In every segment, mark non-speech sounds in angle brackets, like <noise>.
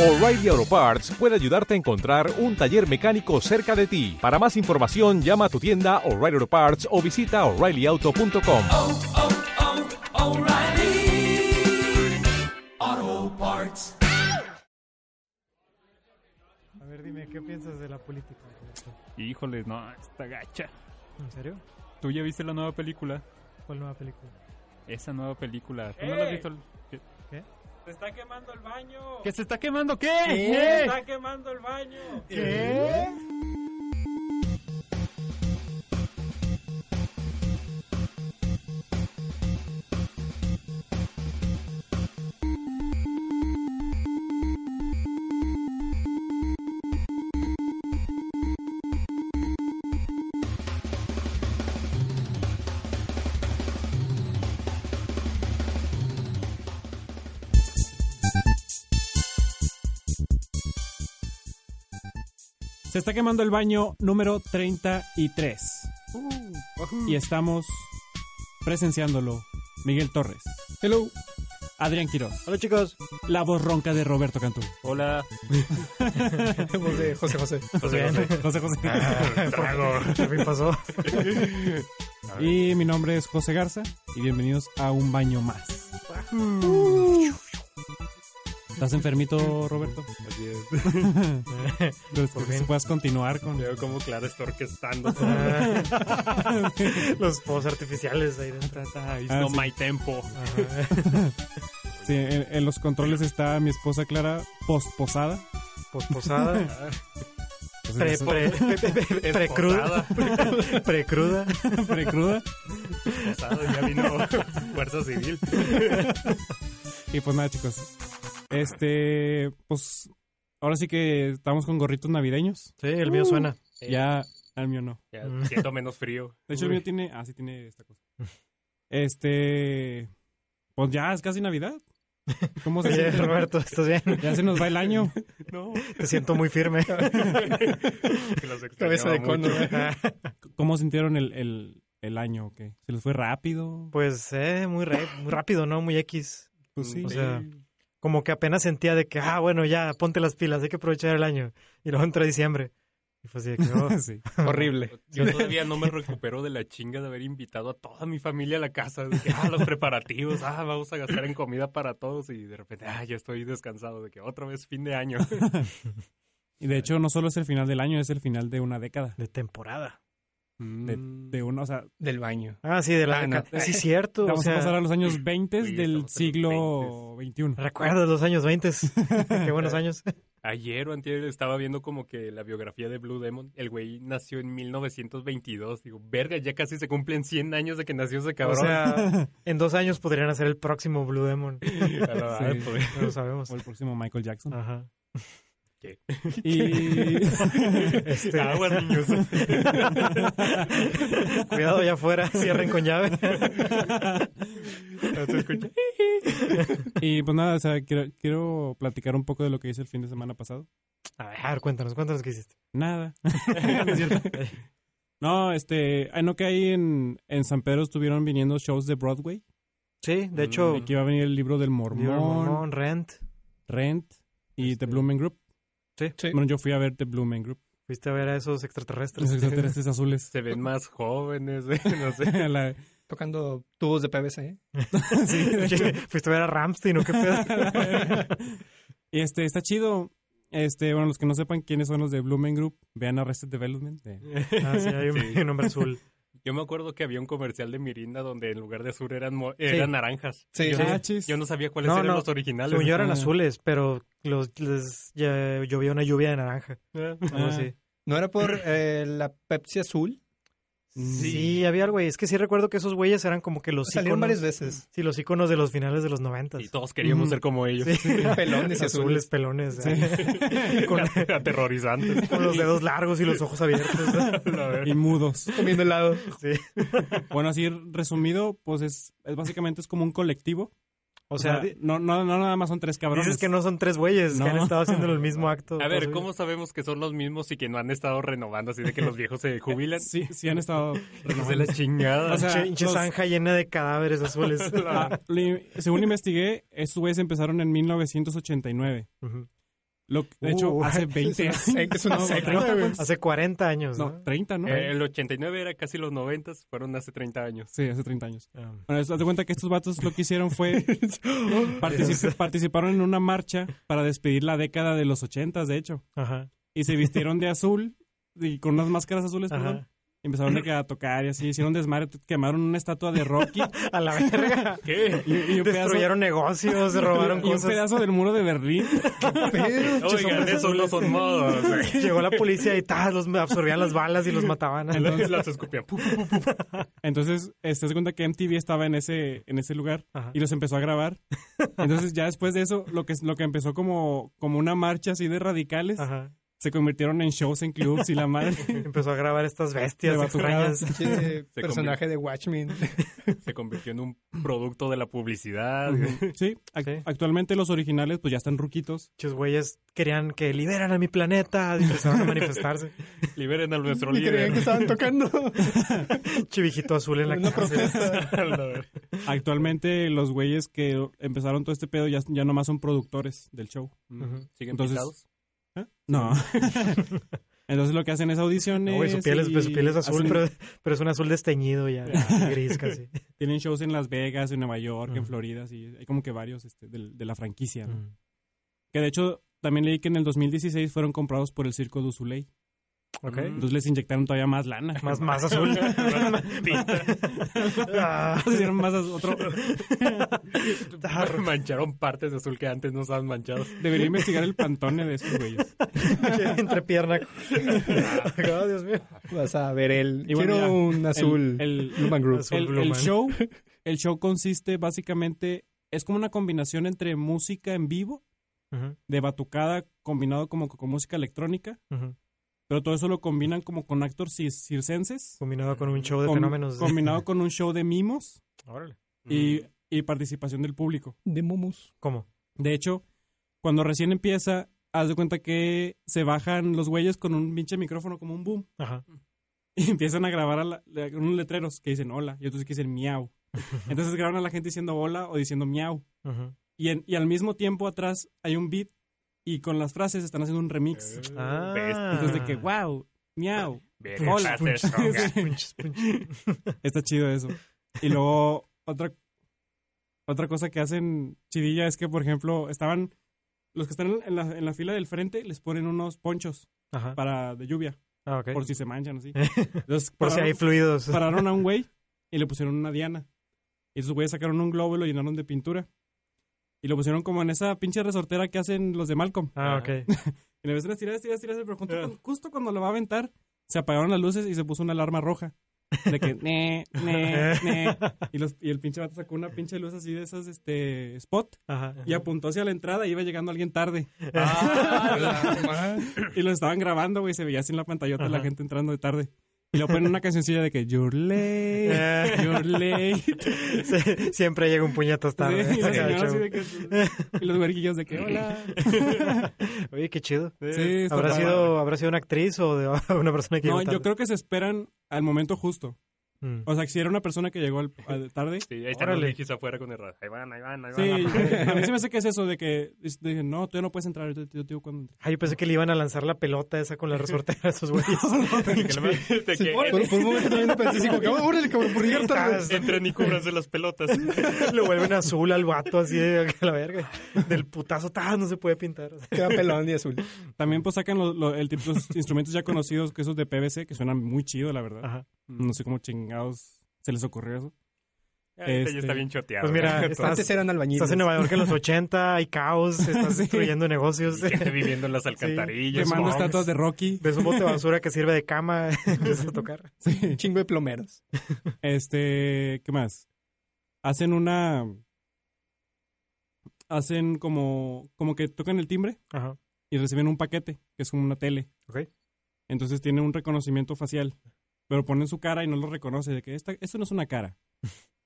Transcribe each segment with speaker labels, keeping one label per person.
Speaker 1: O'Reilly Auto Parts puede ayudarte a encontrar un taller mecánico cerca de ti. Para más información, llama a tu tienda O'Reilly Auto Parts o visita oreillyauto.com.
Speaker 2: oh, oh, O'Reilly Auto Parts.
Speaker 3: A ver, dime, ¿qué piensas de la política? Roberto?
Speaker 4: Híjole, no, está gacha.
Speaker 3: ¿En serio?
Speaker 4: ¿Tú ya viste la nueva película?
Speaker 3: ¿Cuál nueva película?
Speaker 4: Esa nueva película. ¿Tú no la has
Speaker 5: ¡Eh!
Speaker 4: visto? ¿Qué?
Speaker 5: Se está quemando el baño.
Speaker 4: ¿Que se está quemando? ¿Qué?
Speaker 5: Se está quemando el baño.
Speaker 6: Se está quemando el baño número 33. Y estamos presenciándolo. Miguel Torres. Hello. Adrián Quiroz.
Speaker 7: Hola chicos.
Speaker 6: La voz ronca de Roberto Cantú.
Speaker 4: Hola.
Speaker 3: Voz de José José.
Speaker 6: José José.
Speaker 3: Ah, <laughs> Por fin pasó.
Speaker 6: y mi nombre es José Garza. Y bienvenidos a Un Baño Más. ¿Estás enfermito, Roberto? <laughs> Pero espero que
Speaker 3: fin.
Speaker 6: sí puedas continuar con...
Speaker 7: Veo como Clara está orquestando.
Speaker 3: Ah, Los fuegos artificiales ahí dentro.
Speaker 6: Ah,
Speaker 4: no
Speaker 6: sí.
Speaker 4: my tempo.
Speaker 3: Ajá.
Speaker 6: Sí, en, en los controles está mi esposa Clara, posposada. <laughs>
Speaker 3: Posposada. Pre,
Speaker 6: Entonces,
Speaker 3: pre, pre, pre- precruda. Precruda.
Speaker 6: precruda.
Speaker 7: Pasado, ya vino Fuerza Civil.
Speaker 6: Y pues nada, chicos. Este, pues ahora sí que estamos con gorritos navideños.
Speaker 3: Sí, el mío suena.
Speaker 6: Ya, al mío no.
Speaker 7: Eh, Ya siento menos frío.
Speaker 6: De hecho, el mío tiene, ah, sí tiene
Speaker 3: <laughs>
Speaker 6: esta cosa. Este, pues ya es casi Navidad.
Speaker 3: <laughs>
Speaker 6: ¿Cómo se
Speaker 3: Oye,
Speaker 6: siente?
Speaker 3: Roberto, ¿estás bien?
Speaker 6: Ya se nos va el año.
Speaker 7: No.
Speaker 3: Te siento muy firme.
Speaker 7: Que los extrañaba mucho.
Speaker 6: ¿Cómo sintieron el, el, el año? o qué? ¿Se les fue rápido?
Speaker 3: Pues, eh, muy, re- muy rápido, ¿no? Muy X.
Speaker 6: Pues sí.
Speaker 3: O sea, como que apenas sentía de que, ah, bueno, ya, ponte las pilas, hay que aprovechar el año. Y luego entra diciembre. Y fue así de que, oh,
Speaker 6: <laughs> Sí.
Speaker 7: Horrible. Yo todavía no me recupero de la chinga de haber invitado a toda mi familia a la casa. De que, ah, los preparativos, ah, vamos a gastar en comida para todos. Y de repente, ah, ya estoy descansado de que otra vez fin de año.
Speaker 6: Y de hecho, no solo es el final del año, es el final de una década.
Speaker 3: de temporada.
Speaker 7: Mm.
Speaker 6: De una, o sea,
Speaker 8: del baño.
Speaker 3: Ah, sí, de la...
Speaker 8: Ah, no.
Speaker 3: Sí, cierto. O
Speaker 6: vamos a
Speaker 3: sea,
Speaker 6: pasar a los años 20
Speaker 7: sí,
Speaker 6: del
Speaker 7: estamos en los
Speaker 6: siglo XXI.
Speaker 3: recuerdas los años 20.
Speaker 6: <laughs>
Speaker 3: Qué buenos años.
Speaker 7: Ayer o antier estaba viendo como que la biografía de Blue Demon. El güey nació en 1922. Digo, verga, ya casi se cumplen 100 años de que nació ese
Speaker 3: O
Speaker 7: cabrón.
Speaker 3: sea, en dos años podrían hacer el próximo Blue Demon.
Speaker 7: A la verdad,
Speaker 6: Sí.
Speaker 7: pues.
Speaker 3: No lo sabemos.
Speaker 6: O el próximo Michael Jackson.
Speaker 3: Ajá.
Speaker 6: <laughs> Y <laughs>
Speaker 3: Este,
Speaker 6: Ah,
Speaker 7: Aguas, niños.
Speaker 3: <laughs> cuidado allá afuera, cierren con llave.
Speaker 7: ¿Se escucha?
Speaker 6: Y pues nada, o sea, quiero, quiero platicar un poco de lo que hice el fin de semana pasado.
Speaker 3: A ver, a ver, cuéntanos, cuéntanos qué
Speaker 6: <laughs>
Speaker 3: hiciste. <laughs>
Speaker 6: Nada. No es cierto. No, este, ah, no que ahí en, en San Pedro estuvieron viniendo shows de Broadway.
Speaker 3: Sí, de hecho,
Speaker 6: Aquí iba a venir el libro del Mormón,
Speaker 3: Oh. Libro Mormón, Rent.
Speaker 6: Rent y The Blumen Group.
Speaker 3: Sí.
Speaker 8: Sí.
Speaker 6: Bueno, yo fui a ver The
Speaker 3: <laughs>
Speaker 6: Blumen Group.
Speaker 3: Fuiste a ver a esos
Speaker 6: Los
Speaker 3: extraterrestres.
Speaker 6: extraterrestres azules.
Speaker 7: Se ven más jóvenes, <laughs> eh, no sé.
Speaker 6: <laughs> La- <laughs>
Speaker 8: Tocando tubos de PVC.
Speaker 6: sí,
Speaker 3: <laughs>
Speaker 6: de hecho.
Speaker 3: ¿Fuiste a ver a Ramstein o qué
Speaker 6: <laughs>
Speaker 3: pedo?
Speaker 6: Y este, está chido. Este, bueno, los que no sepan quiénes son los de Blumen Group, vean Arrested Development. Eh,
Speaker 3: <laughs> Ah, sí, hay un, <laughs> un hombre azul.
Speaker 7: Yo me acuerdo que había un comercial de Mirinda donde en lugar de azul eran, mo- eran naranjas.
Speaker 8: Sí.
Speaker 7: Yo,
Speaker 6: Ah,
Speaker 7: no,
Speaker 6: chis.
Speaker 7: yo no sabía cuáles
Speaker 3: No,
Speaker 7: eran
Speaker 3: no.
Speaker 7: los originales.
Speaker 3: Según yo eran
Speaker 6: Ah.
Speaker 3: azules, pero los, les ya llovió una lluvia de naranja.
Speaker 7: Eh,
Speaker 3: Algo
Speaker 6: Ah.
Speaker 3: así.
Speaker 8: ¿No era por eh, la Pepsi azul?
Speaker 3: Sí. había algo ahí. Es que sí recuerdo que esos güeyes eran como que los
Speaker 8: Salieron
Speaker 3: íconos-
Speaker 8: varias veces.
Speaker 3: Sí, los iconos de los finales de los noventas.
Speaker 7: Y todos queríamos
Speaker 6: Mm.
Speaker 7: ser como ellos. <laughs>
Speaker 3: <laughs>
Speaker 8: Pelones y azules.
Speaker 3: azules, pelones.
Speaker 6: Sí.
Speaker 3: ¿eh? Con,
Speaker 6: <laughs>
Speaker 7: Aterrorizantes.
Speaker 3: con los dedos largos y los ojos abiertos.
Speaker 7: <laughs> La verdad.
Speaker 6: Y mudos.
Speaker 8: Comiendo <laughs> helado.
Speaker 3: Sí.
Speaker 6: Bueno, así resumido, pues es, es básicamente es como un colectivo.
Speaker 3: O sea, di-
Speaker 6: no, no, no nada más son tres cabrones.
Speaker 3: dices que no son tres güeyes
Speaker 6: No.
Speaker 3: que han estado haciendo el mismo acto.
Speaker 7: A ver,
Speaker 3: Entonces,
Speaker 7: ¿cómo sabemos que son los mismos y que no han estado renovando? Así de que los viejos
Speaker 6: <laughs>
Speaker 7: se jubilan.
Speaker 6: Sí, sí han estado...
Speaker 7: Hijos de la chingada.
Speaker 6: O sea,
Speaker 3: pinche- pinche
Speaker 6: los-
Speaker 3: zanja llena de cadáveres
Speaker 7: <laughs>
Speaker 3: azules.
Speaker 6: Ah, lo- según investigué, estos güeyes empezaron en 1989.
Speaker 3: Ujú.
Speaker 6: Lo que- de hecho,
Speaker 3: Uh,
Speaker 6: hace 20 años.
Speaker 8: Es una
Speaker 6: No,
Speaker 8: secta,
Speaker 6: no,
Speaker 8: güey.
Speaker 3: Hace 40 años, ¿no?
Speaker 6: No, 30, ¿no?
Speaker 7: Eh, el 89 era casi los 90, fueron hace 30 años.
Speaker 6: Sí, hace 30 años.
Speaker 3: Ah.
Speaker 6: Bueno, es- haz de cuenta que estos vatos lo que hicieron fue <laughs> particip- participaron en una marcha para despedir la década de los 80, de hecho.
Speaker 3: Ah, Ajá.
Speaker 6: Y se vistieron de azul y con unas máscaras azules,
Speaker 3: Ajá.
Speaker 6: perdón. Empezaron de que a tocar y así, hicieron desmadre, quemaron una estatua de Rocky
Speaker 3: A la verga.
Speaker 7: ¿Qué?
Speaker 6: <laughs> y, y un pedazo,
Speaker 3: Destruyeron negocios, robaron
Speaker 6: <laughs> y un
Speaker 3: cosas.
Speaker 6: pedazo del muro de Berlín.
Speaker 7: Oigan, esos no son modos.
Speaker 6: <laughs>
Speaker 7: güey.
Speaker 3: Llegó la policía y tal, los absorbían las balas y los
Speaker 6: <laughs>
Speaker 3: mataban.
Speaker 7: Las escupían. Puf, puf, puf.
Speaker 6: Entonces, eh, se hace cuenta que MTV estaba en ese, en ese lugar
Speaker 3: Ajá.
Speaker 6: y los empezó
Speaker 3: <laughs>
Speaker 6: a grabar. Entonces, ya después de eso, lo que, lo que empezó como, como una marcha así de radicales,
Speaker 3: Ajá.
Speaker 6: se convirtieron en shows en clubs y
Speaker 3: <laughs>
Speaker 6: la madre.
Speaker 3: Empezó a grabar estas bestias
Speaker 6: De
Speaker 3: extrañas.
Speaker 8: Pinche personaje de Watchmen.
Speaker 7: Se convirtió en un producto de la publicidad.
Speaker 6: Sí, ac-
Speaker 3: Sí.
Speaker 6: actualmente los originales pues ya están ruquitos.
Speaker 3: Muchos güeyes querían que liberan a mi planeta y empezaron a manifestarse. <laughs>
Speaker 7: Liberen a
Speaker 6: <laughs>
Speaker 7: nuestro
Speaker 8: Y creían
Speaker 7: líder.
Speaker 8: que estaban tocando.
Speaker 3: Chivijito azul en la
Speaker 8: Una
Speaker 3: cárcel.
Speaker 8: protesta.
Speaker 3: <laughs>
Speaker 6: <laughs> Actualmente los güeyes que empezaron todo este pedo ya, ya nomás son productores del show.
Speaker 7: ¿Siguen
Speaker 6: Entonces-
Speaker 7: pisados?
Speaker 3: <laughs>
Speaker 6: No. Entonces lo que hacen es audiciones.
Speaker 3: No, güey, su piel, es, pues,
Speaker 6: y
Speaker 3: su piel es azul,
Speaker 6: hacen-
Speaker 3: pero, pero es un azul desteñido
Speaker 6: <laughs>
Speaker 3: ya, gris casi.
Speaker 6: Tienen shows en Las Vegas, en Nueva York, en
Speaker 3: Ujú.
Speaker 6: Florida, sí. Hay como que varios este, del- de, la franquicia. ¿no? Que de hecho también leí que en el 2016 fueron comprados por el Circo du Soleil.
Speaker 3: Ok.
Speaker 6: Entonces les inyectaron todavía más lana.
Speaker 3: Más, más azul. <laughs> Ah,
Speaker 6: <laughs> Les dieron más az- otro.
Speaker 7: <laughs> Mancharon partes de azul que antes no estaban manchados.
Speaker 6: Debería investigar el pantone de esos güeyes.
Speaker 3: <laughs> entre pierna. Oh, <laughs> Dios mío.
Speaker 8: Vas a ver el.
Speaker 6: Y bueno,
Speaker 8: Quiero
Speaker 6: mira,
Speaker 8: un azul.
Speaker 6: el-
Speaker 8: Luman Group.
Speaker 3: azul
Speaker 6: el,
Speaker 3: Blue
Speaker 6: el
Speaker 3: Man. <laughs>
Speaker 6: show el show consiste básicamente es como una combinación entre música en vivo
Speaker 3: Ujú,
Speaker 6: de batucada combinado como con música electrónica
Speaker 3: ujú.
Speaker 6: pero todo eso lo combinan como con actores cir- circenses
Speaker 3: Combinado con un show de
Speaker 6: com-
Speaker 3: fenómenos.
Speaker 6: combinado con un show de mimos
Speaker 3: Órale.
Speaker 6: y, y participación del público
Speaker 8: De Momus.
Speaker 3: ¿Cómo?
Speaker 6: de hecho cuando recién empieza haz de cuenta que se bajan los güeyes con un pinche micrófono como un boom <laughs>
Speaker 3: Ajá.
Speaker 6: y empiezan a grabar a la- le- unos letreros que dicen hola y otros que dicen miau entonces graban a la gente diciendo hola o diciendo miau
Speaker 3: ujú.
Speaker 6: y, en- y al mismo tiempo atrás hay un beat y con las frases están haciendo un remix.
Speaker 3: Ah.
Speaker 6: Entonces de que, wow, miau.
Speaker 7: Bien,
Speaker 6: Hola.
Speaker 7: frases,
Speaker 6: Sí.
Speaker 7: ronga.
Speaker 3: Punch, punch.
Speaker 6: Está chido eso. Y luego otra, otra cosa que hacen chidilla es que, por ejemplo, estaban los que están en la, en la fila del frente les ponen unos ponchos
Speaker 3: Ajá.
Speaker 6: para de lluvia,
Speaker 3: Ah, ok.
Speaker 6: por si se
Speaker 3: <laughs>
Speaker 6: manchan así. Entonces,
Speaker 3: Por si hay
Speaker 6: pararon,
Speaker 3: fluidos.
Speaker 6: pararon a un güey y le pusieron una diana. Y esos güeyes sacaron un globo y lo llenaron de pintura. Y lo pusieron como en esa pinche resortera que hacen los de Malcolm.
Speaker 3: Ah, ok. Ah.
Speaker 6: Y le empezaron a tirar, tirar, tirar, pero junto con- justo cuando lo va a aventar, se apagaron las luces y se puso una alarma roja. De que, ne,
Speaker 3: <laughs>
Speaker 6: ne, ne. Y, los- y el pinche vato sacó una pinche luz así de esas, este, spot.
Speaker 3: Ajá.
Speaker 6: Y apuntó hacia la entrada y iba llegando alguien tarde.
Speaker 8: Ah,
Speaker 6: Y lo estaban grabando, güey. Se veía así en la pantallota
Speaker 3: Ajá.
Speaker 6: la gente entrando de tarde. Y le ponen una cancioncilla de que, you're late,
Speaker 3: Eh,
Speaker 6: you're late.
Speaker 3: <laughs> sí, siempre llega un puñetazo tarde.
Speaker 6: Sí, y, la
Speaker 3: Sí,
Speaker 6: señora así
Speaker 3: chavo. <laughs>
Speaker 6: de que- y los verguillos de que, hola.
Speaker 3: <laughs> Oye, qué chido.
Speaker 6: Sí, está
Speaker 3: ¿Habrá
Speaker 6: padre.
Speaker 3: sido, ¿Habrá sido una actriz o de, <laughs> una persona que
Speaker 6: No,
Speaker 3: llegó tarde?
Speaker 6: yo creo que se esperan al momento justo.
Speaker 3: Mm.
Speaker 6: O sea, que si era una persona que llegó al- al- tarde,
Speaker 7: Sí, ahí están
Speaker 3: Órale.
Speaker 7: los bichis afuera con el radio. Ahí van, ahí van, ahí
Speaker 6: Sí,
Speaker 7: van.
Speaker 6: a mí se me hace que es eso de que es- de que, no, tú ya no puedes entrar, yo te- yo te digo cuándo entres.
Speaker 3: Ah, yo pensé que le iban a lanzar la pelota esa con la resortera a esos güeyes.
Speaker 7: Que <laughs> no me- de que,
Speaker 8: Por, por un momento también pensé así como que, "Oh, órale, cabrón, por
Speaker 3: <laughs>
Speaker 8: llegar tarde.
Speaker 7: Entren y cúbranse las pelotas.
Speaker 3: Ah, Lo vuelven azul al vato así de a la verga. Del putazo, ¡tas! no se puede pintar. Pues
Speaker 8: Queda pelón y azul.
Speaker 6: También pues sacan lo- lo- el tipo- los <laughs> instrumentos ya conocidos, que esos de PVC, que suenan muy chido, la verdad.
Speaker 3: Ajá.
Speaker 6: No sé cómo chingados se les ocurrió eso.
Speaker 7: Este,
Speaker 6: Este,
Speaker 7: ya está bien choteado.
Speaker 3: Pues mira,
Speaker 7: ¿no?
Speaker 3: estás,
Speaker 8: Antes eran albañiles.
Speaker 3: estás en Nueva York en los 80, hay caos, estás destruyendo
Speaker 7: <laughs>
Speaker 3: negocios.
Speaker 7: Gente viviendo en las alcantarillas.
Speaker 6: Quemando
Speaker 7: bombs.
Speaker 6: estatuas
Speaker 3: <laughs>
Speaker 6: de Rocky.
Speaker 3: Ves un bote de basura que sirve de cama, <laughs> empiezas a tocar.
Speaker 8: Un chingo de plomeros.
Speaker 6: Este, ¿qué más? Hacen una... Hacen como, como que tocan el timbre
Speaker 3: Ajá.
Speaker 6: y reciben un paquete, que es como una tele.
Speaker 3: Ok.
Speaker 6: Entonces tiene un reconocimiento facial, pero ponen su cara y no lo reconoce, de que esta, esto no es
Speaker 3: <laughs>
Speaker 6: una cara.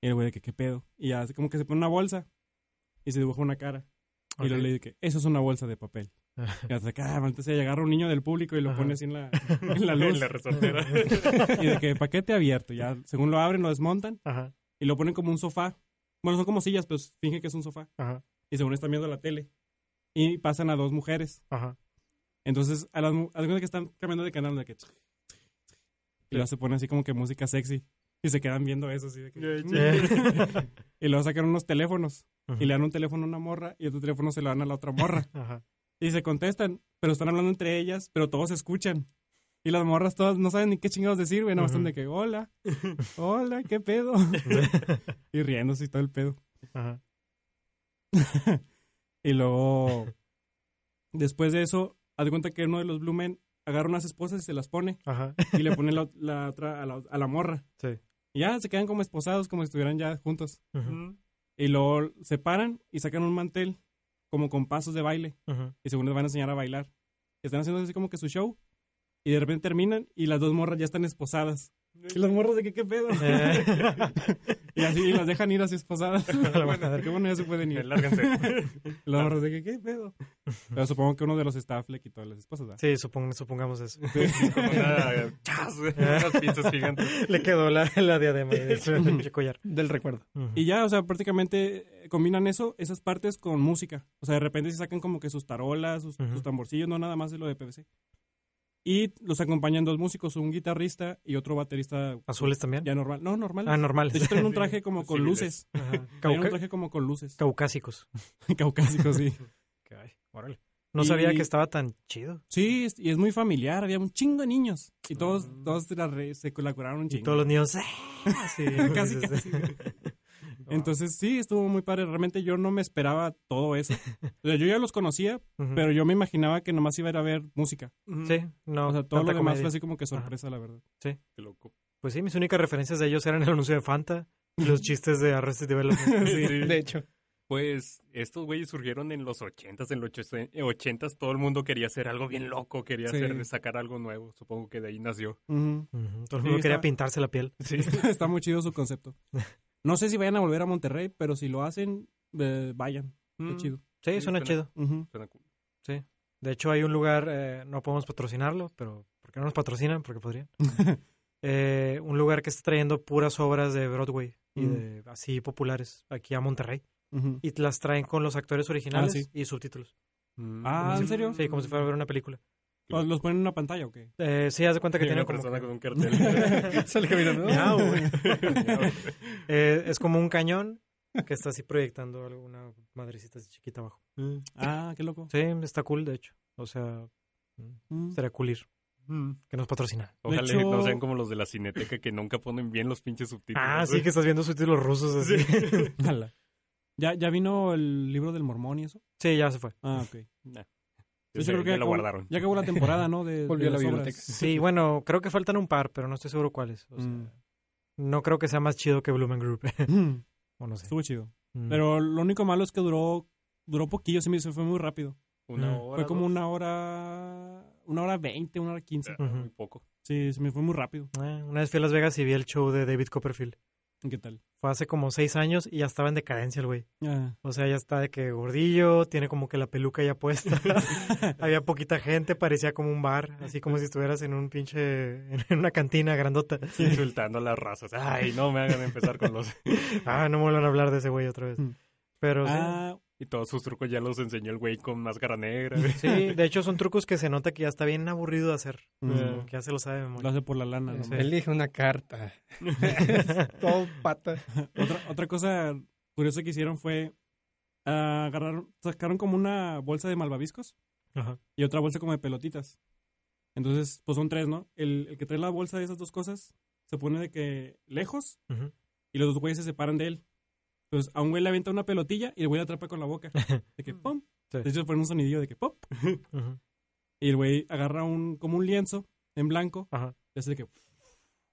Speaker 6: Y el güey de que, ¿qué pedo? Y ya, así como que se pone una bolsa y se dibuja una cara. Y lo
Speaker 3: Ok.
Speaker 6: le dice que, eso es una bolsa
Speaker 3: <laughs>
Speaker 6: de papel. Y hasta que, ah, maldita sea, y agarra un niño del público y lo
Speaker 3: Ajá.
Speaker 6: pone así
Speaker 3: <laughs>
Speaker 6: en la, en la
Speaker 7: En
Speaker 6: luz.
Speaker 7: la resortera.
Speaker 6: y de que, paquete abierto. Ya, según lo abren, lo desmontan
Speaker 3: Ajá.
Speaker 6: y lo ponen como un sofá. Bueno, son como sillas, pero fingen que es un sofá.
Speaker 3: Ajá.
Speaker 6: Y según está viendo la tele. y pasan a dos mujeres.
Speaker 3: Ajá.
Speaker 6: Entonces, a las mu- haz de cuenta que están cambiando de canal de que... Y luego se pone así como que música sexy. Y se quedan viendo eso así de que... "Mm". <laughs> Y luego sacan unos teléfonos.
Speaker 3: Ajá.
Speaker 6: Y le dan un teléfono a una morra y otro teléfono se lo dan a la
Speaker 3: <laughs>
Speaker 6: otra morra.
Speaker 3: Ajá.
Speaker 6: Y se contestan, pero están hablando entre ellas, pero todos escuchan. Y las morras todas no saben ni qué chingados decir, güey. Nada más
Speaker 3: Ujú.
Speaker 6: están de que, hola, hola, qué pedo. y riéndose y todo el pedo.
Speaker 3: Ajá.
Speaker 6: Y luego, después de eso, haz de cuenta que uno de los Blue Men agarra unas esposas y se las pone.
Speaker 3: Ajá.
Speaker 6: Y le pone la, la otra a la, a la morra.
Speaker 3: Sí.
Speaker 6: Y ya se quedan como esposados, como si estuvieran ya juntos.
Speaker 3: Ujú.
Speaker 6: Y luego se paran y sacan un mantel, como con pasos de baile.
Speaker 3: Ujú.
Speaker 6: y según les van a enseñar a bailar. Están haciendo así como que su show y de repente terminan y las dos morras ya están esposadas. Y las morras de que qué pedo.
Speaker 3: Eh,
Speaker 6: <laughs>
Speaker 3: <laughs>
Speaker 6: y así y las dejan ir así esposadas.
Speaker 3: la
Speaker 6: bueno,
Speaker 3: madre.
Speaker 6: qué bueno ya se pueden ir.
Speaker 7: Lárganse.
Speaker 6: Y <laughs> las morras de que qué pedo. Pero supongo que uno de los staff le quitó a las esposas. ¿verdad?
Speaker 3: Sí, supong- supongamos eso.
Speaker 7: Con una- ¡Chas! Unas pinzas gigantes.
Speaker 3: Le quedó la, la diadema y
Speaker 6: <laughs>
Speaker 3: el pinche collar.
Speaker 8: Del recuerdo.
Speaker 3: Ujú.
Speaker 6: Y ya, o sea, prácticamente eh, combinan eso, esas partes con música. O sea, de repente se sacan como que sus tarolas, sus,
Speaker 3: Ujú.
Speaker 6: sus tamborcillos, no nada más de lo de PVC. Y los acompañan dos músicos, un guitarrista y otro baterista
Speaker 3: ¿Azules también?
Speaker 6: ya normal. No, normal.
Speaker 3: Ah, normal.
Speaker 6: <laughs> De hecho,
Speaker 3: <laughs>
Speaker 6: traen un traje como con
Speaker 7: Civiles.
Speaker 6: luces.
Speaker 3: Ajá.
Speaker 6: Traen un
Speaker 3: Cauca-
Speaker 6: traje como con luces.
Speaker 3: <laughs> Caucásicos.
Speaker 6: Caucásico, sí.
Speaker 3: Ay, órale. No
Speaker 6: Y-
Speaker 3: sabía que estaba tan chido.
Speaker 6: Sí, es- y es muy familiar. Había un chingo de niños. Y todos, todos se la re- se colaboraron un
Speaker 3: Ah. Y
Speaker 6: chingo.
Speaker 3: todos los niños. ¡ah!
Speaker 6: <laughs>
Speaker 3: Sí,
Speaker 6: Casi, casi. Entonces, sí, estuvo muy padre. Realmente yo no me esperaba
Speaker 3: <laughs>
Speaker 6: todo eso. O sea, yo ya los conocía,
Speaker 3: Ujú.
Speaker 6: pero yo me imaginaba que nomás iba a ir a ver música.
Speaker 3: Sí, no.
Speaker 6: O sea, todo
Speaker 3: tanta
Speaker 6: lo demás
Speaker 3: comedia.
Speaker 6: fue así como que sorpresa, la verdad.
Speaker 7: Qué loco.
Speaker 3: Pues sí, mis únicas referencias de ellos eran el anuncio de Fanta y los chistes de Arrested
Speaker 6: <laughs>
Speaker 3: Development.
Speaker 7: Sí.
Speaker 8: De hecho.
Speaker 7: Pues estos güeyes surgieron en los 80s, en los 80s todo el mundo quería hacer algo bien loco, quería
Speaker 6: Sí.
Speaker 7: hacer, sacar algo nuevo, supongo que de ahí nació.
Speaker 6: Ujú.
Speaker 3: Ujú, Todo el
Speaker 6: Sí,
Speaker 3: mundo quería
Speaker 6: está-
Speaker 3: pintarse la piel.
Speaker 6: <laughs> Está muy chido su concepto. No sé si vayan a volver a Monterrey, pero si lo hacen, eh, vayan. Qué
Speaker 7: Mm,
Speaker 6: chido.
Speaker 3: Sí,
Speaker 7: Sí,
Speaker 3: suena
Speaker 7: suena-
Speaker 3: chido.
Speaker 6: Ujú.
Speaker 7: suena cool.
Speaker 3: De hecho, hay un lugar, eh, no podemos patrocinarlo, pero ¿por qué no nos patrocinan? Porque
Speaker 6: <laughs>
Speaker 3: podrían. Eh, un lugar que está trayendo puras obras de Broadway y
Speaker 6: Mm.
Speaker 3: de así populares aquí a Monterrey.
Speaker 6: Ujú.
Speaker 3: Y las traen con los actores originales
Speaker 6: sí.
Speaker 3: y subtítulos.
Speaker 6: Ah,
Speaker 7: mm.
Speaker 3: Como
Speaker 6: ¿en
Speaker 3: si-
Speaker 6: serio?
Speaker 3: Sí, como si fuera a ver una película.
Speaker 6: ¿O ¿Los ponen en una pantalla
Speaker 3: <laughs>
Speaker 6: o qué?
Speaker 3: Eh, sí, haz de cuenta que
Speaker 7: Hay
Speaker 3: tiene
Speaker 7: una
Speaker 3: como... <laughs>
Speaker 7: persona con un cartel.
Speaker 6: <laughs>
Speaker 8: Sale caminando.
Speaker 3: Miau, güey.
Speaker 7: <laughs>
Speaker 3: <laughs> Eh, es como un cañón que está así proyectando alguna madrecita así chiquita abajo.
Speaker 6: Ah, qué loco.
Speaker 3: Sí, está cool, de hecho. O sea,
Speaker 6: Mm.
Speaker 3: será cool ir. Que nos patrocina.
Speaker 7: Ojalá
Speaker 6: De hecho-
Speaker 7: no sean como los de la Cineteca que nunca ponen bien los pinches subtítulos.
Speaker 3: Ah, sí, que estás viendo subtítulos rusos así.
Speaker 6: <laughs> Ala. ¿Ya, ¿Ya vino el libro del mormón y eso?
Speaker 3: Sí, ya se fue.
Speaker 6: Ah, ok. Yo
Speaker 7: Yo creo que lo guardaron.
Speaker 6: Ya acabó la temporada, ¿no? De,
Speaker 8: Volvió
Speaker 6: de
Speaker 8: a la
Speaker 6: las obras.
Speaker 8: biblioteca.
Speaker 3: <laughs> Sí, bueno, creo que faltan un par, pero no estoy seguro cuáles. O sea,
Speaker 6: Mm.
Speaker 3: No creo que sea más chido que Blumen Group. <laughs>
Speaker 6: <laughs> Mm.
Speaker 3: o no sé.
Speaker 6: Estuvo chido.
Speaker 3: Mm.
Speaker 6: Pero lo único malo es que duró duró poquillo, se me hizo, fue muy rápido.
Speaker 7: Una
Speaker 3: Mm.
Speaker 7: hora.
Speaker 6: Fue como
Speaker 7: dos.
Speaker 6: una hora, una hora veinte, una hora quince.
Speaker 7: Ah, Muy
Speaker 3: Ujú.
Speaker 7: poco.
Speaker 6: Sí, se me fue muy rápido.
Speaker 3: Eh, una vez fui a Las Vegas y vi el show de David Copperfield.
Speaker 6: ¿Qué tal?
Speaker 3: Fue hace como seis años y ya estaba en decadencia el güey.
Speaker 6: Ah,
Speaker 3: O sea, ya está de que gordillo, tiene como que la peluca ya puesta. <laughs> Había poquita gente, parecía como un bar, así como si estuvieras en un pinche, en una cantina grandota.
Speaker 7: Insultando a las razas. Ay, no me hagan empezar con los...
Speaker 3: Ah, no me vuelvan a hablar de ese güey otra vez.
Speaker 6: Mm.
Speaker 3: Pero sí,
Speaker 6: ah,
Speaker 7: Y todos sus trucos ya los enseñó el güey con máscara negra.
Speaker 3: sí, de hecho son trucos que se nota que ya está bien aburrido de hacer.
Speaker 6: Mm.
Speaker 3: Como que ya se lo sabe de
Speaker 6: lo
Speaker 3: memoria.
Speaker 6: hace por la lana. ¿no?
Speaker 3: Sí.
Speaker 8: Elige una carta. <laughs> Todo pata.
Speaker 6: Otra, otra cosa curiosa que hicieron fue ah, agarraron, sacaron como una bolsa de malvaviscos
Speaker 3: Ajá.
Speaker 6: y otra bolsa como de pelotitas. Entonces, pues son tres, ¿no? El, el que trae la bolsa de esas dos cosas se pone de que lejos
Speaker 3: Ujú.
Speaker 6: y los dos güeyes se separan de él. Entonces, a un güey le avienta una pelotilla y el güey la atrapa con
Speaker 3: <laughs>
Speaker 6: la boca. De que pum.
Speaker 3: Sí.
Speaker 6: De hecho, pone un sonidillo de que pop.
Speaker 3: Ujú.
Speaker 6: Y el güey agarra un, como un lienzo en blanco
Speaker 3: Ajá.
Speaker 6: y hace de que.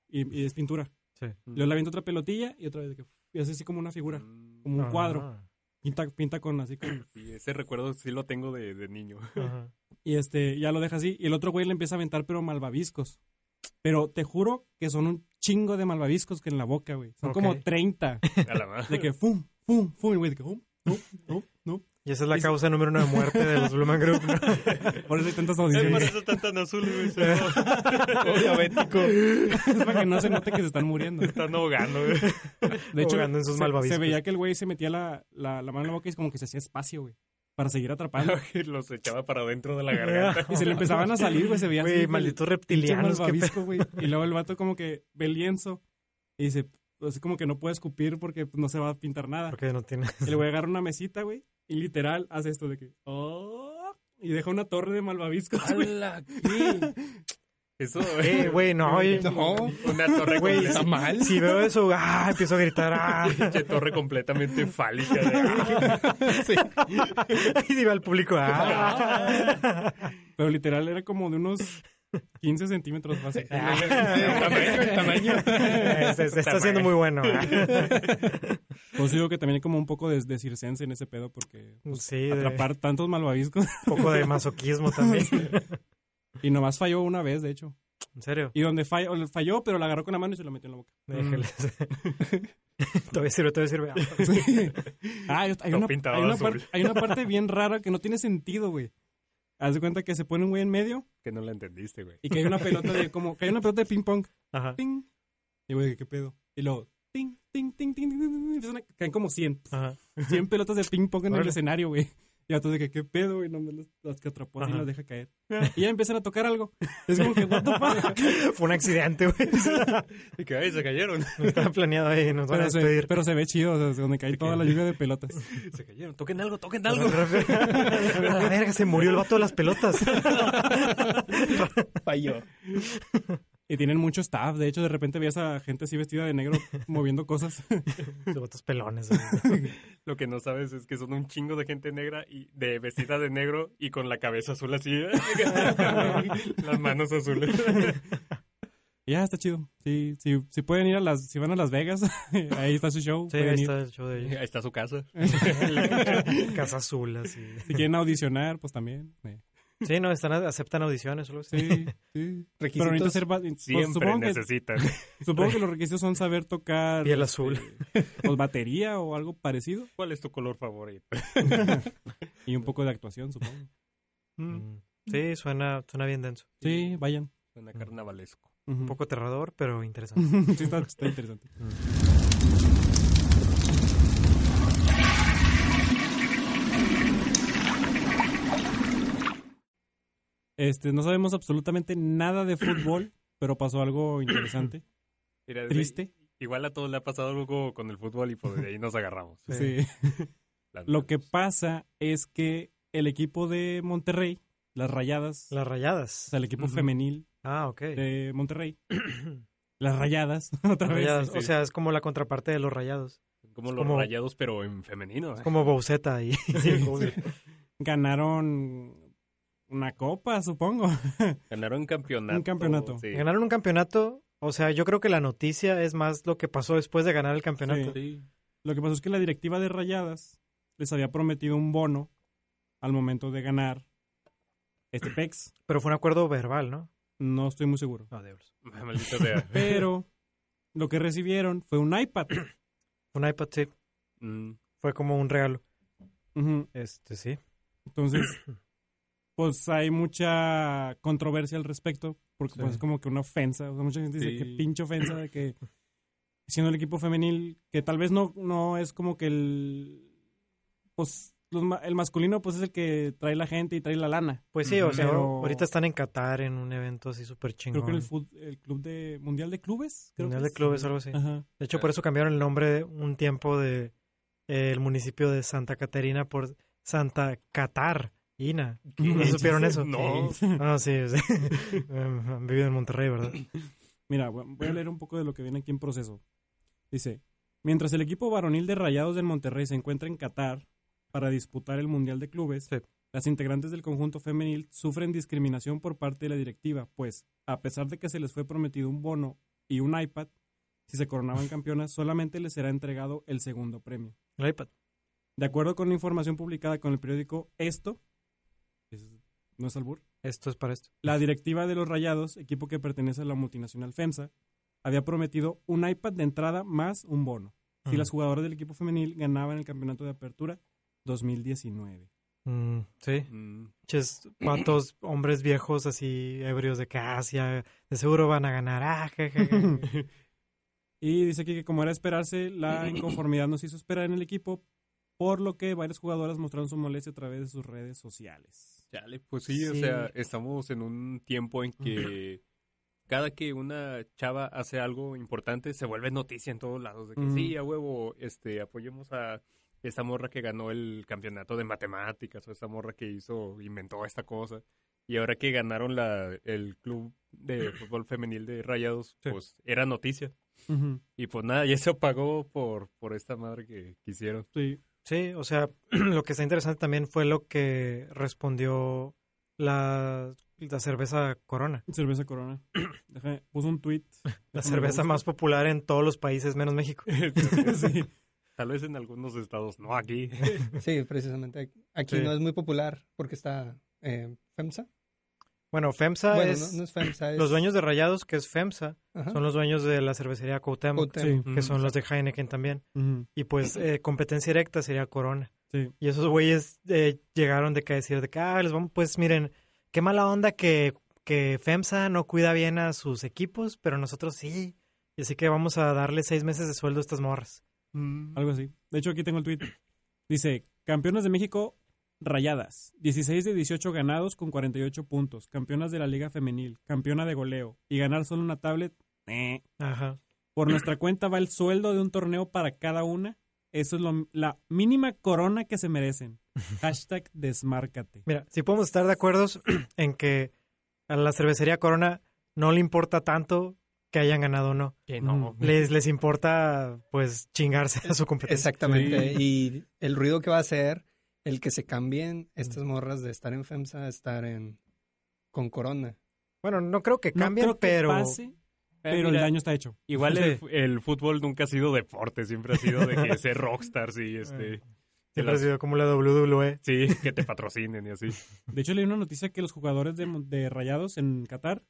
Speaker 6: Y, y es pintura.
Speaker 3: Sí.
Speaker 6: Luego le avienta otra pelotilla y otra vez de que. Y hace así como una figura, como un
Speaker 3: Ah,
Speaker 6: cuadro. Pinta, pinta con así con-
Speaker 7: Mm, Y ese recuerdo sí lo tengo de, de niño.
Speaker 3: ajá.
Speaker 6: Y este, ya lo deja así. Y el otro güey le empieza a aventar, pero malvaviscos. Pero te juro que son un chingo de malvaviscos que en la boca, güey. Son como
Speaker 3: Ok.
Speaker 6: 30.
Speaker 7: A la madre.
Speaker 3: <laughs>
Speaker 6: De que fum, fum, fum. Y el güey de que fum, fum, fum, fum.
Speaker 3: Y esa es la
Speaker 6: Es-
Speaker 3: causa número uno de muerte de los Blumen Group.
Speaker 6: <laughs>
Speaker 3: ¿no?
Speaker 6: Por eso hay
Speaker 3: <laughs>
Speaker 7: Es
Speaker 6: tantas
Speaker 7: por
Speaker 6: audiciones.
Speaker 7: eso están tan azules, <laughs> güey. Se
Speaker 8: Diabético.
Speaker 6: <laughs> Es para que no se note que se están muriendo.
Speaker 7: Están ahogando, güey.
Speaker 6: De hecho,
Speaker 3: Ahogando en sus
Speaker 6: se,
Speaker 3: malvaviscos.
Speaker 6: se veía que el güey se metía la, la, la mano en la boca y es como que se hacía espacio, güey. para seguir atrapando.
Speaker 7: Los echaba para adentro de la
Speaker 3: <laughs>
Speaker 7: garganta.
Speaker 6: Y se le empezaban a salir, güey, se veían.
Speaker 3: Güey,
Speaker 6: así,
Speaker 3: malditos
Speaker 6: pinche
Speaker 3: reptilianos. qué
Speaker 6: malvavisco, güey. Y luego el vato como que ve el lienzo y dice, así como que no puede escupir porque pues, no se va a pintar
Speaker 3: pe-
Speaker 6: nada.
Speaker 3: Porque no
Speaker 6: <laughs>
Speaker 3: tiene.
Speaker 6: Y le voy a agarrar una mesita, güey, y literal hace esto de que, "Oh", y deja una torre de malvaviscos, güey.
Speaker 7: ¡Hala! ¿qué? Eso,
Speaker 3: Eh, güey, no, oye.
Speaker 8: No,
Speaker 7: <laughs> Una torre
Speaker 3: Güey,
Speaker 7: completa.
Speaker 8: está mal.
Speaker 3: <laughs> Si veo eso, ah, empiezo a gritar. Ah. <laughs>
Speaker 7: pinche torre completamente fálica. de-
Speaker 3: y digo al público,
Speaker 6: <laughs>
Speaker 3: ah.
Speaker 6: <laughs> Pero literal era como de unos 15 centímetros más.
Speaker 3: Ah.
Speaker 7: ah, tamaño, tamaño.
Speaker 3: Eh, se, se está haciendo muy bueno. ah.
Speaker 6: Pues digo que también hay como un poco de, de circense en ese pedo porque
Speaker 3: Sí, de-
Speaker 6: atrapar tantos malvaviscos. <laughs>
Speaker 3: un poco de masoquismo también.
Speaker 6: Y nomás falló una vez, de hecho.
Speaker 3: En serio.
Speaker 6: Y donde falló, falló, pero la agarró con la mano y se la metió en la boca.
Speaker 3: Déjeles. <laughs> todavía sirve, todavía sirve. Ah,
Speaker 6: Mm. <laughs> Ah, yo- hay,
Speaker 7: No
Speaker 6: una,
Speaker 7: pintaba
Speaker 6: hay, una
Speaker 7: azul.
Speaker 6: parte, hay una parte bien rara que no tiene sentido, güey. Haz de cuenta que se pone un güey en medio
Speaker 7: Que no la entendiste, güey.
Speaker 6: y que hay una pelota de como que hay una pelota de ping pong.
Speaker 3: Ajá.
Speaker 6: Ting. Y güey, ¿qué pedo? Y luego ting, ting, ting, ting, ting, ting, ting, empiezan a- caen como 100,
Speaker 3: Ajá.
Speaker 6: 100 pelotas de ping pong en el
Speaker 3: Órale.
Speaker 6: escenario, güey. Y entonces de que qué pedo, güey, nomás las, las que atrapó así
Speaker 3: Ajá.
Speaker 6: las deja caer. Y ya empiezan a tocar algo. Es como que what the fuck?
Speaker 3: Fue un accidente, güey. <laughs>
Speaker 7: Y que, ay, se cayeron.
Speaker 3: No estaba planeado ahí, nos van a
Speaker 6: Pero se,
Speaker 3: despedir.
Speaker 6: pero se ve chido, o sea, es
Speaker 3: <laughs>
Speaker 6: donde cae toda la lluvia de pelotas.
Speaker 7: Se cayeron. Toquen algo, toquen algo.
Speaker 3: <laughs> La verga, se murió el vato de las pelotas.
Speaker 8: falló.
Speaker 6: Y tienen mucho staff, de hecho de repente veías a gente así vestida
Speaker 3: <laughs>
Speaker 6: de negro moviendo cosas.
Speaker 3: <laughs>
Speaker 6: <laughs>
Speaker 3: Los vatos pelones. güey.
Speaker 7: Lo que no sabes es que son un chingo de gente negra y de vestida de negro y con la cabeza
Speaker 3: <laughs>
Speaker 7: azul así. <laughs> Las manos azules.
Speaker 6: Ya, está chido. Sí, sí, sí pueden ir a las, si van a Las Vegas, <laughs> ahí está su show.
Speaker 3: Sí,
Speaker 6: pueden
Speaker 3: ahí
Speaker 6: ir.
Speaker 3: está el show de ellos.
Speaker 7: <laughs> Ahí está su casa.
Speaker 3: Casa Azul, así.
Speaker 6: Si quieren audicionar, pues también. eh.
Speaker 3: Sí, no, están, aceptan audiciones o algo así. <laughs>
Speaker 6: Sí, sí. Pero necesito
Speaker 8: Requisitos.
Speaker 6: ser... ba- pues,
Speaker 7: Siempre
Speaker 6: supongo, que,
Speaker 7: necesitan.
Speaker 6: supongo que los requisitos son saber tocar...
Speaker 3: Piel
Speaker 6: este,
Speaker 3: azul.
Speaker 6: pues, batería o algo parecido.
Speaker 7: <laughs> ¿Cuál es tu color favorito?
Speaker 6: Y un poco de actuación, supongo.
Speaker 3: Mm. Sí, suena, suena bien denso.
Speaker 6: Sí, vayan.
Speaker 7: Suena carnavalesco.
Speaker 6: Ujú.
Speaker 3: Un poco aterrador, pero interesante.
Speaker 6: sí, está, está interesante. Este, no sabemos absolutamente nada de fútbol, pero pasó algo interesante,
Speaker 7: Mira, desde-
Speaker 6: triste.
Speaker 7: Igual a todos le ha pasado algo con el fútbol y pues de ahí nos agarramos.
Speaker 6: Sí.
Speaker 7: Las
Speaker 6: Lo que
Speaker 7: manos.
Speaker 6: pasa es que el equipo de Monterrey, las Rayadas,
Speaker 3: Las
Speaker 6: o
Speaker 3: rayadas.
Speaker 6: sea, el equipo
Speaker 3: Ujú.
Speaker 6: femenil
Speaker 3: Ah, ok.
Speaker 6: de Monterrey, las Rayadas, <laughs> otra vez.
Speaker 3: Rayadas,
Speaker 6: sí,
Speaker 3: O
Speaker 6: sí.
Speaker 3: sea, es como la contraparte de los rayados.
Speaker 7: Como
Speaker 3: es
Speaker 7: los
Speaker 3: como-
Speaker 7: rayados, pero en femenino. ¿eh?
Speaker 3: Como Bouceta ahí. <laughs>
Speaker 6: ganaron una copa, supongo.
Speaker 7: Ganaron un campeonato.
Speaker 6: Un campeonato.
Speaker 7: Sí.
Speaker 3: Ganaron un campeonato. O sea, yo creo que la noticia es más lo que pasó después de ganar el campeonato.
Speaker 7: Sí. <laughs>
Speaker 6: Lo que pasó es que la directiva de Rayadas les había prometido un bono al momento de ganar este PEX.
Speaker 3: Pero fue un acuerdo verbal, ¿no?
Speaker 6: No estoy muy seguro.
Speaker 3: No, diablos.
Speaker 7: Maldita sea.
Speaker 6: Pero lo que recibieron fue un iPad.
Speaker 3: Un iPad, sí.
Speaker 7: Mm.
Speaker 3: Fue como un regalo.
Speaker 6: Ujú.
Speaker 3: Este, sí.
Speaker 6: Entonces, pues hay mucha controversia al respecto, porque pues,
Speaker 3: Sí.
Speaker 6: es como que una ofensa. O sea, mucha gente dice
Speaker 7: Sí.
Speaker 6: que pinche ofensa de que siendo el equipo femenil, que tal vez no, no es como que el pues los ma- el masculino pues es el que trae la gente y trae la lana.
Speaker 3: Pues sí, o sea,
Speaker 6: Pero-
Speaker 3: ahorita están en Qatar en un evento así súper
Speaker 6: Creo
Speaker 3: chingón.
Speaker 6: que en el, fut- el club de mundial de clubes, creo
Speaker 3: Mundial
Speaker 6: que
Speaker 3: de
Speaker 6: es.
Speaker 3: clubes, algo así.
Speaker 6: Ajá.
Speaker 3: De hecho, por eso cambiaron el nombre un tiempo de eh, el municipio de Santa Caterina por Santa Catarina. ¿No supieron eso?
Speaker 7: No.
Speaker 6: <laughs>
Speaker 3: Ah, sí. sí. <laughs> Em, Han vivido en Monterrey, ¿verdad?
Speaker 6: Mira, voy voy a leer un poco de lo que viene aquí en proceso. Dice, mientras el equipo varonil de Rayados del Monterrey se encuentra en Qatar para disputar el Mundial de Clubes,
Speaker 3: Sí.
Speaker 6: las integrantes del conjunto femenil sufren discriminación por parte de la directiva, pues a pesar de que se les fue prometido un bono y un iPad, si se coronaban campeonas, solamente les será entregado el segundo premio.
Speaker 3: El iPad.
Speaker 6: De acuerdo con la información publicada con el periódico Esto, es- no es albur,
Speaker 3: Esto es para esto.
Speaker 6: la directiva de los Rayados, equipo que pertenece a la multinacional FEMSA, había prometido un iPad de entrada más un bono. Si
Speaker 3: Mm.
Speaker 6: las jugadoras del equipo femenil ganaban el campeonato de apertura 2019.
Speaker 3: Mm, sí.
Speaker 7: Mm.
Speaker 3: Ches, patos, hombres viejos así, ebrios de Casia. De seguro van a ganar. Ah, je, je,
Speaker 6: <laughs>
Speaker 3: je. <clears throat>
Speaker 6: Y dice aquí que como era esperarse, la inconformidad nos hizo esperar en el equipo por lo que varias jugadoras mostraron su molestia a través de sus redes sociales.
Speaker 7: Chale, pues sí, o
Speaker 3: Sí.
Speaker 7: sea, estamos en un tiempo en que
Speaker 6: <clears throat>
Speaker 7: cada que una chava hace algo importante se vuelve noticia en todos lados. De que
Speaker 6: Ujú.
Speaker 7: sí, a huevo, este, apoyemos a esta morra que ganó el campeonato de matemáticas o esta morra que hizo, inventó esta cosa. Y ahora que ganaron la, el club de
Speaker 6: <clears throat>
Speaker 7: fútbol femenil de Rayados,
Speaker 6: Sí.
Speaker 7: pues era noticia. Y pues nada, ya se apagó por, por esta madre que, que hicieron.
Speaker 6: Sí.
Speaker 3: Sí, o sea, <clears throat> lo que está interesante también fue lo que respondió la, la cerveza Corona,
Speaker 6: Cerveza Corona.
Speaker 3: <clears throat>
Speaker 6: Déjame, puso un tweet.
Speaker 3: la cerveza más popular en todos los países menos
Speaker 8: <laughs>
Speaker 3: México.
Speaker 6: <laughs> <laughs>
Speaker 3: <laughs>
Speaker 6: sí.
Speaker 7: Tal vez en algunos estados, no aquí.
Speaker 8: Sí, precisamente. Aquí
Speaker 3: Sí.
Speaker 8: no es muy popular porque está eh, FEMSA.
Speaker 3: Bueno, FEMSA
Speaker 8: bueno,
Speaker 3: Ah, es
Speaker 8: no, no es FEMSA, es...
Speaker 3: los dueños de Rayados, que es FEMSA,
Speaker 8: Ajá.
Speaker 3: son los dueños de la cervecería Cuauhtémoc,
Speaker 8: Cuauhtémoc.
Speaker 3: que son los de Heineken también.
Speaker 6: Ujú.
Speaker 3: Y pues eh, competencia directa sería Corona.
Speaker 6: Sí.
Speaker 3: Y esos güeyes eh, llegaron de que a decir de que, ah, les vamos, pues miren, qué mala onda que, que FEMSA no cuida bien a sus equipos, pero nosotros sí. Y así que vamos a darle seis meses de sueldo a estas morras.
Speaker 6: Algo así. De hecho, aquí tengo el tweet. Dice, campeonas de México rayadas. 16 de 18 ganados con 48 puntos. Campeonas de la Liga Femenil. Campeona de goleo. Y ganar solo una tablet. eh.
Speaker 3: Ajá.
Speaker 6: Por nuestra cuenta va el sueldo de un torneo para cada una. Eso es lo- la mínima corona que se merecen. Hashtag desmárcate.
Speaker 3: Mira, si podemos estar de acuerdo <clears throat> en que a la cervecería Corona no le importa tanto que hayan ganado o no.
Speaker 7: Que
Speaker 6: no.
Speaker 3: Les, les importa, pues, chingarse a su competencia.
Speaker 8: Exactamente. Y el ruido que va a hacer el que se
Speaker 3: Mm.
Speaker 8: cambien estas morras de estar en FEMSA a estar en con corona.
Speaker 3: Bueno, no creo que
Speaker 6: No
Speaker 3: cambien,
Speaker 6: creo que
Speaker 3: pero...
Speaker 6: pase, pero el daño está hecho.
Speaker 7: Igual
Speaker 3: Sí.
Speaker 7: el, fu- el fútbol nunca ha sido deporte, siempre ha sido de que <laughs> ser rockstars y este. que
Speaker 3: Siempre ha
Speaker 7: las-
Speaker 3: sido como la E. WWE.
Speaker 7: Sí, que te patrocinen y así.
Speaker 6: De hecho, leí una noticia que los jugadores de, Mon- de Rayados en Qatar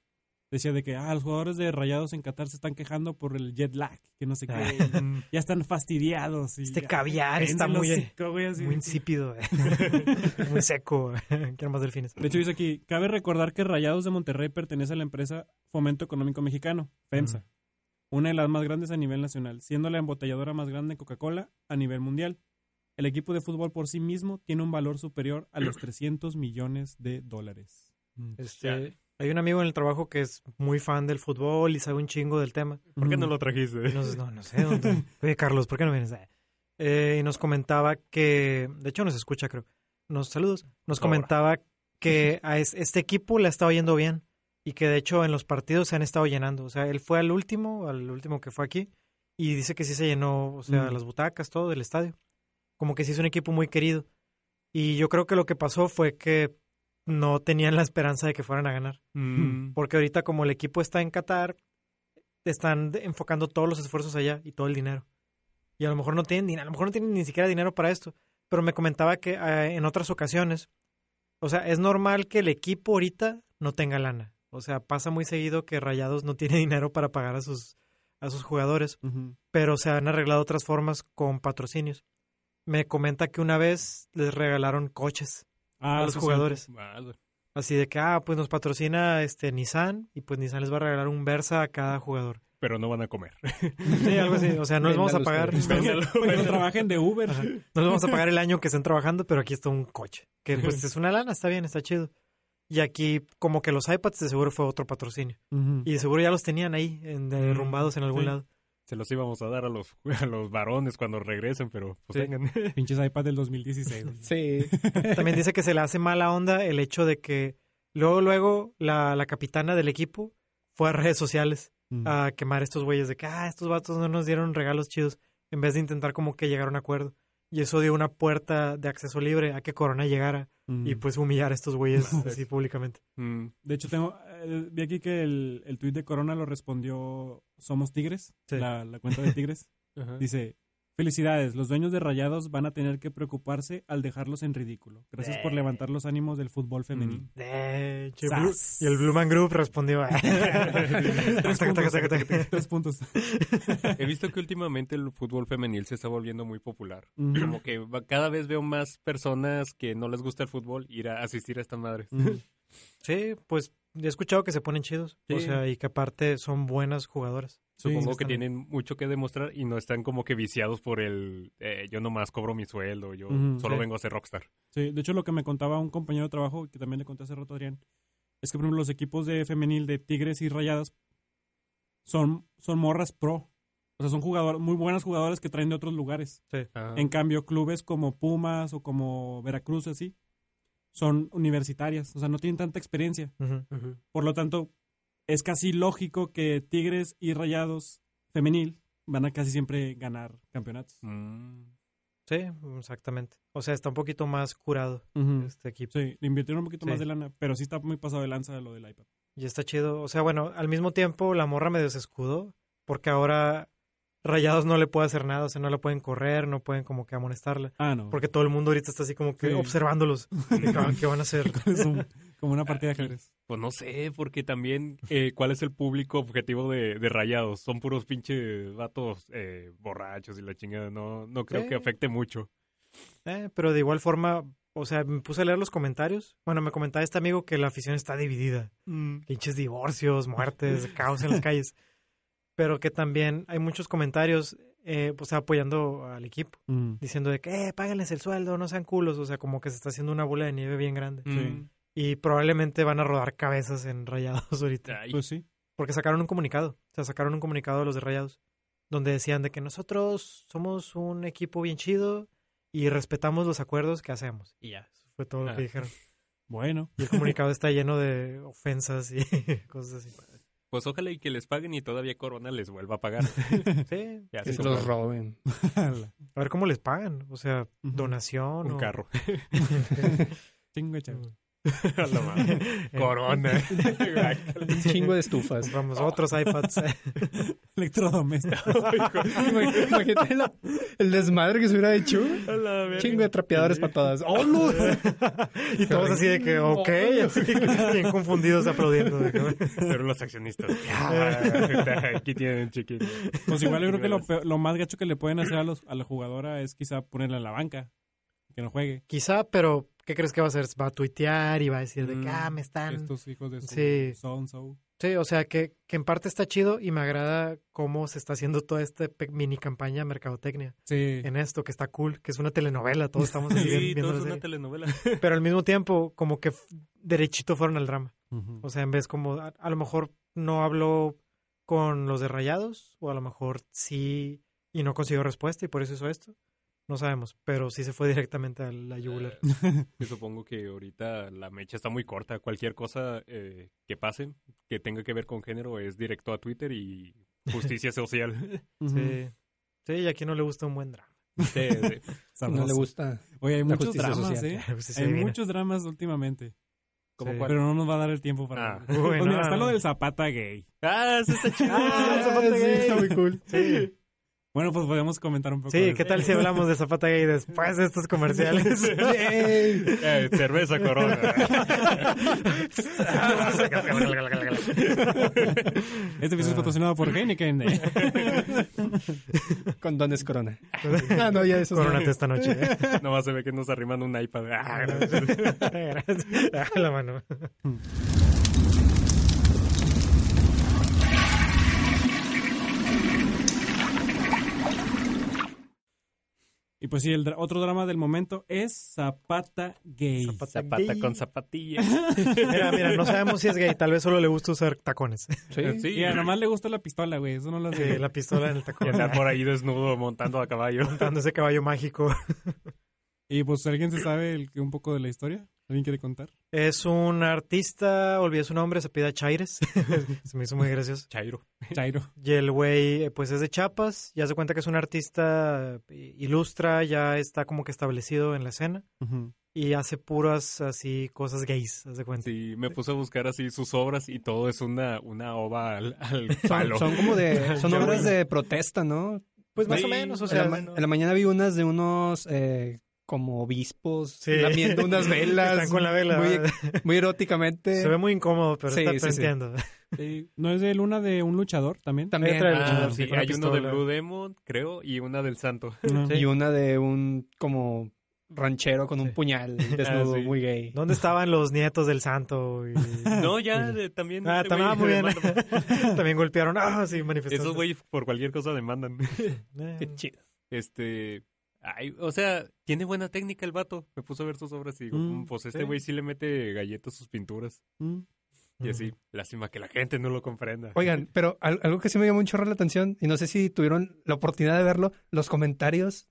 Speaker 6: decía de que ah, los jugadores de Rayados en Qatar se están quejando por el jet lag, que no sé qué. <laughs> ya están fastidiados. Y
Speaker 3: Ah. Este
Speaker 6: ya,
Speaker 3: caviar está
Speaker 6: cállense el
Speaker 3: muy...
Speaker 6: hocico, güey, así
Speaker 3: Muy
Speaker 6: de que-
Speaker 3: insípido, eh.
Speaker 6: <laughs>
Speaker 3: muy seco. eh. Quiero más delfines.
Speaker 6: De hecho, dice aquí, cabe recordar que Rayados de Monterrey pertenece a la empresa Fomento Económico Mexicano, FEMSA, una de las más grandes a nivel nacional, siendo la embotelladora más grande de Coca-Cola a nivel mundial. El equipo de fútbol por sí mismo tiene un valor superior a
Speaker 3: <clears throat>
Speaker 6: los 300 millones de dólares.
Speaker 3: Este, hay un amigo en el trabajo que es muy fan del fútbol y sabe un chingo del tema.
Speaker 7: ¿Por qué no lo trajiste?
Speaker 3: No, sé- no, no sé
Speaker 7: <laughs>
Speaker 3: dónde. Oye, Carlos, ¿por qué no vienes? Eh, eh, y nos comentaba que, de hecho nos escucha, creo. Nos saludos. Nos
Speaker 7: Ahora.
Speaker 3: comentaba que
Speaker 7: <laughs>
Speaker 3: a es- este equipo le ha estado yendo bien y que de hecho en los partidos se han estado llenando. O sea, él fue al último, al último que fue aquí y dice que sí se llenó, o sea,
Speaker 6: Mm.
Speaker 3: las butacas, todo del estadio. Como que sí es un equipo muy querido. Y yo creo que lo que pasó fue que no tenían la esperanza de que fueran a ganar.
Speaker 7: Mm. <laughs>
Speaker 3: Porque ahorita como el equipo está en Qatar, están de- enfocando todos los esfuerzos allá y todo el dinero. Y a lo mejor no tienen dinero, a lo mejor no tienen ni siquiera dinero para esto. Pero me comentaba que eh, en otras ocasiones, o sea, es normal que el equipo ahorita no tenga lana. O sea, pasa muy seguido que Rayados no tiene <laughs> dinero para pagar a sus, a sus jugadores pero se han arreglado otras formas con patrocinios. Me comenta que una vez les regalaron coches
Speaker 6: Ah,
Speaker 3: a los
Speaker 6: sí, sí. <laughs>
Speaker 3: jugadores. Así de que, ah, pues nos patrocina este Nissan y pues Nissan les va a regalar un Versa a cada jugador.
Speaker 7: Pero no van a comer. <laughs>
Speaker 3: Sí, algo así. O sea, no les vamos a
Speaker 8: Véndalo
Speaker 3: pagar,
Speaker 8: ustedes.
Speaker 3: no les
Speaker 6: Para que
Speaker 3: <laughs>
Speaker 6: no trabajen de Uber.
Speaker 3: vamos a pagar el año que estén trabajando, pero aquí está un coche. Que pues es una lana, está bien, está chido. Y aquí como que los iPads de seguro fue otro patrocinio. Y de seguro ya los tenían ahí, en- derrumbados en algún
Speaker 6: Sí.
Speaker 3: lado.
Speaker 7: Se los íbamos a dar a los, <laughs> a los varones cuando regresen, pero pues tengan. <laughs>
Speaker 6: Pinches iPad del
Speaker 3: <laughs>
Speaker 6: 2016. güey.
Speaker 8: Sí,
Speaker 3: También dice que se le hace mala onda el hecho de que luego, luego, la, la capitana del equipo fue a redes sociales
Speaker 6: Mm.
Speaker 3: a quemar estos güeyes de que, ah, estos vatos no nos dieron regalos chidos, en vez de intentar como que llegar a un acuerdo. Y eso dio una puerta de acceso libre a que Corona llegara
Speaker 6: Mm.
Speaker 3: y pues humillar a estos <laughs> güeyes así públicamente.
Speaker 7: Mm,
Speaker 6: De hecho, tengo, eh, vi aquí que el, el tuit de Corona lo respondió Somos Tigres,
Speaker 3: Sí.
Speaker 6: la, la cuenta de
Speaker 3: <laughs>
Speaker 6: Tigres.
Speaker 7: <laughs>
Speaker 6: Dice, felicidades, los dueños de Rayados van a tener que preocuparse al dejarlos en ridículo. Gracias por levantar los ánimos del fútbol femenino.
Speaker 3: Eh, che,
Speaker 6: Sas.
Speaker 3: Blue- y el Blue Man Group respondió. <laughs> "Ah".
Speaker 6: <laughs>
Speaker 3: <laughs>
Speaker 6: Tres
Speaker 3: Taca, taca, taca, taca.
Speaker 6: puntos. Tres puntos.
Speaker 7: He visto que últimamente el fútbol femenil se está volviendo muy popular. Como que va- cada vez veo Mm. más personas que no les gusta el fútbol ir a asistir a esta madre.
Speaker 3: Sí, pues he escuchado que se ponen chidos. O
Speaker 7: Sí.
Speaker 3: sea, y que aparte son buenas jugadoras.
Speaker 7: Supongo
Speaker 3: sí,
Speaker 7: que
Speaker 3: están-
Speaker 7: tienen mucho que demostrar y no están como que viciados por el eh, yo nomás cobro mi sueldo, yo
Speaker 6: Ujú,
Speaker 7: solo
Speaker 6: sí.
Speaker 7: vengo a ser rockstar.
Speaker 6: Sí, de hecho lo que me contaba un compañero de trabajo, que también le conté hace rato a Adrián, es que por ejemplo los equipos de femenil de Tigres y Rayadas son, son morras pro. O sea, son jugadoras, muy buenas jugadoras que traen de otros lugares. En cambio, clubes como Pumas o como Veracruz, así, son universitarias. O sea, no tienen tanta experiencia.
Speaker 3: Ujú.
Speaker 6: Por lo tanto, es casi lógico que Tigres y Rayados femenil van a casi siempre ganar campeonatos.
Speaker 7: Mm.
Speaker 3: Sí, exactamente. O sea, está un poquito más curado este equipo.
Speaker 6: Mm. Sí, le invirtieron un poquito
Speaker 3: Sí.
Speaker 6: más de lana, pero sí está muy pasado de lanza lo del iPad.
Speaker 3: Y está chido. O sea, bueno, al mismo tiempo la morra me desescudó porque ahora Rayados no le puede hacer nada. O sea, no la pueden correr, no pueden como que amonestarla.
Speaker 6: Ah, no.
Speaker 3: Porque todo el mundo ahorita está así como que
Speaker 6: Sí.
Speaker 3: observándolos. De que, ah, ¿Qué van a hacer?
Speaker 6: <laughs> es un- como una partida de ajedrez.
Speaker 7: Pues no sé, porque también, eh, ¿cuál es el público objetivo de, de Rayados? Son puros pinches vatos eh, borrachos y la chingada. No, no creo
Speaker 3: Sí.
Speaker 7: que afecte mucho.
Speaker 3: Eh, pero de igual forma, o sea, me puse a leer los comentarios. Bueno, me comentaba este amigo que la afición está dividida. Pinches divorcios, muertes, caos en las calles. Pero que también hay muchos comentarios, eh, o sea, apoyando al equipo. Diciendo de que, eh, págales el sueldo, no sean culos. O sea, como que se está haciendo una bola de nieve bien grande.
Speaker 7: Mm.
Speaker 3: Y probablemente van a rodar cabezas en rayados <laughs> ahorita.
Speaker 7: Ay,
Speaker 6: Pues sí.
Speaker 3: Porque sacaron un comunicado. O sea, sacaron un comunicado de los de Rayados. Donde decían de que nosotros somos un equipo bien chido y respetamos los acuerdos que hacemos. Y ya, eso fue todo lo
Speaker 7: Ah.
Speaker 3: que dijeron.
Speaker 6: Bueno.
Speaker 3: Y el comunicado está lleno de ofensas y <laughs> cosas así.
Speaker 7: pues ojalá y que les paguen y todavía Corona les vuelva a <laughs> pagar.
Speaker 3: Sí.
Speaker 7: Ya
Speaker 8: Que
Speaker 7: se
Speaker 8: se los
Speaker 7: compraron
Speaker 3: <laughs>
Speaker 8: roben.
Speaker 3: A ver cómo les pagan. O sea,
Speaker 6: Ujú.
Speaker 3: donación.
Speaker 7: un
Speaker 3: o- <laughs>
Speaker 7: carro.
Speaker 6: Chingo de chavo.
Speaker 7: <laughs> A la <laughs> madre.
Speaker 3: <laughs>
Speaker 7: Corona.
Speaker 8: Un chingo de estufas. <laughs>
Speaker 3: Compramos otros
Speaker 7: <laughs>
Speaker 3: iPads.
Speaker 6: Electrodoméstico.
Speaker 8: Imagínate la- el desmadre que se hubiera hecho.
Speaker 3: <laughs>
Speaker 8: Chingo de trapeadores para todas. ¡Oh, no!
Speaker 3: y todos así de que,
Speaker 7: <laughs>
Speaker 3: ok, así, bien confundidos aplaudiendo. de que-
Speaker 7: Pero los <laughs> accionistas. "Ah, Aquí tienen chiquito.
Speaker 6: <laughs> Pues igual yo creo que lo, peor- lo más gacho que le pueden hacer a, los, a la jugadora es quizá ponerla en la banca. Que no juegue.
Speaker 3: Quizá, pero ¿qué crees que va a hacer? Va a tuitear y va a decir de que,
Speaker 6: Mm,
Speaker 3: ah, me están...
Speaker 6: Estos hijos de su
Speaker 3: Sí.
Speaker 6: son so.
Speaker 3: Sí, o sea, que, que en parte está chido y me agrada cómo se está haciendo toda esta pe- mini campaña de mercadotecnia
Speaker 6: Sí.
Speaker 3: en esto, que está cool, que es una telenovela, todos estamos
Speaker 6: <laughs>
Speaker 3: así
Speaker 7: <laughs> Sí,
Speaker 3: viendo
Speaker 7: todo
Speaker 3: la
Speaker 7: es una
Speaker 3: serie.
Speaker 7: telenovela.
Speaker 3: Pero al mismo tiempo, como que f- derechito fueron al drama.
Speaker 6: Ujú.
Speaker 3: O sea, en vez como, a, a lo mejor no habló con los de Rayados, o a lo mejor sí y no consiguió respuesta y por eso hizo esto. No sabemos, pero sí se fue directamente a la yugular.
Speaker 7: Yo supongo que ahorita la mecha está muy corta. Cualquier cosa eh, que pase, que tenga que ver con género, es directo a Twitter y justicia social.
Speaker 6: Ujú.
Speaker 3: Sí. Sí, y aquí no le gusta un buen drama.
Speaker 7: Sí, sí. <laughs>
Speaker 6: Sabroso.
Speaker 8: No le gusta.
Speaker 6: Oye, hay
Speaker 8: la
Speaker 6: muchos
Speaker 8: justicia
Speaker 6: dramas,
Speaker 8: social.
Speaker 6: ¿eh?
Speaker 3: Ah, pues Sí, se
Speaker 6: Hay
Speaker 3: adivina.
Speaker 6: muchos dramas últimamente.
Speaker 7: ¿Cómo
Speaker 3: Sí.
Speaker 7: cuál?
Speaker 6: Pero no nos va a dar el tiempo para.
Speaker 7: Ah.
Speaker 6: Pues
Speaker 3: Uy,
Speaker 6: mira,
Speaker 3: no,
Speaker 6: está
Speaker 3: no.
Speaker 6: lo del Zapata gay.
Speaker 7: Ah, eso está chido.
Speaker 8: <laughs> sí, está muy cool.
Speaker 3: <laughs>
Speaker 6: Bueno, pues podemos comentar un poco. de
Speaker 3: Sí, ¿qué
Speaker 6: eso.
Speaker 3: tal si hablamos de Zapata Gay después de estos comerciales?
Speaker 7: Eh, cerveza corona. <laughs>
Speaker 6: Este
Speaker 3: Ah.
Speaker 6: episodio es patrocinado por
Speaker 3: <laughs>
Speaker 6: Heineken. ¿eh?
Speaker 8: Con dones corona. <laughs> Ah, no, ya
Speaker 3: <laughs>
Speaker 8: eso
Speaker 3: Coronate esta noche.
Speaker 7: Nomás se ve que nos arriman un iPad. Ah,
Speaker 3: Ah, la mano.
Speaker 6: Y pues sí, el dra- otro drama del momento es Zapata Gay.
Speaker 7: Zapata
Speaker 3: gay.
Speaker 7: con zapatilla.
Speaker 3: Mira, mira, no sabemos si es gay. Tal vez solo le gusta usar tacones.
Speaker 8: Sí.
Speaker 7: Eh, Sí,
Speaker 6: Y además le gusta la pistola, güey. Eso no lo
Speaker 3: Sí,
Speaker 6: hace.
Speaker 3: la pistola en el
Speaker 7: y
Speaker 3: tacón.
Speaker 7: andar por ahí desnudo montando a caballo.
Speaker 3: Montando ese caballo mágico.
Speaker 6: Y pues alguien se sabe el- un poco de la historia. ¿Alguien quiere
Speaker 3: <laughs>
Speaker 6: contar?
Speaker 3: Es un artista, olvidé su nombre, se pide Chaires. Se me hizo muy gracioso.
Speaker 7: Chairo.
Speaker 6: Chairo.
Speaker 3: Y el güey, eh, pues es de Chiapas. Ya se cuenta que es un artista, eh, ilustra, ya está como que establecido en la escena. Y hace puras así cosas gays, haz de cuenta.
Speaker 7: Sí, me puse a buscar así sus obras y todo es una, una ova al, al
Speaker 8: Son,
Speaker 7: palo.
Speaker 8: son
Speaker 3: <laughs>
Speaker 8: como de. Son
Speaker 3: Ya,
Speaker 8: obras
Speaker 3: bueno.
Speaker 8: de protesta, ¿no?
Speaker 3: Pues más
Speaker 8: Sí,
Speaker 3: o menos, o
Speaker 8: en la
Speaker 3: sea,
Speaker 8: ma- en la mañana vi unas de unos. eh, como obispos
Speaker 3: Sí.
Speaker 8: lamiendo unas
Speaker 3: <laughs>
Speaker 8: velas.
Speaker 3: Están con la vela.
Speaker 8: Muy,
Speaker 3: ¿verdad?
Speaker 8: muy eróticamente.
Speaker 3: Se ve muy incómodo, pero
Speaker 8: Sí,
Speaker 3: está,
Speaker 8: sí,
Speaker 3: te
Speaker 8: sí.
Speaker 3: entiendo.
Speaker 8: <laughs>
Speaker 6: ¿No es de Luna de un luchador también?
Speaker 8: También.
Speaker 3: Otra de
Speaker 7: Ah,
Speaker 3: luchador,
Speaker 7: sí,
Speaker 3: sí, con la
Speaker 7: hay uno de
Speaker 3: pistola.
Speaker 7: Blue Demon, creo, y una del Santo.
Speaker 6: No.
Speaker 8: Y una de un como ranchero con un
Speaker 3: Sí. <laughs>
Speaker 8: puñal desnudo,
Speaker 7: Ah, sí.
Speaker 8: muy gay.
Speaker 3: ¿Dónde estaban los nietos del santo?
Speaker 8: <laughs>
Speaker 3: Y-
Speaker 7: No, ya
Speaker 3: y-
Speaker 7: eh, también.
Speaker 3: Ah,
Speaker 7: este
Speaker 3: también,
Speaker 7: güey
Speaker 3: ah, muy bien.
Speaker 7: demanda-
Speaker 3: También golpearon. Ah, sí, manifestantes.
Speaker 7: Esos güeyes por cualquier cosa demandan.
Speaker 3: Eh,
Speaker 8: Qué chido.
Speaker 7: Este. ay, o sea, tiene buena técnica el vato. Me puso a ver sus obras y digo,
Speaker 6: Mm,
Speaker 7: "Mm, pues este
Speaker 6: sí.
Speaker 7: güey sí le mete galletas a sus pinturas.
Speaker 6: Mm.
Speaker 7: Y así, lástima que la gente no lo comprenda.
Speaker 8: Oigan, pero al- algo que sí me llamó un chorro la atención, y no sé si tuvieron la oportunidad de verlo, los comentarios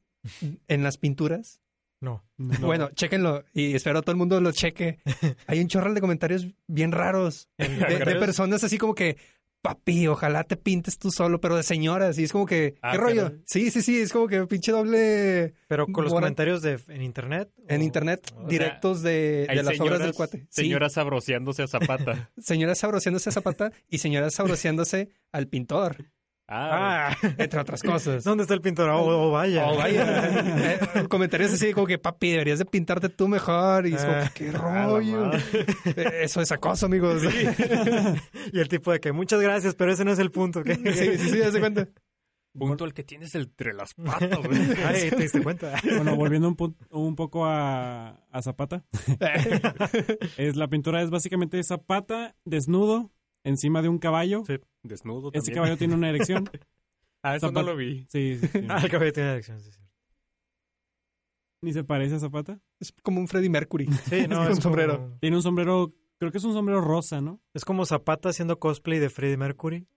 Speaker 8: en las pinturas.
Speaker 3: No. <laughs>
Speaker 8: Bueno, chéquenlo y espero todo el mundo lo cheque. Hay un chorro de comentarios bien raros de, de personas así como que, papi, ojalá te pintes tú solo, pero de señoras. Y es como que,
Speaker 7: Ah,
Speaker 8: ¿qué rollo? Sí, sí, sí, es como que pinche doble
Speaker 3: Pero con los
Speaker 8: Bueno.
Speaker 3: comentarios de, en internet.
Speaker 8: en
Speaker 3: o-
Speaker 8: internet,
Speaker 3: o-
Speaker 8: directos de,
Speaker 7: Oh, Hay
Speaker 8: de las obras del cuate. Sí,
Speaker 7: Señoras sabroseándose a
Speaker 8: <laughs>
Speaker 7: Zapata.
Speaker 8: señoras sabroseándose a Zapata y señoras sabroseándose al pintor,
Speaker 3: Ah,
Speaker 7: Ah,
Speaker 3: <laughs>
Speaker 8: entre otras cosas.
Speaker 3: ¿dónde está el pintor? Oh, oh, vaya.
Speaker 8: Oh, vaya. Eh, comentarios así como que, papi, deberías de pintarte tú mejor. Y es como,
Speaker 7: <laughs>
Speaker 8: que, qué
Speaker 7: a la
Speaker 8: rollo.
Speaker 7: madre.
Speaker 8: Eh, Eso es acoso, amigos. Sí,
Speaker 3: <laughs> y el tipo de que muchas gracias, pero ese no es el punto. ¿qué?
Speaker 8: <laughs> sí, sí, ya se cuenta.
Speaker 7: Punto al que tienes entre las patas, güey.
Speaker 3: <laughs> Ay, este, ¿te diste cuenta?
Speaker 8: <laughs>
Speaker 6: Bueno, volviendo un, pu- un poco a,
Speaker 3: <laughs>
Speaker 6: a Zapata. es, la pintura es básicamente Zapata desnudo encima de un caballo.
Speaker 3: Sí.
Speaker 7: Desnudo
Speaker 6: Este
Speaker 7: también.
Speaker 6: caballo tiene una
Speaker 3: <laughs>
Speaker 6: erección.
Speaker 7: ah, eso
Speaker 6: Zapata-
Speaker 7: no lo
Speaker 6: <laughs>
Speaker 7: vi.
Speaker 6: Sí, sí, sí.
Speaker 3: Ah, el cabello tiene adicción. Sí, sí.
Speaker 6: Ni se parece a Zapata.
Speaker 8: Es como un Freddie Mercury.
Speaker 3: Sí, no,
Speaker 8: con
Speaker 3: es,
Speaker 8: sombrero.
Speaker 3: Como,
Speaker 6: Tiene un sombrero, creo que es un sombrero rosa, ¿no?
Speaker 3: es como Zapata haciendo cosplay de Freddie Mercury.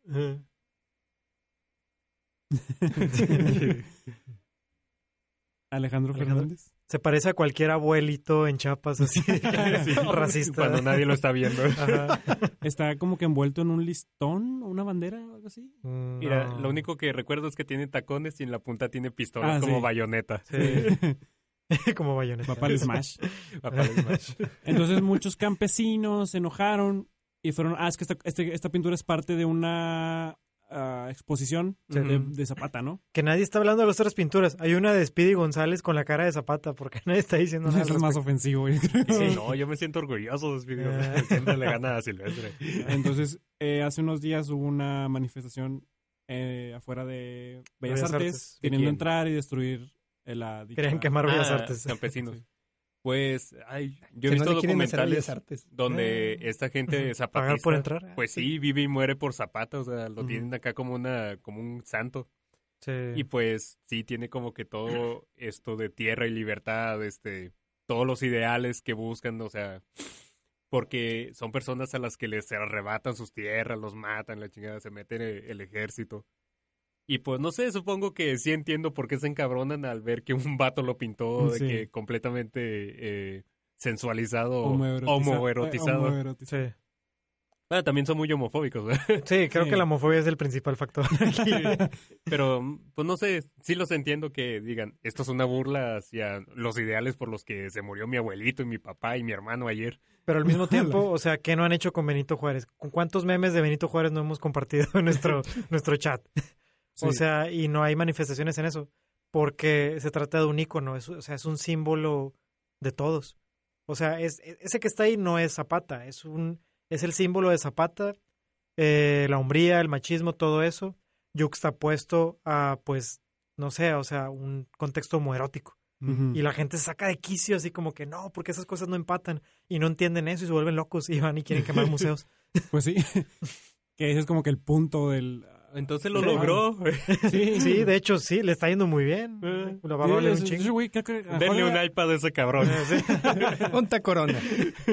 Speaker 6: Alejandro
Speaker 3: Alejandro.
Speaker 6: Fernández.
Speaker 3: <laughs> Se parece a cualquier abuelito en Chiapas, así, <laughs> racista.
Speaker 7: Cuando nadie lo está viendo.
Speaker 3: Ajá.
Speaker 6: Está como que envuelto en un listón, una bandera o algo así.
Speaker 3: Mm,
Speaker 7: <laughs> Mira,
Speaker 3: no.
Speaker 7: lo único que recuerdo es que tiene tacones y en la punta tiene pistola
Speaker 6: Ah,
Speaker 7: como
Speaker 6: sí.
Speaker 7: bayoneta.
Speaker 3: Sí. como bayoneta.
Speaker 6: Va para el Smash.
Speaker 7: Papá del Smash.
Speaker 6: Entonces muchos campesinos se enojaron y fueron, ah, es que esta, este- esta pintura es parte de una ah, exposición
Speaker 3: Sí.
Speaker 6: de, de Zapata, ¿no?
Speaker 3: Que nadie está hablando de las otras pinturas. Hay una de Speedy González con la cara de Zapata, porque nadie está diciendo nada. al
Speaker 6: Eso <laughs> es más ofensivo.
Speaker 7: <laughs>
Speaker 6: yo creo.
Speaker 7: Y sí, no, yo me siento orgulloso de Speedy González.
Speaker 3: Ah.
Speaker 7: Siempre le gana a Silvestre.
Speaker 6: Entonces, eh, hace unos días hubo una manifestación eh, afuera de Bellas,
Speaker 3: Bellas
Speaker 6: Artes,
Speaker 3: Artes.
Speaker 6: queriendo
Speaker 7: ¿De quién?
Speaker 6: entrar y destruir eh, la... dicha-
Speaker 3: Querían
Speaker 6: <laughs>
Speaker 3: quemar Bellas
Speaker 7: Ah,
Speaker 3: Artes.
Speaker 7: <laughs> Campesinos. Pues, ay, yo he
Speaker 8: que
Speaker 7: visto
Speaker 8: no le quieren hacer a
Speaker 7: documentales
Speaker 8: Bellas Artes.
Speaker 7: donde esta gente zapatista,
Speaker 3: Ah. Pagar por entrar.
Speaker 7: pues sí, vive y muere por Zapata, o sea, lo
Speaker 3: Ujú.
Speaker 7: tienen acá como una como un santo.
Speaker 3: Sí.
Speaker 7: Y pues sí tiene como que todo esto de tierra y libertad, este, todos los ideales que buscan, o sea, porque son personas a las que les arrebatan sus tierras, los matan, la chingada, se mete el, el ejército. Y pues no sé, supongo que sí entiendo por qué se encabronan al ver que un vato lo pintó de
Speaker 6: Sí.
Speaker 7: que completamente eh, sensualizado,
Speaker 6: homoerotiza-
Speaker 7: homoerotizado.
Speaker 6: eh, homoerotizado.
Speaker 3: Sí.
Speaker 7: Ah, también son muy homofóbicos, ¿verdad?
Speaker 3: Sí, creo
Speaker 6: Sí.
Speaker 3: que la homofobia es el principal factor. aquí.
Speaker 7: <laughs> Pero, mm, pues no sé, sí los entiendo que digan, esto es una burla hacia los ideales por los que se murió mi abuelito y mi papá y mi hermano ayer.
Speaker 3: Pero al mismo tiempo, o sea, ¿qué no han hecho con Benito Juárez? ¿Con cuántos memes de Benito Juárez no hemos compartido en nuestro, nuestro chat? O
Speaker 6: Sí.
Speaker 3: sea, y no hay manifestaciones en eso, porque se trata de un ícono, es, o sea, es un símbolo de todos. O sea, es, e- ese que está ahí no es Zapata, es, un, es el símbolo de Zapata, eh, la hombría, el machismo, todo eso, yuxtapuesto a, pues, no sé, o sea, un contexto homoerótico.
Speaker 6: Ujú.
Speaker 3: Y la gente se saca de quicio así como que no, porque esas cosas no empatan y no entienden eso y se vuelven locos y van y quieren quemar museos.
Speaker 6: Pues sí. <laughs> que ese es como que el punto del... ah,
Speaker 7: Entonces lo
Speaker 6: Sí.
Speaker 7: logró. <laughs>
Speaker 6: Sí, <laughs>
Speaker 3: Sí, de hecho sí, le está yendo muy bien.
Speaker 7: Eh,
Speaker 3: La va a valer
Speaker 6: Sí,
Speaker 3: un
Speaker 6: ese
Speaker 3: chingo.
Speaker 6: güey, creo que-
Speaker 7: Denle
Speaker 6: ojalá-
Speaker 7: un iPad a ese <laughs> cabrón.
Speaker 8: Ponta corona.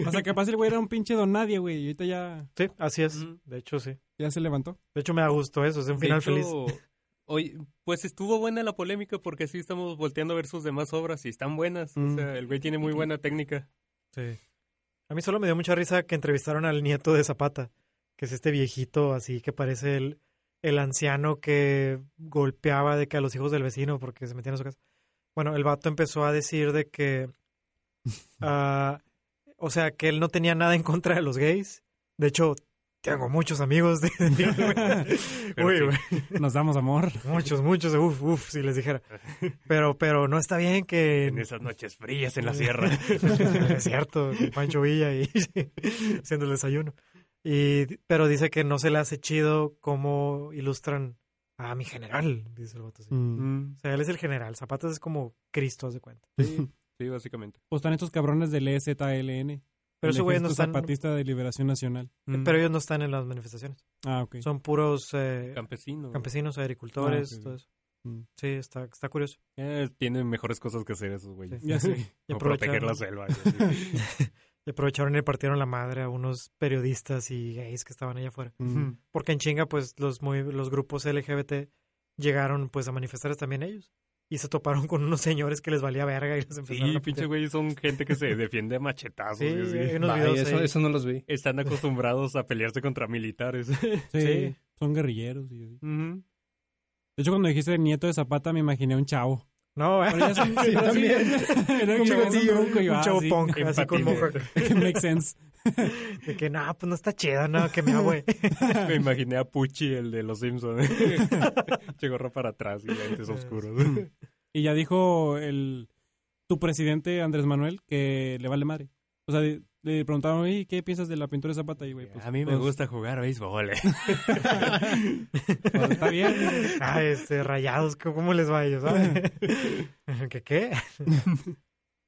Speaker 6: O sea, capaz el güey era un pinche don nadie, güey. Y ahorita ya,
Speaker 3: Sí, así es.
Speaker 7: Mm.
Speaker 3: De hecho sí.
Speaker 6: ya se levantó.
Speaker 3: De hecho me da gusto eso, es un final feliz.
Speaker 7: Oye, pues estuvo buena la polémica porque sí estamos volteando a ver sus demás obras y están buenas. O
Speaker 6: Mm.
Speaker 7: sea, el güey tiene muy buena técnica.
Speaker 3: Sí. A mí solo me dio mucha risa que entrevistaron al nieto de Zapata, que es este viejito así que parece el, el anciano que golpeaba de que a los hijos del vecino porque se metían a su casa. Bueno, el vato empezó a decir de que...
Speaker 7: <laughs>
Speaker 3: ah, o sea, que él no tenía nada en contra de los gays. De hecho, tengo muchos amigos. de-
Speaker 7: <laughs> Pero
Speaker 3: Uy,
Speaker 7: sí.
Speaker 3: güey.
Speaker 6: Nos damos
Speaker 3: <laughs>
Speaker 6: amor.
Speaker 3: Muchos, muchos. Uf, uf, si les dijera. Pero, pero no está bien que...
Speaker 7: En esas noches frías en la sierra. <laughs>
Speaker 3: es <laughs> cierto, con Pancho Villa y <laughs> haciendo el desayuno. Y, pero dice que no se le hace chido cómo ilustran a Mm.
Speaker 6: Mm.
Speaker 7: Mm.
Speaker 3: mi general, dice el vato así. O sea, él es el general, Zapatas es como Cristo, haz de cuenta.
Speaker 7: Sí, básicamente.
Speaker 6: Pues están estos cabrones del EZLN.
Speaker 3: Pero
Speaker 6: el
Speaker 3: esos güeyes no
Speaker 6: Ejército
Speaker 3: están.
Speaker 6: Zapatista de Liberación Nacional.
Speaker 3: Pero ellos no están en las manifestaciones.
Speaker 6: Ah, ok.
Speaker 3: Son puros eh,
Speaker 7: Campesino.
Speaker 3: campesinos, agricultores,
Speaker 6: Ah, ok.
Speaker 3: todo eso.
Speaker 6: Mm.
Speaker 3: Sí, está, está curioso.
Speaker 7: Eh, tienen mejores cosas que hacer esos güeyes.
Speaker 3: Sí.
Speaker 6: Ya sé.
Speaker 3: Y
Speaker 7: O proteger
Speaker 3: aprovecharon-
Speaker 7: la selva. y <laughs> así.
Speaker 3: y aprovecharon y le partieron la madre a unos periodistas y gays que estaban allá afuera.
Speaker 6: Mm.
Speaker 3: Porque en chinga, pues, los, muy, los grupos LGBT llegaron, pues, a manifestarse también ellos. Y se toparon con unos señores que les valía verga y los empezaron
Speaker 7: sí,
Speaker 3: a
Speaker 7: pinche
Speaker 3: putear.
Speaker 7: güey, son gente que se defiende a machetazos.
Speaker 3: Sí,
Speaker 7: y así.
Speaker 3: hay unos
Speaker 8: Vaya,
Speaker 3: videos
Speaker 8: eso,
Speaker 3: ahí.
Speaker 8: eso no los vi.
Speaker 7: Están acostumbrados a pelearse contra
Speaker 3: <laughs>
Speaker 7: militares.
Speaker 6: Sí,
Speaker 3: Sí.
Speaker 6: Son guerrilleros. y así.
Speaker 7: Ujú.
Speaker 6: De hecho, cuando dijiste nieto de Zapata, me imaginé a un chavo.
Speaker 3: No,
Speaker 6: Pero ya son- sí, también. <laughs> Era un chavo,
Speaker 3: bigotillo,
Speaker 6: un bronco, y
Speaker 3: <laughs>
Speaker 6: yo,
Speaker 3: un
Speaker 6: ah,
Speaker 3: chavo
Speaker 6: sí.
Speaker 3: punk, así con
Speaker 7: Empatía.
Speaker 3: mohawk.
Speaker 6: <laughs> Makes sense.
Speaker 3: De que, no, pues no está chido, no, que me güey.
Speaker 7: Me imaginé a Pucci, el de los <laughs> Simpsons. Chegorro para atrás y lentes oscuros.
Speaker 6: Y ya dijo el tu presidente Andrés Manuel que le vale madre. O sea, le le preguntaron, "Oye, ¿qué piensas de la pintura de Zapata? Y, güey, pues,
Speaker 7: a mí me
Speaker 6: pues,
Speaker 7: gusta jugar <laughs> béisbol. eh.
Speaker 6: pues, está bien.
Speaker 7: <laughs>
Speaker 3: Ah, este, rayados, ¿cómo cómo les va a ellos? ¿sabes? ¿Qué qué?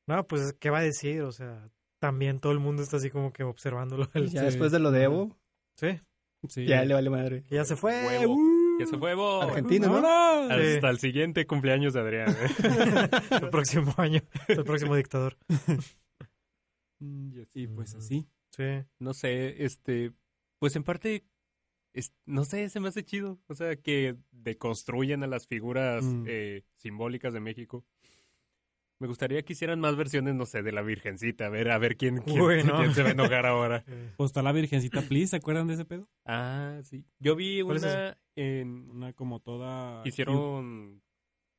Speaker 3: No, pues, ¿qué va a decir? O sea, también todo el mundo está así como que observándolo. <laughs> El-
Speaker 8: Ya
Speaker 6: Sí.
Speaker 8: después de lo de Evo,
Speaker 3: Sí,
Speaker 6: Sí.
Speaker 8: ya le vale madre.
Speaker 3: que ya se fue.
Speaker 7: Huevo.
Speaker 3: uh,
Speaker 7: ¡Que se fue, bo!
Speaker 8: Argentina, ¿no?
Speaker 6: ¡Vámonos!
Speaker 3: Sí.
Speaker 7: Hasta el siguiente cumpleaños de Adrián. eh.
Speaker 3: el próximo año, el próximo dictador.
Speaker 6: Y pues así.
Speaker 3: Sí.
Speaker 7: no sé, este, pues en parte, es- no sé, se me hace chido. O sea, que deconstruyan a las figuras
Speaker 6: Mm.
Speaker 7: eh, simbólicas de México. Me gustaría que hicieran más versiones, no sé, de la Virgencita. A ver, a ver quién, quién,
Speaker 3: Uy, no.
Speaker 7: quién se va a
Speaker 3: <laughs>
Speaker 7: enojar ahora.
Speaker 6: Pues está la Virgencita, please, ¿se acuerdan de ese pedo?
Speaker 7: Ah, sí. Yo vi
Speaker 3: ¿Cuál es
Speaker 7: una en...
Speaker 6: Una como toda...
Speaker 7: Hicieron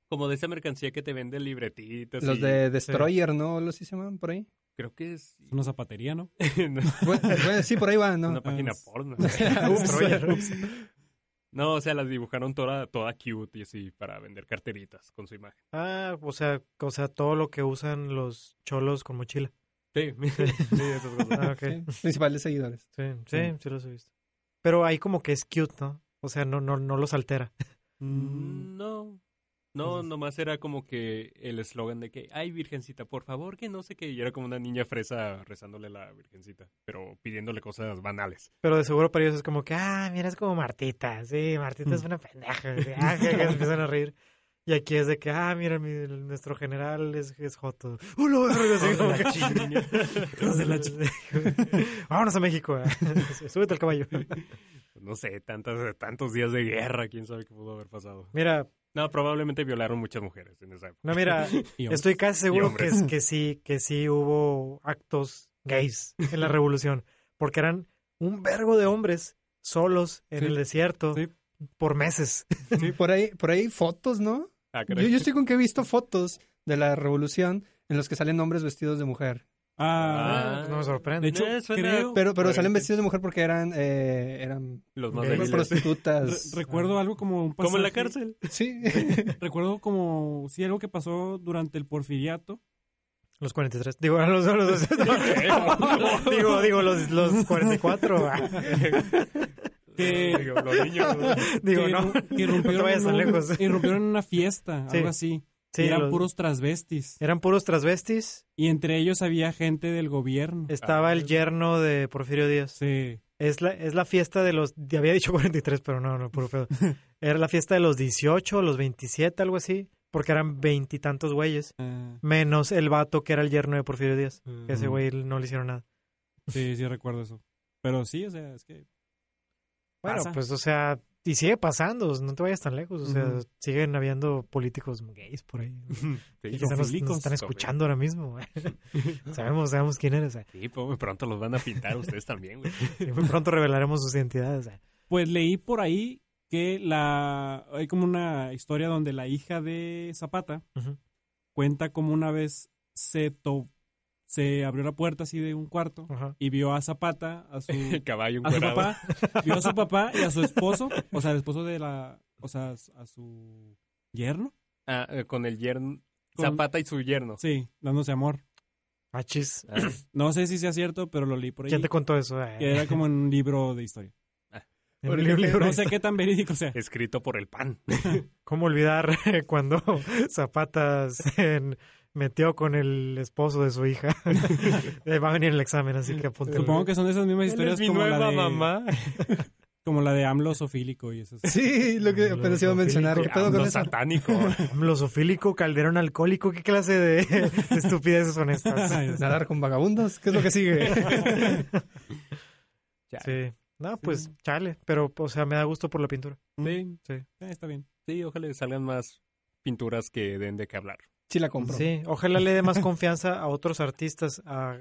Speaker 7: como de esa mercancía que te venden libretitas.
Speaker 8: Los
Speaker 7: y-
Speaker 8: de Destroyer, ¿no? Los sí se llaman por ahí.
Speaker 7: Creo que es...
Speaker 6: Es una zapatería, ¿no?
Speaker 7: no,
Speaker 8: Bueno, bueno, sí, por ahí va, ¿no? Ah,
Speaker 7: Una página
Speaker 6: es-
Speaker 3: <laughs>
Speaker 7: porno. <laughs>
Speaker 3: Destroyer.
Speaker 7: No, o sea, las dibujaron toda, toda cute y así para vender carteritas con su imagen.
Speaker 3: Ah, o sea, o sea, todo lo que usan los cholos con mochila.
Speaker 7: Sí, sí, esas cosas.
Speaker 3: Ah, ok.
Speaker 8: Sí, principales seguidores.
Speaker 3: Sí, sí, sí los he visto. Pero ahí como que es cute, ¿no? O sea, no, no, no los altera.
Speaker 7: Mm. No, no, nomás era como que el eslogan de que, ay, virgencita, por favor, que no sé qué. Y era como una niña fresa rezándole a la virgencita, pero pidiéndole cosas banales.
Speaker 3: Pero de seguro para ellos es como que, ah, mira, es como Martita. Sí, Martita es una pendeja. sí, ah, que, que se empiezan a reír. Y aquí es de que, ah, mira, mi- nuestro general es, es Joto. <laughs> ¡Uh, lo verga! Así como que- <laughs>
Speaker 6: Hijos de la
Speaker 3: Vámonos a México. eh. <laughs> Súbete al caballo.
Speaker 7: No sé, tantos, tantos días de guerra, quién sabe qué pudo haber pasado.
Speaker 3: Mira,
Speaker 7: No, probablemente violaron muchas mujeres en esa época.
Speaker 3: no, mira,
Speaker 6: Y hombres.
Speaker 3: estoy casi seguro que,
Speaker 7: hombres.
Speaker 3: que sí, que sí hubo actos gays en la revolución. Porque eran un vergo de hombres solos en
Speaker 6: Sí.
Speaker 3: el desierto
Speaker 6: Sí.
Speaker 3: por meses.
Speaker 8: Sí, por ahí, por ahí fotos, ¿no?
Speaker 7: Ah,
Speaker 8: Yo,
Speaker 7: caray.
Speaker 8: yo estoy con que he visto fotos de la revolución en los que salen hombres vestidos de mujer.
Speaker 6: Ah,
Speaker 7: Ah,
Speaker 3: no me sorprende.
Speaker 6: de hecho,
Speaker 7: Eh, suena-
Speaker 6: creo...
Speaker 8: Pero, pero
Speaker 7: Bueno,
Speaker 8: salen
Speaker 7: sí.
Speaker 8: vestidos de mujer porque eran, eh, eran
Speaker 7: Los más
Speaker 3: Ok.
Speaker 7: débiles. <laughs>
Speaker 8: prostitutas.
Speaker 6: re- recuerdo algo como un
Speaker 7: Como en la
Speaker 6: pasaje-
Speaker 7: cárcel.
Speaker 8: Sí.
Speaker 6: Recuerdo como... Sí, algo que pasó durante el porfiriato.
Speaker 3: Los 43. Digo, los, los,
Speaker 6: <laughs>
Speaker 3: los- digo, digo, los, los
Speaker 6: <laughs>
Speaker 3: 44. ah.
Speaker 6: Que...
Speaker 7: Digo,
Speaker 3: <laughs>
Speaker 7: los niños.
Speaker 3: digo,
Speaker 6: que
Speaker 3: no.
Speaker 6: irru- que
Speaker 3: No te
Speaker 6: irrumpieron,
Speaker 3: vayas tan
Speaker 6: en un-
Speaker 3: lejos.
Speaker 6: <laughs> irrumpieron en una fiesta,
Speaker 3: Sí.
Speaker 6: algo así.
Speaker 3: Sí,
Speaker 6: y eran
Speaker 3: los-
Speaker 6: puros transvestis.
Speaker 3: eran puros transvestis.
Speaker 6: Y entre ellos había gente del gobierno.
Speaker 3: Estaba el yerno de Porfirio Díaz.
Speaker 6: Sí.
Speaker 3: Es la, es la fiesta de los. ya Había dicho <laughs> 43, pero no, no, puro pedo. Era la fiesta de los 18, los 27, algo así. Porque eran veintitantos güeyes.
Speaker 6: Ah,
Speaker 3: Menos el vato que era el yerno de Porfirio Díaz. Que ese
Speaker 6: Mm.
Speaker 3: güey no le hicieron nada.
Speaker 6: sí, sí recuerdo eso. Pero sí, o sea, es que...
Speaker 3: Bueno,
Speaker 6: Pasa.
Speaker 3: pues, o sea. Y sigue pasando, no te vayas tan lejos. O sea,
Speaker 6: Ujú.
Speaker 3: siguen habiendo políticos gays por ahí.
Speaker 7: Sí,
Speaker 3: Quizá nos- nos,
Speaker 6: filicos,
Speaker 3: están escuchando ahora mismo. güey. sabemos, sabemos quién eres. eh.
Speaker 7: Sí, pues, pronto los van a pintar ustedes también, güey.
Speaker 3: <laughs> Y muy pronto revelaremos sus identidades. eh.
Speaker 6: Pues leí por ahí que la... Hay como una historia donde la hija de Zapata
Speaker 3: Ujú.
Speaker 6: cuenta como una vez se, to- se abrió la puerta así de un cuarto
Speaker 3: Ajá.
Speaker 6: y vio a Zapata,
Speaker 3: <laughs>
Speaker 6: a su...
Speaker 7: Caballo
Speaker 6: a su
Speaker 7: encuerado.
Speaker 6: papá, vio a su papá y a su esposo, o sea, el esposo de la, o sea, a su yerno,
Speaker 7: Ah, eh, con el yerno.
Speaker 6: Con-
Speaker 7: Zapata y su yerno.
Speaker 6: sí, dándose amor.
Speaker 3: Ah, chis.
Speaker 7: Ah,
Speaker 6: No sé si sea cierto, pero lo leí por ahí.
Speaker 3: ¿Quién te contó eso?
Speaker 6: Que
Speaker 3: eh?
Speaker 6: era como en un libro de historia.
Speaker 3: En un libro.
Speaker 6: No sé qué tan
Speaker 7: <laughs>
Speaker 6: verídico sea.
Speaker 7: escrito por el pan.
Speaker 3: <laughs> ¿Cómo olvidar cuando Zapatas en, metió con el esposo de su hija. Eh, Va a venir el examen, así que apúntelo.
Speaker 6: Supongo que son de esas mismas historias
Speaker 7: mi
Speaker 6: como la
Speaker 7: nueva
Speaker 6: de
Speaker 7: mamá.
Speaker 6: como la de AMLO sofílico y esas. <laughs>
Speaker 8: Sí, lo que
Speaker 3: Lo
Speaker 8: apenas iba a mencionar. ¿Qué pedo con
Speaker 7: Lo
Speaker 8: eso?
Speaker 7: Ah, <laughs> satánico.
Speaker 3: Losofílico, calderón alcohólico, ¿qué clase de, de estupideces son estas?
Speaker 8: Nadar con vagabundos, ¿qué es lo que sigue?
Speaker 3: <laughs> Sí. No, pues chale, pero, o sea, me da gusto por la pintura.
Speaker 7: Sí,
Speaker 6: Ah, está bien.
Speaker 7: sí, ojalá que salgan más pinturas que den de qué hablar.
Speaker 8: Sí la compro.
Speaker 3: Sí, ojalá le dé más confianza a otros artistas a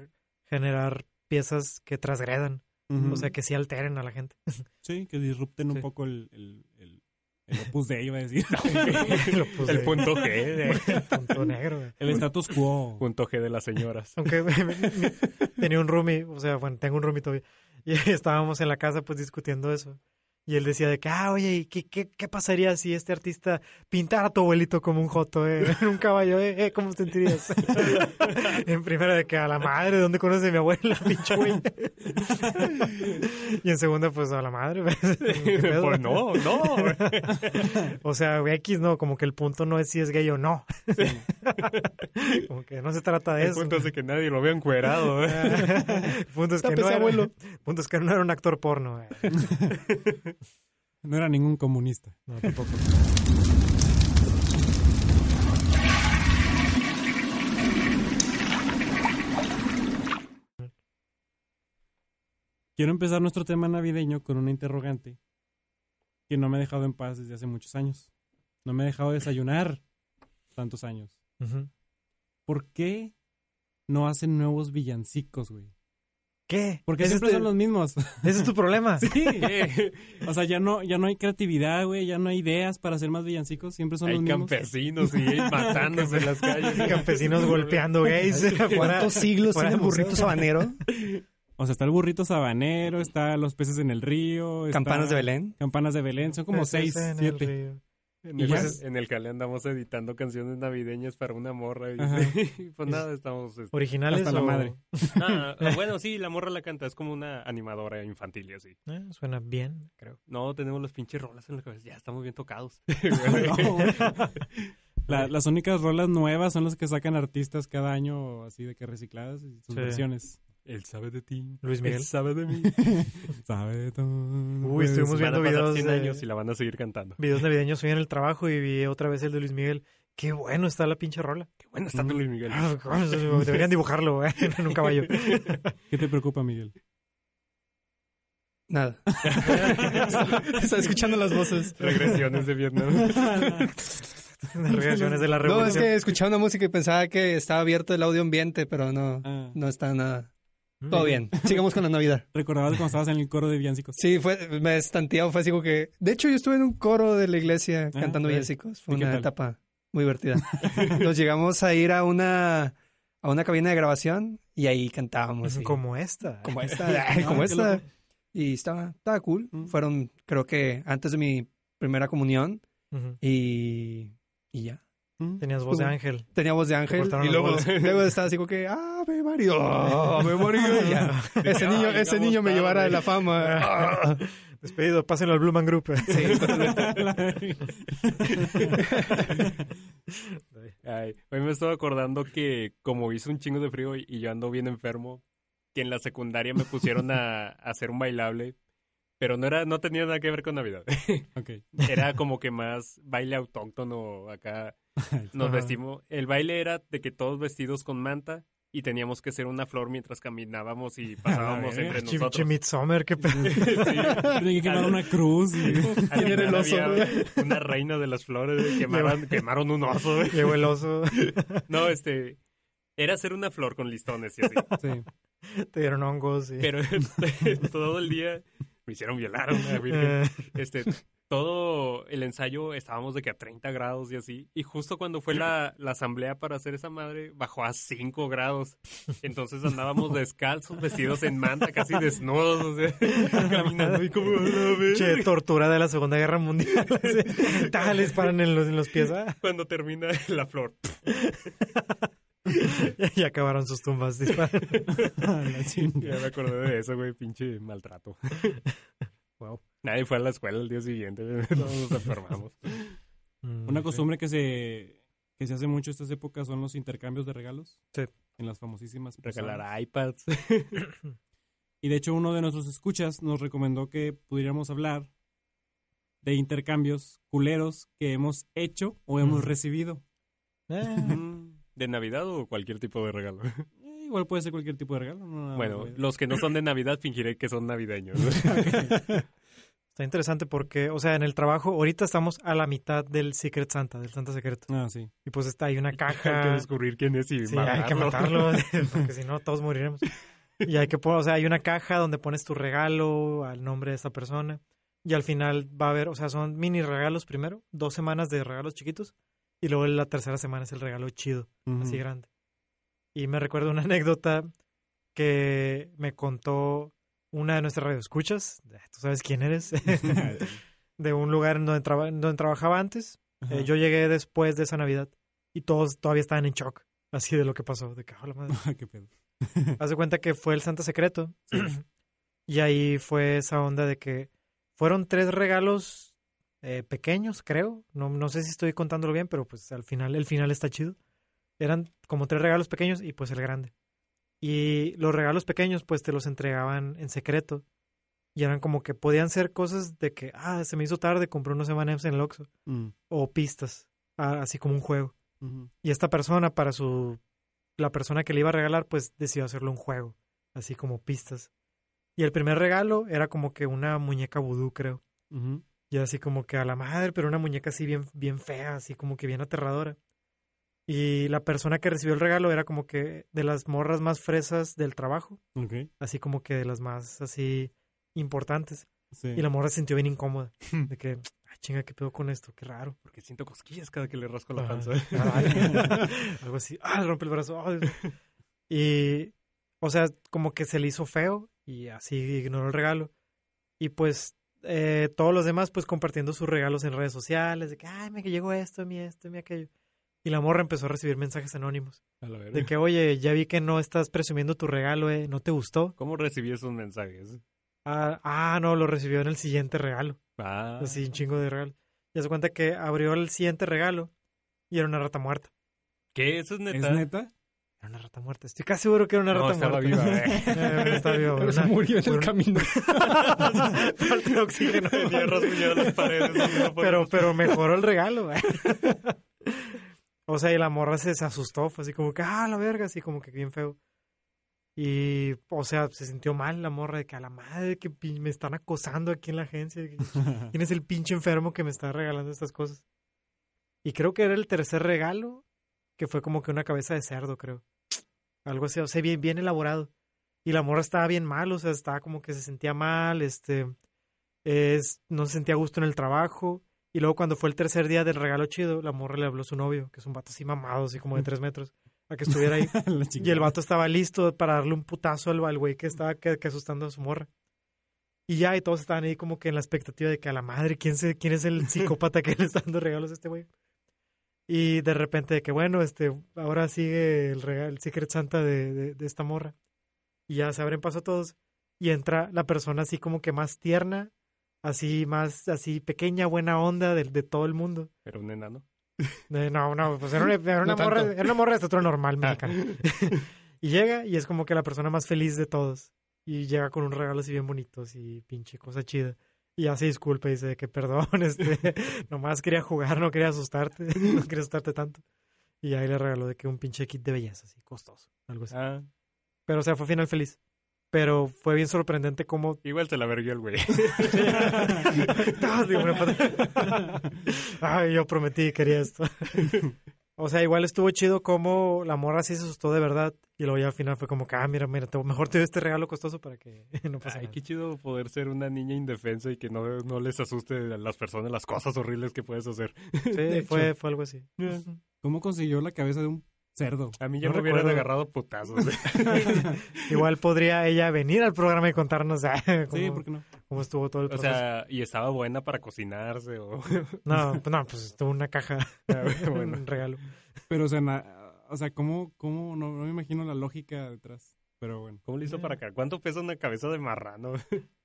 Speaker 3: generar piezas que transgredan, o sea, que sí alteren a la gente.
Speaker 6: Sí, que disrupten
Speaker 3: Sí.
Speaker 6: un poco el, el, el, el opus dei, iba a decir.
Speaker 3: Lo puse.
Speaker 7: El
Speaker 3: <laughs>
Speaker 7: punto G. de-
Speaker 3: pues, punto negro. güey.
Speaker 6: El status quo.
Speaker 7: punto G de las señoras.
Speaker 3: Aunque <laughs> me- me- me- tenía un roomie, o sea, bueno, tengo un roomie todavía, <laughs> y estábamos en la casa pues discutiendo eso. Y él decía de que, ah, oye, ¿y qué, qué, qué pasaría si este artista pintara a tu abuelito como un joto, eh? <laughs> un caballo, eh? eh, ¿Cómo te sentirías? <laughs> en primera de que, a la madre, ¿de dónde conoce a mi abuela, <laughs> pinche güey? y en segunda, pues, a la madre. <laughs> pues, ¿qué pedo?
Speaker 7: <laughs> Pues no, no.
Speaker 3: O sea, güey, X no, como que el punto no es si es gay o no. <laughs> como que no se trata de
Speaker 7: El
Speaker 3: eso.
Speaker 7: punto es de que nadie lo vea encuerado. <laughs> ¿eh?
Speaker 3: El <laughs> punto es que no
Speaker 8: Tápese,
Speaker 3: era,
Speaker 8: abuelo.
Speaker 3: punto es que no era un actor porno. eh.
Speaker 6: No era ningún comunista.
Speaker 3: No, tampoco.
Speaker 6: Quiero empezar nuestro tema navideño con una interrogante que no me ha dejado en paz desde hace muchos años. No me ha dejado desayunar tantos años.
Speaker 3: Ujú.
Speaker 6: ¿Por qué no hacen nuevos villancicos, güey?
Speaker 3: ¿Qué?
Speaker 6: Porque
Speaker 3: ¿Ese,
Speaker 6: siempre
Speaker 3: es este tu,
Speaker 6: son los mismos.
Speaker 3: ese es tu problema.
Speaker 6: Sí. <laughs> O sea, ya no, ya no hay creatividad, güey. Ya no hay ideas para hacer más villancicos. Siempre son los
Speaker 7: Hay
Speaker 6: mismos.
Speaker 7: campesinos y <laughs> matándose en las <laughs> calles.
Speaker 3: Campesinos golpeando gays. afuera.
Speaker 8: ¿Cuántos siglos
Speaker 3: fuera
Speaker 8: tiene
Speaker 3: de museo.
Speaker 8: burrito
Speaker 3: <laughs>
Speaker 8: sabanero?
Speaker 6: O sea, está el burrito sabanero, está los peces en el río. está
Speaker 8: Campanas de Belén.
Speaker 6: Campanas de Belén. Son como
Speaker 3: Ese
Speaker 6: seis,
Speaker 3: es en el
Speaker 6: <laughs> siete.
Speaker 3: río.
Speaker 7: En
Speaker 6: Y
Speaker 7: el,
Speaker 6: ya
Speaker 7: cal-
Speaker 6: es-
Speaker 7: en el cale andamos editando canciones navideñas para una morra <laughs> y
Speaker 6: Ajá.
Speaker 7: pues nada, estamos... este,
Speaker 3: Originales.
Speaker 6: Hasta la
Speaker 3: o-
Speaker 6: madre.
Speaker 7: pues <laughs> nada, ah, bueno, sí, la morra la canta, es como una animadora infantil y así.
Speaker 3: Eh, Suena bien, creo.
Speaker 7: No, tenemos las pinches rolas en la cabeza, ya estamos bien tocados.
Speaker 6: La- las únicas rolas nuevas son las que sacan artistas cada año, así de que recicladas y sus
Speaker 3: Sí.
Speaker 6: versiones.
Speaker 7: Él sabe de ti,
Speaker 3: Luis Miguel.
Speaker 7: él sabe de <laughs> mí.
Speaker 6: Sabe todo.
Speaker 3: Uy, estuvimos
Speaker 7: Van a
Speaker 3: viendo
Speaker 7: pasar
Speaker 3: videos
Speaker 7: 100 años y
Speaker 3: de,
Speaker 7: la van a seguir cantando.
Speaker 3: videos navideños hoy en el trabajo y vi otra vez el de Luis Miguel. Qué bueno está la pinche rola.
Speaker 7: Qué bueno está Luis Miguel.
Speaker 3: Ah, Deberían dibujarlo eh, <laughs> en un caballo.
Speaker 6: ¿Qué te preocupa, Miguel? <laughs>
Speaker 8: Nada. Estaba escuchando las voces.
Speaker 7: Regresiones de Vietnam.
Speaker 3: Las reacciones de la
Speaker 8: No, es
Speaker 3: revolución.
Speaker 8: que escuchaba una música y pensaba que estaba abierto el audio ambiente, pero no,
Speaker 6: Ah.
Speaker 8: no está nada.
Speaker 3: Mm.
Speaker 6: <laughs>
Speaker 8: Todo bien. Sigamos con la Navidad.
Speaker 6: ¿Recordabas cuando estabas en el coro de villancicos?
Speaker 8: Sí, fue, me estanteado, fue así como que... De hecho, yo estuve en un coro de la iglesia
Speaker 6: Ah,
Speaker 8: cantando
Speaker 6: ok.
Speaker 8: villancicos. Fue
Speaker 6: ¿Y qué
Speaker 8: una
Speaker 6: tal?
Speaker 8: etapa muy
Speaker 6: <laughs>
Speaker 8: divertida. Nos llegamos a ir a una, a una cabina de grabación y ahí cantábamos. y-
Speaker 3: Como esta. <laughs>
Speaker 8: <laughs> como esta, ay,
Speaker 6: No,
Speaker 8: como
Speaker 6: qué
Speaker 8: esta.
Speaker 6: loco.
Speaker 8: Y estaba, estaba cool. Fueron, creo que antes de mi primera comunión
Speaker 3: Ujú.
Speaker 8: y, y ya.
Speaker 6: <laughs>
Speaker 3: Tenías voz de ángel.
Speaker 8: Tenía voz de ángel
Speaker 3: cortaron
Speaker 8: y
Speaker 3: las
Speaker 8: luego,
Speaker 3: bolas.
Speaker 8: <laughs> luego estaba así como que, ah, me marido,
Speaker 3: <laughs>
Speaker 8: me marido. y Ah, ya. Ese niño,
Speaker 7: Ay,
Speaker 8: ese
Speaker 7: ¿cómo
Speaker 8: niño me
Speaker 7: está,
Speaker 8: llevará a
Speaker 7: güey?
Speaker 8: la fama. Ah.
Speaker 3: <laughs> Despedido, pásenlo al Blue Man Group. <laughs>
Speaker 8: Sí, pues,
Speaker 7: Ay, hoy me estaba acordando que como hizo un chingo de frío y y yo ando bien enfermo, que en la secundaria me pusieron a, a hacer un bailable, pero no era, no tenía nada que ver con Navidad.
Speaker 6: Ok.
Speaker 7: Era como que más baile autóctono acá. Nos
Speaker 3: Ajá.
Speaker 7: vestimos. El baile era de que todos vestidos con manta y teníamos que ser una flor mientras caminábamos y pasábamos
Speaker 6: verga.
Speaker 7: entre
Speaker 3: Chim-
Speaker 7: nosotros. <laughs>
Speaker 3: Midsummer, qué pedo. <laughs>
Speaker 6: Tiene que quemar una cruz. y-
Speaker 7: Al
Speaker 8: ¿Quién era el
Speaker 7: final
Speaker 8: oso,
Speaker 7: había Una reina de las
Speaker 8: <laughs>
Speaker 7: flores. Quemaron, quemaron un oso.
Speaker 3: <laughs>
Speaker 7: güey.
Speaker 3: Llegó el oso,
Speaker 7: No, este. Era hacer una flor con listones y así.
Speaker 6: Sí.
Speaker 3: te dieron hongos. Y... <laughs>
Speaker 7: Pero este, todo el día me hicieron violar a una virgen.
Speaker 8: Ah.
Speaker 3: Eh,
Speaker 7: Este, todo el ensayo estábamos de que a 30 grados y así. Y justo cuando fue la, la asamblea para hacer esa madre, bajó a 5 grados. Entonces andábamos descalzos, vestidos en manta, casi desnudos, o sea, <laughs> caminando y como... "A la verga".
Speaker 3: che, tortura de la Segunda Guerra Mundial. <laughs> Sí. Tales paran en los, en los pies. ah, <laughs>
Speaker 7: Cuando termina la flor.
Speaker 3: Y acabaron sus tumbas. disparan.
Speaker 7: <laughs> Ya me acordé de eso, güey, pinche
Speaker 3: <laughs>
Speaker 7: maltrato.
Speaker 3: Wow.
Speaker 7: Nadie fue a
Speaker 3: <laughs>
Speaker 7: la escuela el día siguiente, todos nos enfermamos.
Speaker 3: Mm,
Speaker 6: Una
Speaker 3: ok.
Speaker 6: costumbre que se, que que se hace mucho estas épocas son los intercambios de regalos.
Speaker 3: Sí.
Speaker 6: En las famosísimas. posadas.
Speaker 3: <laughs>
Speaker 7: Regalar iPads.
Speaker 6: Y de hecho, uno de nuestros escuchas nos recomendó que pudiéramos hablar de intercambios culeros que hemos hecho o hemos
Speaker 3: Mm.
Speaker 6: recibido.
Speaker 3: Eh,
Speaker 7: ¿De Navidad o cualquier tipo de regalo?
Speaker 6: Eh, igual puede ser cualquier tipo de regalo. no nada
Speaker 3: Ah,
Speaker 6: más
Speaker 7: Bueno,
Speaker 6: Navidad.
Speaker 7: los que no son de Navidad fingiré que
Speaker 3: <laughs>
Speaker 7: son navideños.
Speaker 3: está interesante porque, o sea, en el trabajo ahorita estamos a la mitad del Secret Santa, del Santa Secreto.
Speaker 6: Ah, sí.
Speaker 3: Y pues está
Speaker 7: <laughs>
Speaker 3: ahí una
Speaker 7: Hay que
Speaker 3: caja.
Speaker 7: descubrir quién es y
Speaker 3: Sí, hay que matarlo, <laughs> porque si no todos moriremos. Y hay que poner, o sea, hay una caja donde pones tu regalo al nombre de esta persona. Y al final va a haber, o sea, son mini regalos primero, dos semanas de regalos chiquitos. Y luego la tercera semana es el regalo chido, así grande. Y me recuerdo una <laughs> anécdota que me contó una de nuestras radioescuchas, tú sabes quién eres, <laughs> de un lugar en donde, traba- en donde trabajaba antes. Eh, yo llegué después de esa Navidad y todos todavía estaban en shock, así de lo que pasó, de que, "Ah, la madre".
Speaker 6: <laughs> Ah, qué pedo.
Speaker 3: Haz de cuenta que fue el Santa Secreto. <clears throat> y ahí fue esa onda de que fueron tres regalos eh, pequeños, creo. No, no sé si estoy contándolo bien, pero pues al final, el final está chido. Eran como tres regalos pequeños y pues el grande. Y los regalos pequeños pues te los entregaban en secreto. Y eran como que podían ser cosas de que, ah, se me hizo tarde, compré unos M&M's en el Oxxo.
Speaker 6: Mm,
Speaker 3: O pistas, ah, así como un juego.
Speaker 6: ujú.
Speaker 3: Y esta persona, para su. La persona que le iba a regalar, pues decidió hacerlo un juego, así como pistas. Y el primer regalo era como que una muñeca vudú, creo.
Speaker 6: Ujú.
Speaker 3: Y era así como que a la madre, pero una muñeca así bien, bien fea, así como que bien aterradora. Y la persona que recibió el regalo era como que de las morras más fresas del trabajo,
Speaker 6: Ok,
Speaker 3: así como que de las más así importantes.
Speaker 6: sí.
Speaker 3: Y la morra se sintió bien incómoda, de que, ah, chinga, ¿qué pedo con esto? Qué raro.
Speaker 7: Porque siento cosquillas cada que le rasco la
Speaker 3: Ah,
Speaker 7: panza.
Speaker 3: caray. <laughs> Algo así. Ah, le rompe el brazo. Ay, Dios. y, o sea, como que se le hizo feo y así ignoró el regalo. Y pues eh, todos los demás, pues compartiendo sus regalos en redes sociales, de que, ay, me llegó esto, mi esto, mi aquello. Y la morra empezó a recibir mensajes anónimos.
Speaker 6: A la verga.
Speaker 3: De que, oye, ya vi que no estás presumiendo tu regalo, eh, ¿no te gustó?
Speaker 7: ¿Cómo recibí esos mensajes?
Speaker 3: Ah, ah, no, lo recibió en el siguiente regalo.
Speaker 7: Ah,
Speaker 3: Así, un chingo de regalo. Y se cuenta que abrió el siguiente regalo y era una rata muerta.
Speaker 7: ¿Qué? ¿Eso es neta?
Speaker 6: ¿Es neta?
Speaker 3: Era una rata muerta. Estoy casi seguro que era una
Speaker 7: No,
Speaker 3: rata
Speaker 7: estaba
Speaker 3: muerta. <laughs>
Speaker 7: viva. eh. <laughs>
Speaker 3: Eh, estaba viva.
Speaker 8: Pero se
Speaker 3: una-
Speaker 8: murió en el
Speaker 3: una-
Speaker 8: camino.
Speaker 3: Falta de oxígeno.
Speaker 7: Tenía rasguñadas las paredes. no
Speaker 3: <laughs> pero,
Speaker 7: podemos-
Speaker 3: pero mejoró el regalo. eh. o sea, y la morra se, se asustó. Fue así como que, ah, la verga, así como que bien feo. Y, o sea, se sintió mal la morra de que a la madre que pi- me están acosando aquí en la agencia. de que- ¿Quién es el pinche enfermo que me está regalando estas cosas? Y creo que era el tercer regalo, que fue como que una cabeza de cerdo, creo. Algo así, o sea, bien, bien elaborado. Y la morra estaba bien mal, o sea, estaba como que se sentía mal, este, es, no se sentía a gusto en el trabajo. Y luego cuando fue el tercer día del regalo chido, la morra le habló a su novio, que es un vato así mamado, así como de tres metros, a que estuviera ahí.
Speaker 6: La
Speaker 3: <laughs> Y el
Speaker 6: chingada.
Speaker 3: vato estaba listo para darle un putazo al al güey que estaba que, que asustando a su morra. Y ya, y todos estaban ahí como que en la expectativa de que a la madre, ¿quién, se, quién es el psicópata que le está dando regalos a este güey? Y de repente de que, bueno, este, ahora sigue el, regalo, el Secret Santa de, de- de esta morra. Y ya se abren paso todos. Y entra la persona así como que más tierna, así más, así pequeña, buena onda de, de todo el mundo.
Speaker 7: Pero un enano.
Speaker 3: Eh, no, no, pues era una, era una
Speaker 8: No tanto. Ah.
Speaker 3: morra, era una morra de estatura normal mexicana.
Speaker 8: <laughs>
Speaker 3: y llega y es como que la persona más feliz de todos. Y llega con un regalo así bien bonito, así pinche cosa chida. Y ya se disculpa y dice de que perdón, <laughs>
Speaker 8: <laughs>
Speaker 3: este, nomás quería jugar, no quería asustarte, <laughs> no quería asustarte tanto. Y ahí le regaló de que un pinche kit de belleza, así costoso, algo así.
Speaker 7: Ah,
Speaker 3: Pero o sea, fue final feliz. Pero fue bien sorprendente cómo
Speaker 7: igual se la verguió el güey.
Speaker 3: Estabas de una pata. Ay, yo prometí, quería esto. O sea, igual estuvo chido como la morra sí se asustó de verdad. Y luego ya al final fue como que, ah, mira, mira, te- mejor te doy este regalo costoso para que <laughs> no pase
Speaker 7: Pues, Ay,
Speaker 3: nada.
Speaker 7: qué chido poder ser una niña indefensa y que no, no les asuste a las personas las cosas horribles que puedes hacer.
Speaker 3: Sí, fue, fue algo así.
Speaker 6: ¿Cómo consiguió la cabeza de un cerdo?
Speaker 7: A mí ya
Speaker 3: No
Speaker 7: me hubieran
Speaker 3: recuerdo.
Speaker 7: agarrado putazos.
Speaker 3: <laughs>
Speaker 7: eh.
Speaker 3: Igual podría ella venir al programa y contarnos ah, cómo,
Speaker 6: Sí,
Speaker 3: <laughs>
Speaker 6: ¿por qué no?
Speaker 3: cómo estuvo todo el
Speaker 7: O
Speaker 3: proceso.
Speaker 7: sea, y estaba buena para cocinarse o... <laughs>
Speaker 3: no, pues, no, pues tuvo una caja,
Speaker 7: bueno.
Speaker 3: un regalo.
Speaker 6: Pero, o sea, na- o sea ¿cómo, cómo no, no me imagino la lógica detrás? pero bueno.
Speaker 7: ¿Cómo
Speaker 3: Mm.
Speaker 7: le hizo para acá? ¿Cuánto pesa una cabeza de marrano?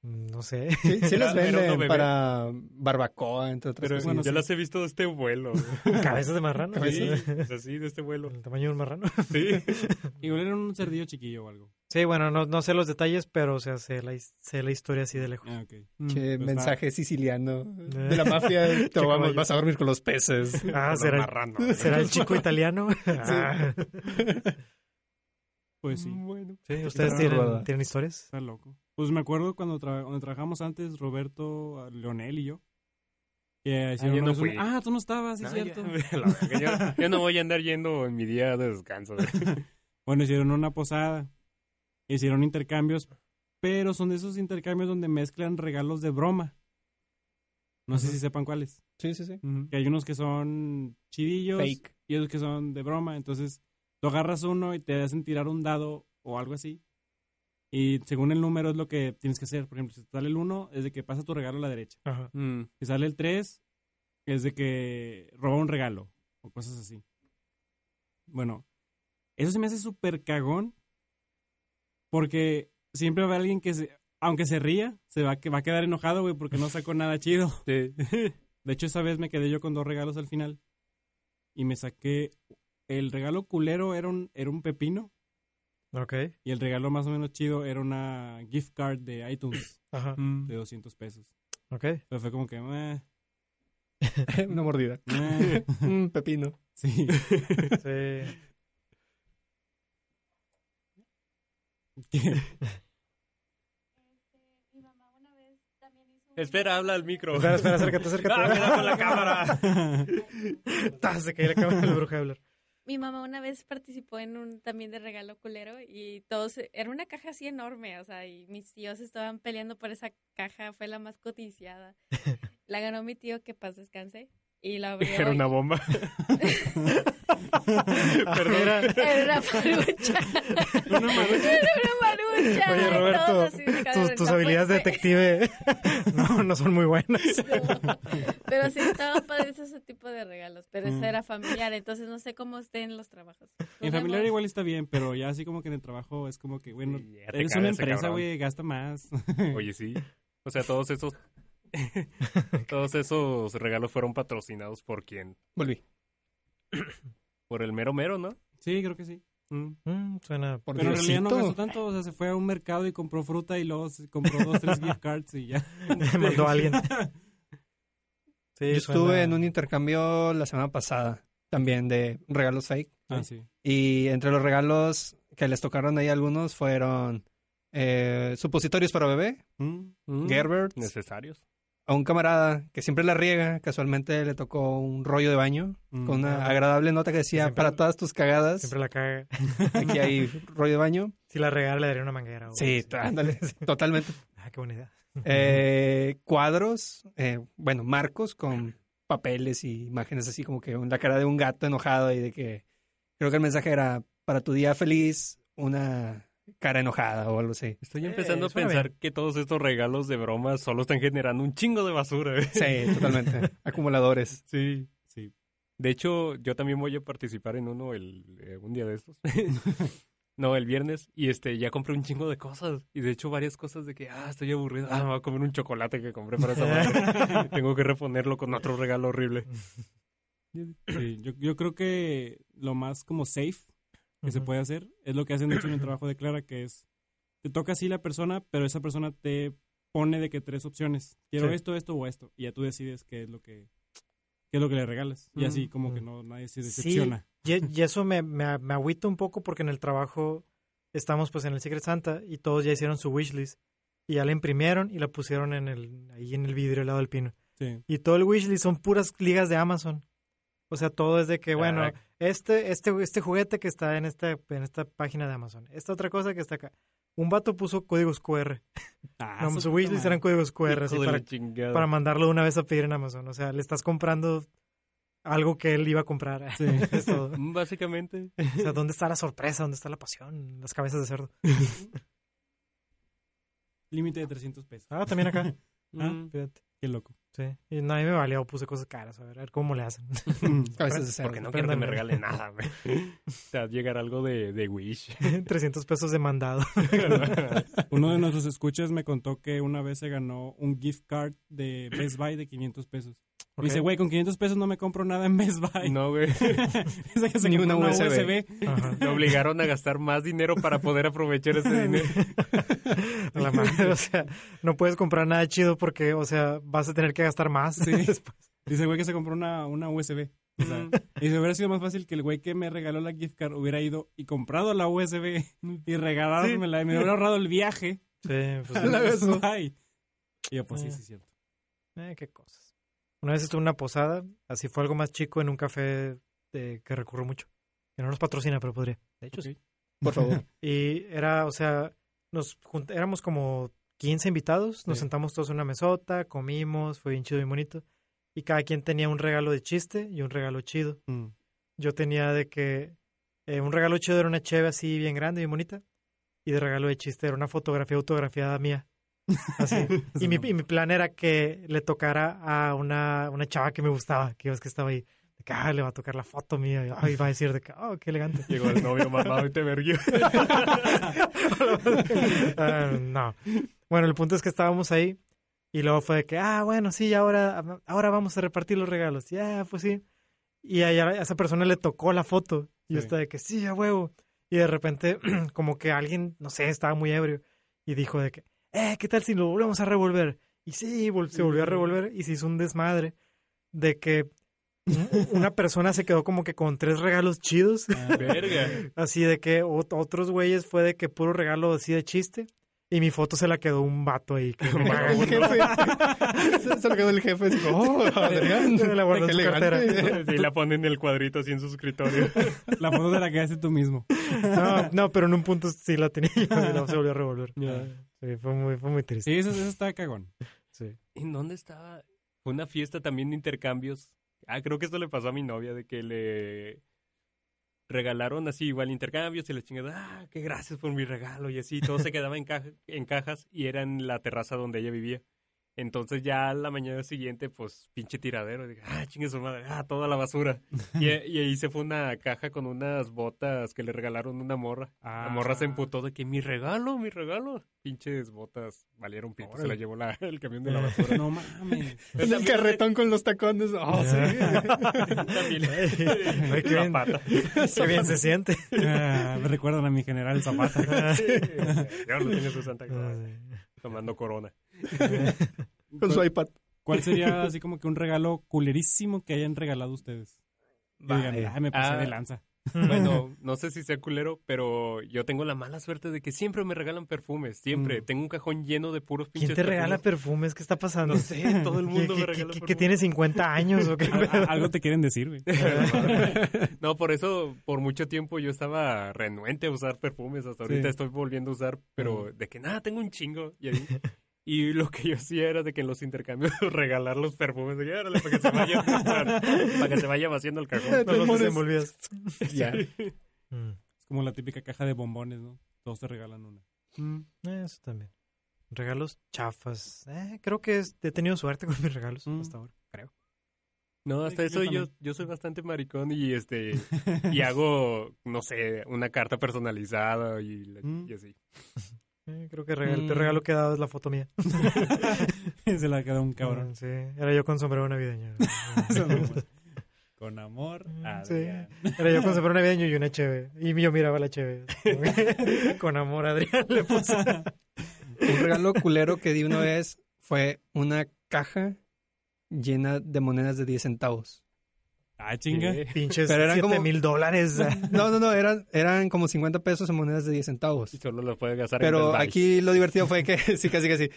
Speaker 3: No sé. <laughs>
Speaker 8: Sí, sí las
Speaker 7: Era- era uno
Speaker 8: venden
Speaker 7: bebé.
Speaker 8: para barbacoa, entre otras
Speaker 7: Pero
Speaker 8: cosas.
Speaker 7: yo las he visto de este vuelo. güey.
Speaker 3: Cabezas de marrano.
Speaker 7: Sí,
Speaker 3: Pues ¿sí?
Speaker 7: o sea, sí, de
Speaker 3: <laughs>
Speaker 7: este vuelo.
Speaker 3: El tamaño de un marrano.
Speaker 7: <laughs> Sí.
Speaker 6: Igual era un cerdillo chiquillo o algo.
Speaker 3: Sí, bueno, no, no sé los detalles, pero o sea, sé la, his- sé la historia así de
Speaker 6: <laughs>
Speaker 3: lejos.
Speaker 6: Ah, ok.
Speaker 8: Che,
Speaker 6: Pues
Speaker 8: mensaje siciliano de la mafia. Te vamos,
Speaker 3: caballo.
Speaker 8: vas a dormir con los peces.
Speaker 3: Ah,
Speaker 7: Los
Speaker 3: será,
Speaker 7: marranos,
Speaker 3: <laughs>
Speaker 7: güey.
Speaker 3: será el chico italiano. <laughs> Ah,
Speaker 6: nada, Pues sí,
Speaker 8: <laughs> Bueno.
Speaker 3: sí, ¿Ustedes
Speaker 8: Está
Speaker 3: tienen,
Speaker 8: bárbara.
Speaker 3: tienen historias?
Speaker 6: está loco. Pues me acuerdo cuando, tra- cuando trabajamos antes, Roberto, ah, Leonel y yo. Que hicieron
Speaker 7: yo no
Speaker 6: una vez una-
Speaker 7: fui.
Speaker 6: ah, tú no estabas, sí,
Speaker 7: Ah,
Speaker 6: es
Speaker 7: ya, <laughs>
Speaker 6: cierto.
Speaker 7: la verga, yo, yo no voy a andar yendo en mi día de descanso. güey.
Speaker 3: <laughs>
Speaker 6: Bueno, hicieron una posada. Hicieron intercambios, pero son de esos intercambios donde mezclan regalos de broma. No sé si sepan cuáles.
Speaker 8: Sí, sí, sí.
Speaker 6: Que hay unos que son chidillos
Speaker 8: Fake.
Speaker 6: y otros que son de broma. Entonces, tú agarras uno y te hacen tirar un dado o algo así. Y según el número es lo que tienes que hacer. Por ejemplo, si te sale el 1, es de que pasa tu regalo a la derecha.
Speaker 3: Ajá.
Speaker 6: Si sale el 3, es de que roba un regalo o cosas así. Bueno, eso se me hace súper cagón porque siempre va a haber alguien que, se, aunque se ría, se va, que va a quedar enojado, güey, porque no sacó nada chido. <laughs> De hecho, esa vez me quedé yo con dos regalos al final y me saqué... El regalo culero era un, era un pepino
Speaker 3: Ok.
Speaker 6: y el regalo más o menos chido era una gift card de iTunes
Speaker 3: Ajá.
Speaker 6: de 200 pesos.
Speaker 3: Ok.
Speaker 6: Pero fue como que... meh,
Speaker 8: <laughs> Una mordida.
Speaker 6: meh.
Speaker 8: Mm, pepino.
Speaker 6: Sí.
Speaker 3: Sí.
Speaker 9: Este,
Speaker 7: Espera, habla al micro.
Speaker 3: Espera, espera,
Speaker 7: <laughs>
Speaker 3: acércate, acércate.
Speaker 7: Ah, cuidado con la cámara.
Speaker 3: <laughs> Ta, se cae la cámara del bruja de hablar.
Speaker 9: Mi mamá una vez participó en un también de regalo culero y todos, era una caja así enorme, o sea, y mis tíos estaban peleando por esa caja, fue la más coticiada. La ganó mi tío, que paz descanse, y la abrió.
Speaker 7: <laughs> Era una
Speaker 9: y-
Speaker 7: bomba.
Speaker 3: Perdón.
Speaker 9: Era una marucha.
Speaker 6: Una marucha.
Speaker 9: <laughs> Era una marucha.
Speaker 3: Oye,
Speaker 9: y
Speaker 3: Roberto,
Speaker 9: todos así de cara
Speaker 3: Tus,
Speaker 9: de,
Speaker 3: tus
Speaker 9: "No
Speaker 3: habilidades de <laughs>
Speaker 9: puede ser".
Speaker 3: detective no, no son muy buenas.
Speaker 9: Pero sí, estaba padre ese tipo de regalos, pero eso era familiar, entonces no sé cómo estén los trabajos.
Speaker 6: En
Speaker 9: Nos
Speaker 6: familiar
Speaker 9: vemos.
Speaker 6: igual está bien, pero ya así como que en el trabajo es como que, bueno,
Speaker 7: Sí, ya te
Speaker 6: eres una
Speaker 7: cagas,
Speaker 6: empresa,
Speaker 7: cabrón.
Speaker 6: güey, gasta más. <laughs>
Speaker 7: Oye, sí. O sea, todos esos. <laughs> todos esos regalos fueron patrocinados por quién?
Speaker 8: Volví.
Speaker 7: <clears throat> Por el mero mero, ¿no?
Speaker 6: Sí, creo que sí.
Speaker 3: Mm, suena.
Speaker 8: Por
Speaker 6: Pero en realidad no
Speaker 8: Diosito.
Speaker 6: gastó tanto, o sea, se fue a un mercado y compró fruta y luego se compró dos, tres gift cards y ya.
Speaker 3: <laughs> Mandó a alguien. Sí,
Speaker 8: Yo
Speaker 3: suena-
Speaker 8: estuve en un intercambio la semana pasada también de regalos fake.
Speaker 6: <laughs> Ah, sí.
Speaker 8: Y entre los regalos que les tocaron ahí algunos fueron eh, supositorios para bebé,
Speaker 6: Mm,
Speaker 8: Gerber,
Speaker 7: Necesarios.
Speaker 8: a un camarada que siempre la riega, casualmente le tocó un rollo de baño
Speaker 6: mm.
Speaker 8: con una
Speaker 3: Ah.
Speaker 8: agradable nota que decía,
Speaker 3: Siempre-
Speaker 8: para todas tus cagadas,
Speaker 3: Siempre la caga.
Speaker 8: aquí hay rollo
Speaker 3: <laughs>
Speaker 8: de baño.
Speaker 3: Si la regara, le daría una manguera. o
Speaker 8: Sí,
Speaker 3: algo así.
Speaker 8: ándale, <laughs> totalmente.
Speaker 3: <laughs> Ah, qué buena idea.
Speaker 8: Eh, cuadros, eh, bueno, marcos con papeles y imágenes así como que la cara de un gato enojado y de que creo que el mensaje era para tu día feliz una cara enojada o algo así.
Speaker 7: Estoy
Speaker 3: Eh,
Speaker 7: empezando a
Speaker 3: suena
Speaker 7: pensar que todos estos regalos de broma solo están generando un chingo de basura. güey.
Speaker 8: <laughs> Sí, totalmente. Acumuladores.
Speaker 7: Sí, sí. De hecho, yo también voy a participar en uno el, eh, un día de estos. <laughs> no, el viernes. Y este, ya compré un chingo de cosas. Y de hecho, varias cosas de que, ah, estoy aburrido. Ah, me voy a comer un chocolate que compré para esa madre. <laughs> Tengo que reponerlo con otro regalo
Speaker 3: <laughs>
Speaker 7: horrible.
Speaker 6: Sí, yo, yo creo que lo más como safe que se
Speaker 3: Ujú.
Speaker 6: puede hacer es lo que hacen de hecho
Speaker 3: <clears throat>
Speaker 6: en el trabajo de Clara, que es, te toca así la persona, pero esa persona te pone de que tres opciones, quiero
Speaker 3: Sí.
Speaker 6: esto, esto o esto, y ya tú decides qué es lo que, qué es lo que le regalas. Y así como que no, nadie se
Speaker 3: Sí.
Speaker 6: decepciona.
Speaker 3: Y, y eso me, me, me agüita un poco porque en el trabajo estamos pues en el Secret Santa y todos ya hicieron su wishlist. Y ya la imprimieron y la pusieron en el, ahí en el vidrio al lado del pino.
Speaker 6: Sí.
Speaker 3: Y todo el wishlist son puras ligas de Amazon. O sea, todo es de que, bueno,
Speaker 7: Ah.
Speaker 3: este, este, este juguete que está en esta, en esta página de Amazon. Esta otra cosa que está acá. Un vato puso códigos QR.
Speaker 6: <laughs> Ah,
Speaker 3: No,
Speaker 6: su
Speaker 3: su
Speaker 6: puta
Speaker 3: wishlist
Speaker 6: madre.
Speaker 3: eran códigos QR. así
Speaker 7: Hijo de la
Speaker 3: para,
Speaker 7: chingada.
Speaker 3: para mandarlo de una vez a pedir en Amazon. O sea, le estás comprando algo que él iba a comprar.
Speaker 6: Sí.
Speaker 3: <laughs> Es todo. <laughs>
Speaker 7: Mm, Básicamente.
Speaker 3: O sea, ¿dónde está la sorpresa? ¿Dónde está la pasión? Las cabezas de cerdo.
Speaker 6: Límite de 300 pesos.
Speaker 3: Ah, también acá.
Speaker 6: <laughs>
Speaker 7: Mm.
Speaker 3: Fíjate.
Speaker 6: Qué loco.
Speaker 3: Sí. Y nadie me valió, puse cosas caras, a ver, a ver cómo le hacen.
Speaker 8: Cabezas de cerdo.
Speaker 3: <laughs>
Speaker 7: Porque no quiero que
Speaker 3: Préndame.
Speaker 7: me regalen nada, güey. O sea, llegar algo de,
Speaker 3: <laughs>
Speaker 7: de Wish.
Speaker 3: 300 pesos de
Speaker 7: <laughs>
Speaker 3: mandado.
Speaker 6: Uno de nuestros escuchas me contó que una vez se ganó un gift card de Best Buy de 500 pesos.
Speaker 3: Ok.
Speaker 6: Dice, güey, con 500 pesos no me compro nada en Best Buy.
Speaker 7: No, güey.
Speaker 6: <laughs> Dice que se
Speaker 8: Ni
Speaker 6: compró
Speaker 8: una
Speaker 6: una USB.
Speaker 8: USB.
Speaker 3: Ajá.
Speaker 7: Me obligaron a gastar más dinero para poder
Speaker 3: <laughs>
Speaker 7: aprovechar ese dinero.
Speaker 3: A la madre, o sea, no puedes comprar nada chido porque, o sea, vas a tener que gastar más. <laughs>
Speaker 6: <laughs>
Speaker 3: después.
Speaker 6: Dice, güey, que se compró una, una USB. O sea, dice, hubiera sido más fácil que el güey que me regaló la gift card hubiera ido y comprado la USB y regalármela y me hubiera ahorrado el viaje
Speaker 3: Sí, pues,
Speaker 6: a la Best Buy. Y yo, pues sí,
Speaker 3: Ah.
Speaker 6: sí, es cierto.
Speaker 3: eh, qué cosas. Una vez estuve en una posada, así fue algo más chico en un café de- que recurro mucho. Que no nos patrocina, pero podría. De hecho, sí.
Speaker 8: Por favor.
Speaker 3: <laughs> Y era, o sea, nos junt- éramos como 15 invitados, nos
Speaker 6: Sí.
Speaker 3: sentamos todos en una mesota, comimos, fue bien chido y bonito. Y cada quien tenía un regalo de chiste y un regalo chido.
Speaker 8: Mm.
Speaker 3: Yo tenía de que eh, un regalo chido era una cheve así bien grande, bien bonita. Y de regalo de chiste era una fotografía autografiada mía. Así. y, mi, y mi plan era que le tocara a una, una chava que me gustaba, que es que estaba ahí. De que, "Ah, le va a tocar la foto mía. Y ay, va a decir de que, oh, qué elegante.
Speaker 7: Llegó el novio mamado y te verguió.
Speaker 3: <laughs> Ah, no. Bueno, el punto es que estábamos ahí y luego fue de que, ah, bueno, sí, ahora, ahora vamos a repartir los regalos. Ya, pues sí. Y a, a esa persona le tocó la foto y yo
Speaker 6: Sí.
Speaker 3: estaba de que, sí, a huevo. Y de repente, <clears throat> como que alguien, no sé, estaba muy ebrio y dijo de que, eh, ¿qué tal si lo volvemos a revolver? Y sí, vol- se volvió a revolver y se hizo un desmadre de que un- una persona se quedó como que con tres regalos chidos
Speaker 7: Verga.
Speaker 3: Así de que ot- otros güeyes fue de que puro regalo así de chiste. Y mi foto se la quedó un vato ahí. Que me caga.
Speaker 8: el
Speaker 7: <laughs>
Speaker 8: jefe. <laughs> Se- Se lo quedó el jefe. así como, oh, <laughs> Adrián.
Speaker 3: Se la guardó en
Speaker 8: qué
Speaker 3: su
Speaker 8: elegante.
Speaker 7: <laughs>
Speaker 3: cartera.
Speaker 7: Y la ponen en el cuadrito así en su escritorio.
Speaker 6: La foto te la quedaste tú mismo.
Speaker 3: No, no, pero en un punto sí la tenía. <laughs> Y luego se volvió a revolver. Sí, fue muy, fue muy triste.
Speaker 6: Sí, eso, eso está cagón.
Speaker 7: ¿En dónde estaba? Fue Una fiesta también de intercambios. Ah, creo que esto le pasó a mi novia, de que le regalaron así igual intercambios y la chingada, ah, qué gracias por mi regalo y así. Todo se quedaba en, caja- en cajas y era en la terraza donde ella vivía. Entonces ya a la mañana siguiente, pues pinche tiradero, dije, ah, chingue su madre, ah, toda la basura. Y, y ahí se fue una caja con unas botas que le regalaron una morra. La morra se emputó de que mi regalo, mi regalo. Pinches botas valieron pito, se la llevó la- el camión
Speaker 6: Eh.
Speaker 7: de la basura. <laughs>
Speaker 6: No mames.
Speaker 8: El carretón con los tacones.
Speaker 6: <laughs>
Speaker 8: Oh, sí.
Speaker 7: También.
Speaker 3: Ay, qué
Speaker 7: La
Speaker 3: bien.
Speaker 7: pata.
Speaker 3: <laughs> Qué bien se
Speaker 7: <laughs>
Speaker 3: siente.
Speaker 6: Ah, me recuerdan a mi general Zapata.
Speaker 7: <laughs> Ya no tiene su Santa
Speaker 3: Ah,
Speaker 7: Claus. <laughs> Tomando corona.
Speaker 8: Con su iPad.
Speaker 6: ¿Cuál sería así como que un regalo culerísimo que hayan regalado ustedes? Que digan,
Speaker 8: Vaya.
Speaker 6: "Ah, me pasé
Speaker 7: Ah.
Speaker 6: de lanza.
Speaker 3: <laughs>
Speaker 7: Bueno, no sé si sea culero, pero yo tengo la mala suerte de que siempre me regalan perfumes. Siempre. Tengo un cajón lleno de puros
Speaker 3: Mm. ¿Quién
Speaker 7: pinches.
Speaker 3: te regala
Speaker 7: perfumes.
Speaker 3: perfumes? ¿Qué está pasando?
Speaker 7: No sé, todo el
Speaker 3: ¿Qué-
Speaker 7: mundo
Speaker 3: qué- qué-
Speaker 7: me regala Ah,
Speaker 3: qué- que
Speaker 7: perfumes.
Speaker 3: tiene 50 años
Speaker 7: <laughs>
Speaker 3: o qué? <laughs>
Speaker 6: Al- Algo te quieren decir, güey.
Speaker 7: No, por eso, por mucho tiempo yo estaba renuente a usar perfumes. Hasta ahorita
Speaker 6: Sí.
Speaker 7: estoy volviendo a usar, pero
Speaker 3: Mm.
Speaker 7: de que nada, tengo un chingo. Y, ahí- y lo que yo hacía era de que en los intercambios <laughs> regalar los perfumes. De que, "Órale, para que se vaya, para, para que se vaya vaciando el
Speaker 3: <laughs>
Speaker 7: cajón.
Speaker 3: No los desenvolvías. <laughs>
Speaker 8: Ya.
Speaker 3: Mm,
Speaker 6: Es como la típica caja de bombones, ¿no? Todos te regalan una. <laughs>
Speaker 7: Mm.
Speaker 3: Eh, Eso también. Regalos chafas. Eh, creo que es- he tenido suerte con mis regalos
Speaker 6: Mm.
Speaker 3: hasta ahora. Creo.
Speaker 7: No,
Speaker 6: Sí,
Speaker 7: hasta
Speaker 6: yo
Speaker 7: eso yo,
Speaker 6: también.
Speaker 7: yo soy bastante maricón y
Speaker 6: <laughs>
Speaker 7: este y hago, no sé, una carta personalizada y, la-
Speaker 6: Mm.
Speaker 7: y así.
Speaker 3: Eh, creo que regal- el
Speaker 6: Mm.
Speaker 3: regalo que he dado es la foto mía.
Speaker 6: Se la queda un cabrón.
Speaker 3: Mm, Sí, era yo con sombrero
Speaker 7: <laughs>
Speaker 3: navideño.
Speaker 8: Ah.
Speaker 6: <laughs> Eso no, güey. Con amor,
Speaker 3: Mm,
Speaker 6: Adrián.
Speaker 3: era yo con sombrero navideño y una cheve. Y yo miraba la cheve.
Speaker 7: <laughs>
Speaker 3: con amor, Adrián. Le puse.
Speaker 8: Un regalo culero que di una vez fue una caja llena de monedas de 10 centavos.
Speaker 6: Ah, chinga.
Speaker 7: ¿Qué?
Speaker 3: Pinches
Speaker 8: Pero eran
Speaker 3: 7
Speaker 8: como-
Speaker 3: mil
Speaker 8: <laughs>
Speaker 3: dólares.
Speaker 8: No, no, no, eran, eran como 50 pesos en monedas de 10 centavos.
Speaker 7: Y solo lo puedes gastar en
Speaker 8: Pero
Speaker 7: Best Buy.
Speaker 8: aquí lo divertido fue que, <laughs> sí, casi, casi,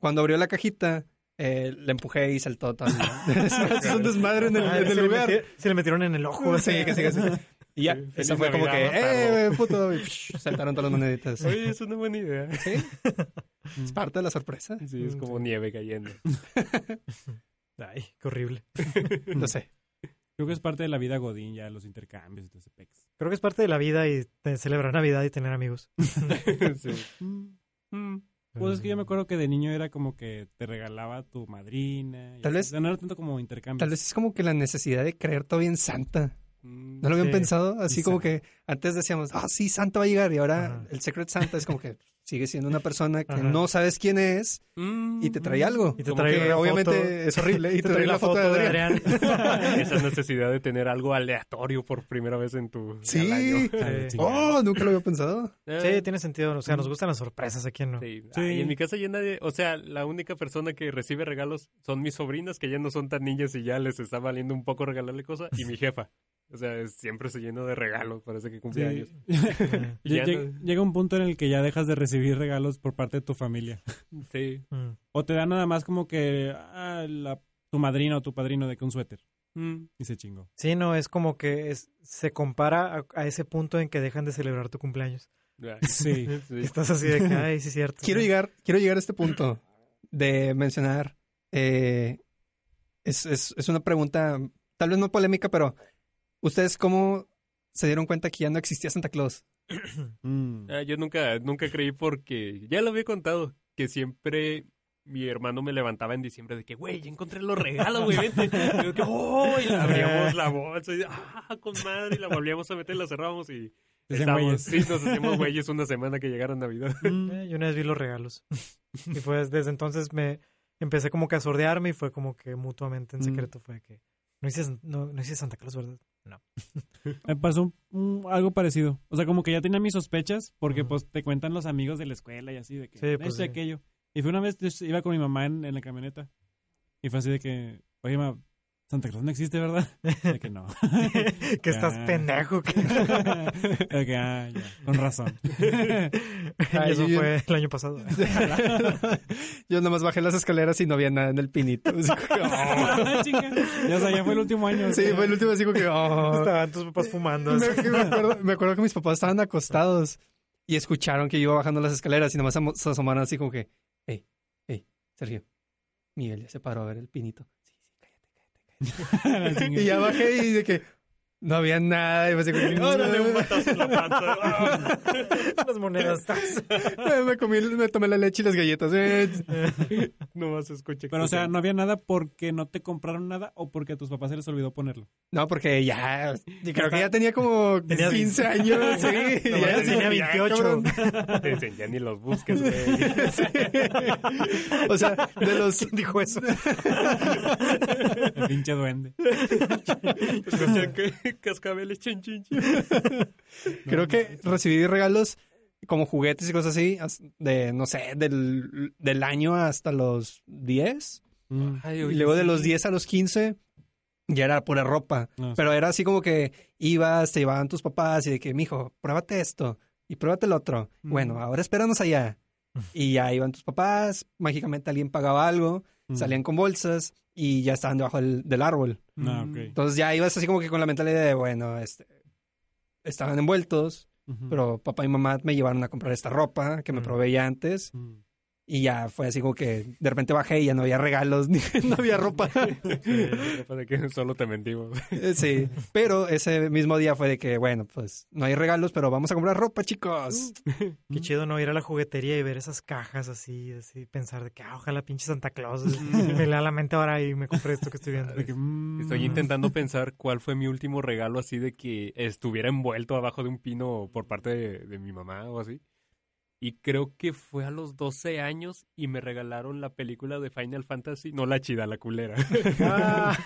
Speaker 8: cuando abrió la cajita, eh, la empujé y saltó también. <laughs> es un desmadre en el,
Speaker 3: Ah,
Speaker 8: en el
Speaker 3: se, le
Speaker 8: lugar.
Speaker 3: meti- se le metieron en el ojo.
Speaker 8: <laughs> Sí,
Speaker 7: <laughs>
Speaker 8: casi, casi. Y ya,
Speaker 7: Feliz
Speaker 8: eso fue como que,
Speaker 7: Navidad,
Speaker 8: ¡eh, puto! Y, psh, saltaron todas las moneditas.
Speaker 7: Oye, es una buena
Speaker 6: <laughs>
Speaker 7: idea.
Speaker 8: Sí.
Speaker 6: Mm.
Speaker 8: Es parte de la sorpresa.
Speaker 7: Sí, es como nieve
Speaker 6: <laughs>
Speaker 7: cayendo.
Speaker 3: <laughs> Ay, qué horrible.
Speaker 8: No sé.
Speaker 6: Creo que es parte de la vida Godín ya, los intercambios y todo ese pex.
Speaker 3: Creo que es parte de la vida y te- celebrar Navidad y tener amigos.
Speaker 7: Sí.
Speaker 6: Mm.
Speaker 7: Mm.
Speaker 6: Pues es que yo me acuerdo que de niño era como que te regalaba tu madrina. y
Speaker 8: Tal
Speaker 6: así.
Speaker 8: vez-
Speaker 6: O sea, no era tanto como intercambio.
Speaker 8: Tal vez es como que la necesidad de creer todavía en Santa.
Speaker 6: Mm,
Speaker 8: ¿No lo habían
Speaker 3: Sí.
Speaker 8: pensado? Así
Speaker 6: Sí,
Speaker 8: como
Speaker 6: Santa.
Speaker 8: que antes decíamos, ah, sí, Santa va a llegar. Y ahora
Speaker 3: Ajá.
Speaker 8: el Secret Santa es como que sigue siendo una persona que
Speaker 3: Ajá.
Speaker 8: no sabes quién es
Speaker 6: mm,
Speaker 8: y te trae algo.
Speaker 3: Y te
Speaker 8: Como
Speaker 3: trae
Speaker 8: que
Speaker 3: una
Speaker 8: obviamente
Speaker 3: foto.
Speaker 8: es horrible. Y te, trae, la foto, de
Speaker 7: <laughs>
Speaker 8: Adrián.
Speaker 7: <laughs> Esa necesidad de tener algo aleatorio por primera vez en tu al año.
Speaker 8: Sí.
Speaker 3: Sí.
Speaker 8: Oh, nunca lo había pensado.
Speaker 3: <laughs>
Speaker 7: <laughs>
Speaker 3: Sí, tiene sentido. O sea, nos gustan las sorpresas aquí, ¿no?
Speaker 7: Sí.
Speaker 6: Ah. Sí.
Speaker 7: Ay, en mi casa ya nadie, o sea, la única persona que recibe regalos son mis sobrinas, que ya no son tan niñas y ya les está valiendo un poco regalarle cosas, y
Speaker 6: <laughs>
Speaker 7: mi jefa. O sea, es- siempre se llena de regalos, parece que
Speaker 6: Sí.
Speaker 7: cumple
Speaker 6: <laughs>
Speaker 7: años.
Speaker 3: Eh,
Speaker 7: Y ya
Speaker 6: Lle-
Speaker 7: no-
Speaker 6: Llega un punto en el que ya dejas de recibir regalos por parte de tu familia.
Speaker 7: sí.
Speaker 3: <laughs> mm.
Speaker 6: O te dan nada más como que ah, la- tu madrina o tu padrino de que un suéter. Y se chingó.
Speaker 3: Sí, no, es como que es, se compara a, a ese punto en que dejan de celebrar tu cumpleaños.
Speaker 7: Ay,
Speaker 6: Sí.
Speaker 7: <laughs> sí.
Speaker 3: Estás así
Speaker 8: <laughs>
Speaker 3: de que, ay, sí, es cierto.
Speaker 8: quiero llegar, quiero llegar a este punto de mencionar. eh, es, es- es una pregunta, tal vez no polémica, pero ¿ustedes cómo se dieron cuenta que ya no existía Santa Claus?
Speaker 6: Mm.
Speaker 7: Ah, yo nunca, nunca creí porque ya lo había contado, que siempre mi hermano me levantaba en diciembre de que, güey, ya encontré los regalos, güey, vente. Y yo que, "Oh", y abríamos la bolsa y, ah, con madre, y la volvíamos a meter, la cerrábamos y
Speaker 6: Se hacen
Speaker 7: estábamos-
Speaker 6: güeyes.
Speaker 7: sí, nos hacíamos güeyes una semana que llegara Navidad.
Speaker 3: Eh, yo una vez vi los regalos. <laughs> Y pues desde entonces me empecé como que a sordearme y fue como que mutuamente en
Speaker 6: Mm.
Speaker 3: secreto fue que no hice, no, no hice Santa Claus, ¿verdad? <laughs>
Speaker 6: Me pasó un- un- algo parecido. O sea, como que ya tenía mis sospechas porque
Speaker 3: Ajá.
Speaker 6: pues te cuentan los amigos de la escuela y así de que
Speaker 3: Sí,
Speaker 6: "Este,
Speaker 3: pues, sí.
Speaker 6: aquello. Y fue una vez yo iba con mi mamá en, en la camioneta y fue así de que, "Oye, ma, Santa Claus no existe, ¿verdad?" De que no. <laughs>
Speaker 3: que estás
Speaker 6: Ah.
Speaker 3: pendejo. que- <laughs>
Speaker 6: <laughs> De que, "Ah, ya, con
Speaker 8: <laughs>
Speaker 6: razón. <laughs>
Speaker 3: y
Speaker 8: Ay,
Speaker 3: eso
Speaker 8: yo-
Speaker 3: fue el año pasado.
Speaker 8: <laughs> Yo nomás bajé las escaleras y no había nada en el pinito. <laughs> Así como que, oh.
Speaker 6: Ah, Chinga. Ya, o sea, ya fue el último año.
Speaker 8: Sí, fue el último así como que... oh.
Speaker 3: Estaban tus papás fumando. así. <laughs>
Speaker 8: <laughs> Me, me acuerdo, me acuerdo que mis papás estaban acostados y escucharon que yo iba bajando las escaleras y nomás amo- se asomaron así como que, hey, hey, Sergio, Miguel ya se paró a ver el pinito. Sí, sí, cállate, cállate,
Speaker 6: <laughs>
Speaker 8: cállate.
Speaker 6: La chinga.
Speaker 8: Y ya bajé y de que no había nada. Y me, <laughs>
Speaker 7: Órale, un batazo en la panza. Ah.
Speaker 3: Las monedas.
Speaker 8: me, comí, me tomé la leche y las galletas. eh. <laughs>
Speaker 7: No más escucha.
Speaker 6: Pero, o sea, no había nada porque no te compraron nada o porque a tus papás se les olvidó ponerlo.
Speaker 8: No, porque ya, yo creo que ya tenía como 15 años. Sí,
Speaker 3: No,
Speaker 8: ya
Speaker 3: ya tenía 28.
Speaker 8: cabrón.
Speaker 7: Te dicen, ya ni los busques, güey. <laughs>
Speaker 8: Sí. O sea, de los... dijo eso?
Speaker 6: El
Speaker 7: <laughs>
Speaker 6: pinche duende.
Speaker 7: Escucha que- Pues, Cascabeles, chin, chin, chin.
Speaker 8: Creo que recibí regalos como juguetes y cosas así, as- de, no sé, del, del año hasta los 10.
Speaker 6: Mm.
Speaker 8: Y luego de los 10 a los 15, ya era pura ropa.
Speaker 6: No,
Speaker 8: Pero era así como que ibas, te llevaban tus papás y de que, mijo, pruébate esto y pruébate el otro. Bueno, ahora espéranos allá. Y ya iban tus papás, mágicamente alguien pagaba algo,
Speaker 6: Mm.
Speaker 8: salían con bolsas y ya estaban debajo del, del árbol.
Speaker 6: No, ok.
Speaker 8: Entonces ya ibas así como que con la mentalidad de, bueno, este, estaban envueltos,
Speaker 6: Ujú.
Speaker 8: pero papá y mamá me llevaron a comprar esta ropa que me
Speaker 3: Mm.
Speaker 8: proveía antes
Speaker 6: Mm.
Speaker 8: y ya fue así como que de repente bajé y ya no había regalos, <laughs> ni, no había ropa.
Speaker 7: Para que solo te mentimos.
Speaker 8: Eh, Sí, pero ese mismo día fue de que, bueno, pues no hay regalos, pero vamos a comprar ropa, chicos.
Speaker 3: Qué chido no ir a la juguetería y ver esas cajas así, así pensar de que ah, ojalá pinche Santa Claus me lea la mente ahora y me compré esto que estoy viendo.
Speaker 6: De que, mm.
Speaker 7: Estoy intentando pensar cuál fue mi último regalo así de que estuviera envuelto abajo de un pino por parte de, de mi mamá o así. Y creo que fue a los 12 años y me regalaron la película de Final Fantasy, no la chida, la culera. <laughs>
Speaker 3: Ah,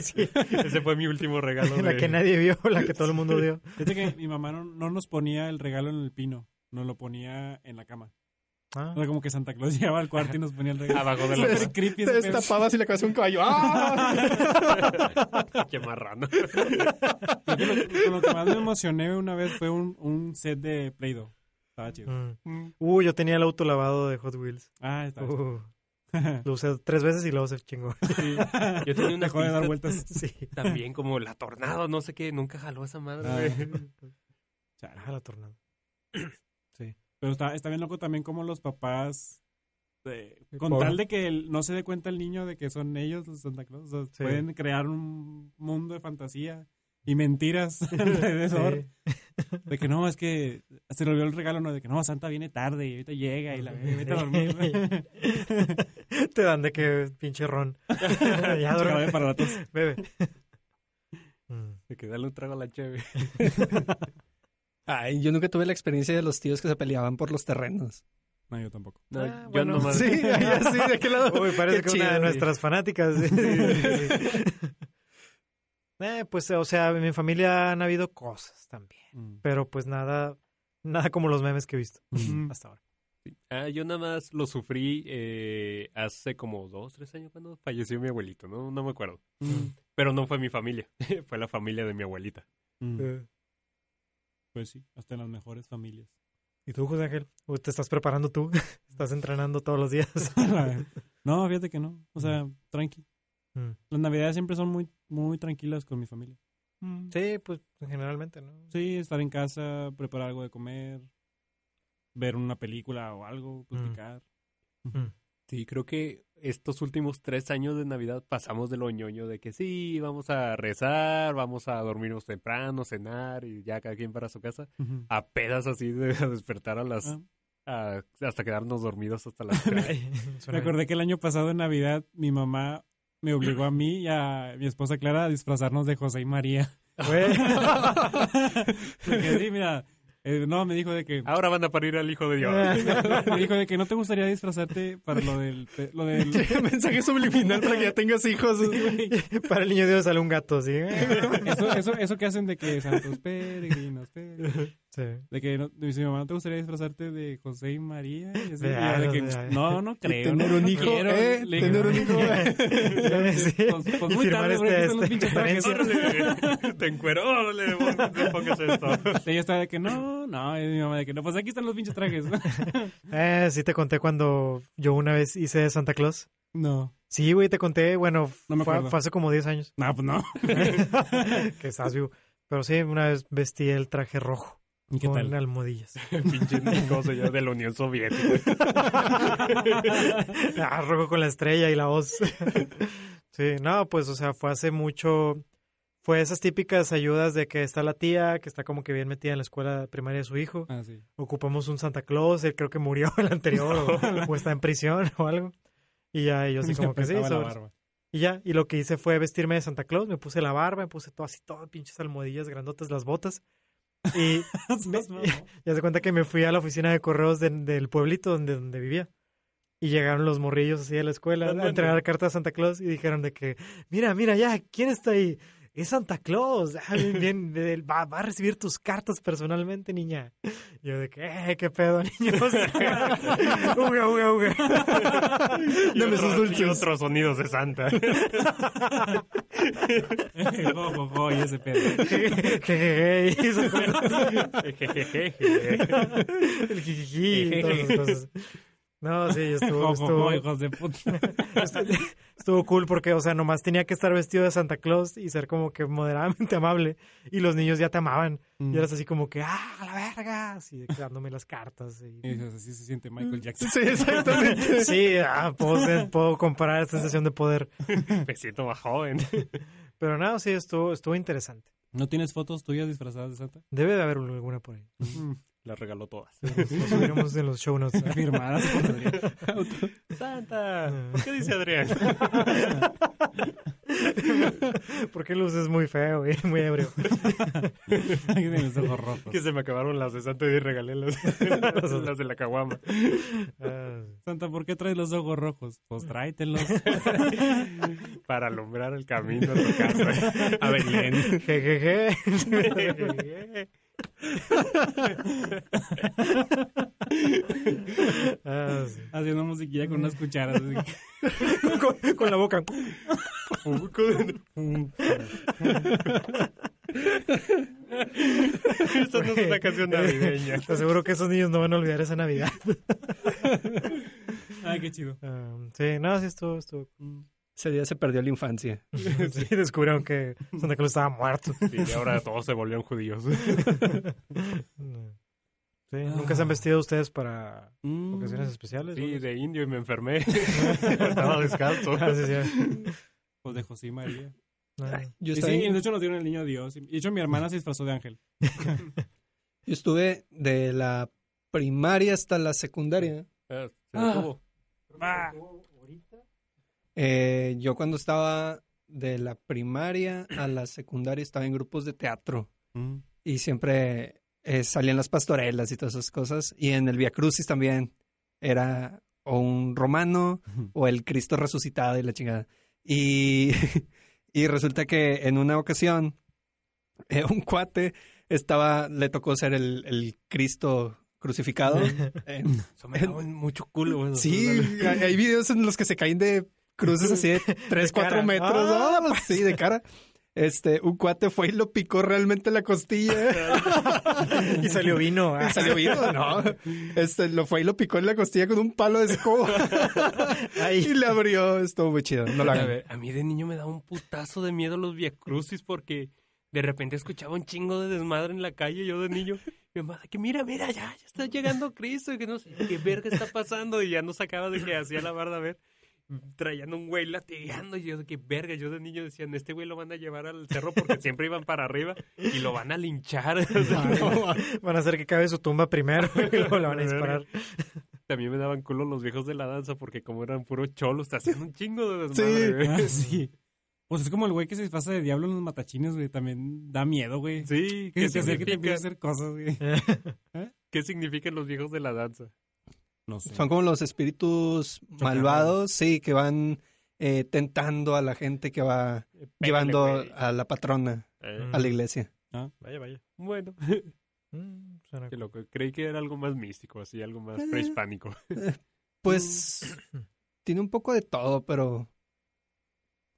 Speaker 3: sí,
Speaker 7: Ese fue mi último regalo.
Speaker 3: <laughs>
Speaker 7: <laughs>
Speaker 3: la
Speaker 7: de-
Speaker 3: que nadie vio, la que todo el mundo vio.
Speaker 6: Fíjate que mi mamá no, no nos ponía el regalo en el pino, nos lo ponía en la cama.
Speaker 3: Ah,
Speaker 6: O sea, como que Santa Claus <laughs> llegaba al cuarto y nos ponía el regalo.
Speaker 7: Abajo de
Speaker 6: Está
Speaker 7: la
Speaker 6: bien creepy
Speaker 8: <laughs>
Speaker 6: ese
Speaker 8: Te
Speaker 6: pedo.
Speaker 8: destapabas y le cabeza un caballo. ¡Ah!
Speaker 7: cama. Qué marrano.
Speaker 6: Creo que lo, con lo que más me emocioné una vez fue un, un set de Play-Doh. Estaba chido.
Speaker 3: mm. Uh, yo tenía el auto lavado de Hot Wheels.
Speaker 6: Ah, estaba
Speaker 7: Oh.
Speaker 6: chido. <laughs>
Speaker 3: Uh, lo usé tres veces y luego se chingó. <laughs>
Speaker 7: Yo tenía una
Speaker 6: Dejó de dar
Speaker 7: pista
Speaker 6: vueltas.
Speaker 3: Sí.
Speaker 7: también como la tornado, no sé qué, nunca jaló esa madre. güey.
Speaker 6: Chale.
Speaker 3: Ah, la tornada.
Speaker 6: Pero está, está bien loco también como los papás, eh, con tal de que el- no se dé cuenta el niño de que son ellos los Santa Claus, o sea,
Speaker 3: Sí.
Speaker 6: pueden crear un mundo de fantasía. Y y mentiras <laughs> alrededor.
Speaker 3: <laughs> Sí.
Speaker 6: De que no, es que se le olvidó el regalo, no, de que no, Santa viene tarde y ahorita llega y la vete a dormir.
Speaker 3: Te dan de que pinche ron. <laughs>
Speaker 6: <laughs>
Speaker 3: ya
Speaker 6: Chicarabe
Speaker 3: duerme,
Speaker 6: para
Speaker 3: <laughs>
Speaker 6: la tos.
Speaker 3: bebe. Mm.
Speaker 7: De que dale un trago a la cheve.
Speaker 8: <laughs> Ay, yo nunca tuve la experiencia de los tíos que se peleaban por los terrenos.
Speaker 6: No, yo tampoco.
Speaker 7: No,
Speaker 3: Ah,
Speaker 7: yo
Speaker 3: bueno,
Speaker 7: nomás.
Speaker 8: Sí, ya sí, de aquel lado.
Speaker 3: Uy, parece
Speaker 8: Qué
Speaker 3: que una
Speaker 8: chido,
Speaker 3: de
Speaker 8: güey.
Speaker 3: nuestras fanáticas. Sí, sí, sí. Eh, pues, o sea, en mi familia han habido cosas también. Pero pues nada, nada como los memes que he visto
Speaker 6: Mm.
Speaker 3: hasta ahora.
Speaker 7: Ah, yo nada más lo sufrí eh, hace como dos, tres años cuando falleció mi abuelito, ¿no? No me acuerdo. Pero no fue mi familia, <laughs> fue la familia de mi abuelita.
Speaker 3: Eh,
Speaker 6: Mm. Pues sí, hasta en las mejores familias. <laughs>
Speaker 3: ¿Y tú, José Ángel? ¿O ¿Te estás preparando tú? <laughs> ¿Estás entrenando todos los días?
Speaker 6: no, fíjate que no. O sea, tranqui.
Speaker 3: Mm.
Speaker 6: Las navidades siempre son muy, muy tranquilas con mi familia.
Speaker 3: Sí, pues generalmente, ¿no?
Speaker 6: Sí, estar en casa, preparar algo de comer, ver una película o algo, platicar.
Speaker 7: Sí, creo que estos últimos tres años de Navidad pasamos de lo ñoño de que sí, vamos a rezar, vamos a dormirnos temprano, cenar y ya cada quien para su casa. A pedas así de <laughs> despertar a las... a- hasta quedarnos dormidos hasta <laughs> las... tres.
Speaker 6: Me
Speaker 3: Suena
Speaker 6: acordé que el año pasado en Navidad mi mamá me obligó a mí y a mi esposa Clara a disfrazarnos de José y María.
Speaker 3: bien.
Speaker 6: <laughs> De que, sí, mira, eh, no, me dijo de que
Speaker 7: Ahora van a parir al hijo de Dios.
Speaker 6: <laughs> Ah. me dijo de que no te gustaría disfrazarte para lo del pe- lo del
Speaker 8: Mensaje subliminal para que ya tengas
Speaker 3: <laughs>
Speaker 8: hijos.
Speaker 3: Para el niño Dios sale un gato, ¿sí?
Speaker 6: eso, eso, eso que hacen de que santos peregrinos peregrinos.
Speaker 3: sí.
Speaker 6: De que no, dice mi mamá, ¿no te gustaría disfrazarte de José y María? Y así,
Speaker 3: De
Speaker 6: y yo de que,
Speaker 3: algo, de-
Speaker 6: no, no creo.
Speaker 8: tener
Speaker 6: no,
Speaker 8: un
Speaker 6: no
Speaker 8: hijo,
Speaker 6: quiero".
Speaker 8: eh,
Speaker 6: Le dije,
Speaker 8: tener un
Speaker 6: "No,
Speaker 8: hijo,
Speaker 6: no quiero".
Speaker 3: <laughs>
Speaker 6: <laughs>
Speaker 3: Sí.
Speaker 6: Pues- pues
Speaker 3: Y
Speaker 6: muy
Speaker 3: firmar
Speaker 6: tarde, porque
Speaker 3: este-
Speaker 6: están los
Speaker 3: esta
Speaker 6: pinches trajes.
Speaker 3: conferencia.
Speaker 6: <laughs>
Speaker 7: Órale, <laughs> Te encuero, órale, no pongas esto.
Speaker 6: Ella estaba de que no, no, y mi mamá de que no, pues aquí están los
Speaker 3: <laughs>
Speaker 6: pinches trajes.
Speaker 3: Eh, sí te conté cuando yo una vez hice Santa Claus.
Speaker 6: No.
Speaker 3: Sí, güey, te conté, bueno,
Speaker 6: No me
Speaker 3: fue,
Speaker 6: acuerdo.
Speaker 3: fue hace como 10
Speaker 6: <laughs>
Speaker 3: años <laughs>
Speaker 6: No, pues no.
Speaker 3: que estás vivo. Pero sí, una vez vestí el traje rojo
Speaker 6: ¿Y qué
Speaker 3: con
Speaker 6: tal?
Speaker 3: almohadillas.
Speaker 7: Pinche cosa ya de la Unión Soviética.
Speaker 3: <laughs> Ah, rojo con la estrella y la voz. <laughs> Sí, no, pues, o sea, fue hace mucho. Fue esas típicas ayudas de que está la tía, que está como que bien metida en la escuela primaria de su hijo.
Speaker 6: <laughs> Ah, sí.
Speaker 3: ocupamos un Santa Claus, él creo que murió <laughs> el anterior o, o está en prisión o algo. Y ya ellos
Speaker 6: <laughs>
Speaker 3: así
Speaker 6: Me
Speaker 3: como que sí,
Speaker 6: apretaba la
Speaker 3: sobres.
Speaker 6: barba.
Speaker 3: y ya, y lo que hice fue vestirme de Santa Claus, me puse la barba, me puse todo así, todo pinches almohadillas grandotas, las botas. Y
Speaker 6: <laughs>
Speaker 3: <laughs> ya se cuenta que me fui a la oficina de correos de- del pueblito donde, donde vivía. Y llegaron los morrillos así de la escuela a entregar cartas a Santa Claus y dijeron de que, mira, mira, ya, ¿quién está ahí? Es Santa Claus. Ah, bien, bien, él va, va a recibir tus cartas personalmente, niña. Yo de que, "Eh, ¿qué pedo, <laughs> niños? uga, uga, uga.
Speaker 7: Y
Speaker 8: Dame sus
Speaker 7: otro-
Speaker 8: dulces.
Speaker 7: Y otros sonidos de Santa.
Speaker 6: Jo, jo, jo, y ese pedo.
Speaker 3: Jejeje, y esas cosas. El jijiji y todas esas cosas. No, sí, estuvo,
Speaker 6: Jo, jo, jo,
Speaker 3: estuvo,
Speaker 6: hijos de puta. <laughs>
Speaker 3: estuvo cool porque, o sea, nomás tenía que estar vestido de Santa Claus y ser como que moderadamente amable. Y los niños ya te amaban. Y eras así como que, ¡ah, a la verga! Así de que dándome las cartas. y-
Speaker 6: Y dices, así se siente
Speaker 3: <laughs>
Speaker 6: Michael Jackson. <laughs>
Speaker 8: Sí, exactamente.
Speaker 3: Sí, ah, puedo, ser- puedo comparar esta sensación de poder.
Speaker 7: Me siento más joven.
Speaker 3: Pero nada, sí, estuvo, estuvo interesante.
Speaker 6: ¿No tienes fotos tuyas disfrazadas de Santa?
Speaker 3: Debe de haber alguna por ahí.
Speaker 7: Las regaló todas.
Speaker 3: Lo subiremos en los show notes.
Speaker 6: Firmadas por Adrián.
Speaker 7: <laughs> Santa, ¿por qué dice
Speaker 6: <laughs>
Speaker 7: Adrián?
Speaker 3: Porque luces muy feo, güey, muy ebrio.
Speaker 6: Tiene los ojos rojos.
Speaker 7: <laughs> Que se me acabaron las de Santa y regalé las, las de la caguama.
Speaker 3: Ah,
Speaker 6: Santa, ¿por qué traes los ojos rojos?
Speaker 7: Mm.
Speaker 6: Pues tráetelos.
Speaker 7: Para alumbrar el camino a tu casa. <laughs> A Belén.
Speaker 3: Jejeje. Ah, sí.
Speaker 6: Haciendo musiquilla con unas cucharas.
Speaker 7: <laughs>
Speaker 3: con, con la boca.
Speaker 7: Esta no es una canción navideña.
Speaker 3: Te aseguro que esos niños no van a olvidar esa Navidad.
Speaker 6: Ay, qué chido.
Speaker 3: Ah, sí, no, sí estuvo, estuvo.
Speaker 8: Ese día se perdió la infancia.
Speaker 3: Sí, descubrieron que Santa Claus estaba muerto.
Speaker 7: y ahora todos se volvieron judíos.
Speaker 3: No. Sí, ¿Nunca se han vestido ustedes para ocasiones especiales?
Speaker 7: Ah. Mm. Sí, de indio
Speaker 3: <laughs>
Speaker 7: y me enfermé. Estaba descalzo.
Speaker 3: Ah, sí, sí.
Speaker 6: Pues de José y María.
Speaker 3: Ah,
Speaker 8: Yo,
Speaker 6: Y
Speaker 8: estaba
Speaker 6: sí,
Speaker 8: en-
Speaker 6: y de hecho nos dieron el niño Dios. Y De hecho, mi hermana se disfrazó de ángel.
Speaker 8: yo estuve de la primaria hasta la secundaria.
Speaker 7: Ah, se
Speaker 6: Ah.
Speaker 7: detuvo.
Speaker 6: Ah,
Speaker 8: Eh, yo cuando estaba de la primaria a la secundaria estaba en grupos de teatro
Speaker 7: Mm.
Speaker 8: y siempre eh, salían las pastorelas y todas esas cosas. Y en el Via Crucis también era o un romano o el Cristo resucitado y la chingada. Y, <laughs> y resulta que en una ocasión eh, un cuate estaba, le tocó ser el, el Cristo crucificado.
Speaker 3: Ah.
Speaker 7: <laughs>
Speaker 8: en-
Speaker 7: Eso me daba un- mucho culo, güey.
Speaker 8: Sí, hay, hay videos en los que se caen de
Speaker 3: <laughs>
Speaker 8: cruces así de 3, 4
Speaker 3: cara.
Speaker 8: metros.
Speaker 3: Ah,
Speaker 8: ¿no? Pues sí, de cara. Este, un cuate fue y lo picó realmente la costilla. ¿eh?
Speaker 3: y salió vino. ah.
Speaker 8: Y salió vivo, ¿no? Este, lo fue y lo picó en la costilla con un palo de escoba.
Speaker 3: <laughs>
Speaker 8: Y le abrió. Estuvo muy chido. No lo
Speaker 7: A,
Speaker 8: hagan.
Speaker 7: ver, a mí de niño me daba un putazo de miedo los viacrucis porque de repente escuchaba un chingo de desmadre en la calle, yo de niño. Mi mamá, de que mira, mira, ya, ya está llegando Cristo, y que no sé qué verga está pasando, y ya no sacaba de que hacía la barda a ver. Trayendo un güey latigando, y yo de que verga, yo de niño decían, este güey lo van a llevar al cerro porque siempre iban para arriba y lo van a linchar. <laughs> O sea, no,
Speaker 3: Van a hacer que cabe su tumba primero <laughs> y luego la van a disparar.
Speaker 7: También me daban culo los viejos de la danza porque como eran puros cholos, te hacían un chingo de
Speaker 8: Sí.
Speaker 7: desmadre. güey. <laughs>
Speaker 6: Ah, <laughs> sí. Pues es como el güey que se disfraza de diablo en los matachines, güey. También da miedo, güey.
Speaker 7: Sí,
Speaker 6: Que
Speaker 7: ¿qué
Speaker 6: se acerque y te empieza
Speaker 7: significa,
Speaker 6: a hacer cosas, güey.
Speaker 7: ¿qué significan los viejos de la danza?
Speaker 6: No sé.
Speaker 8: Son como los espíritus malvados, sí, que van eh, tentando a la gente que va llevando
Speaker 7: Eh, güey.
Speaker 8: a la patrona
Speaker 7: Eh,
Speaker 8: a la iglesia.
Speaker 3: Vaya, vaya.
Speaker 7: Bueno,
Speaker 3: Mm, suena-
Speaker 7: qué loco. Creí que era algo más místico, así, algo más <laughs> prehispánico.
Speaker 8: Pues tiene un poco de todo, pero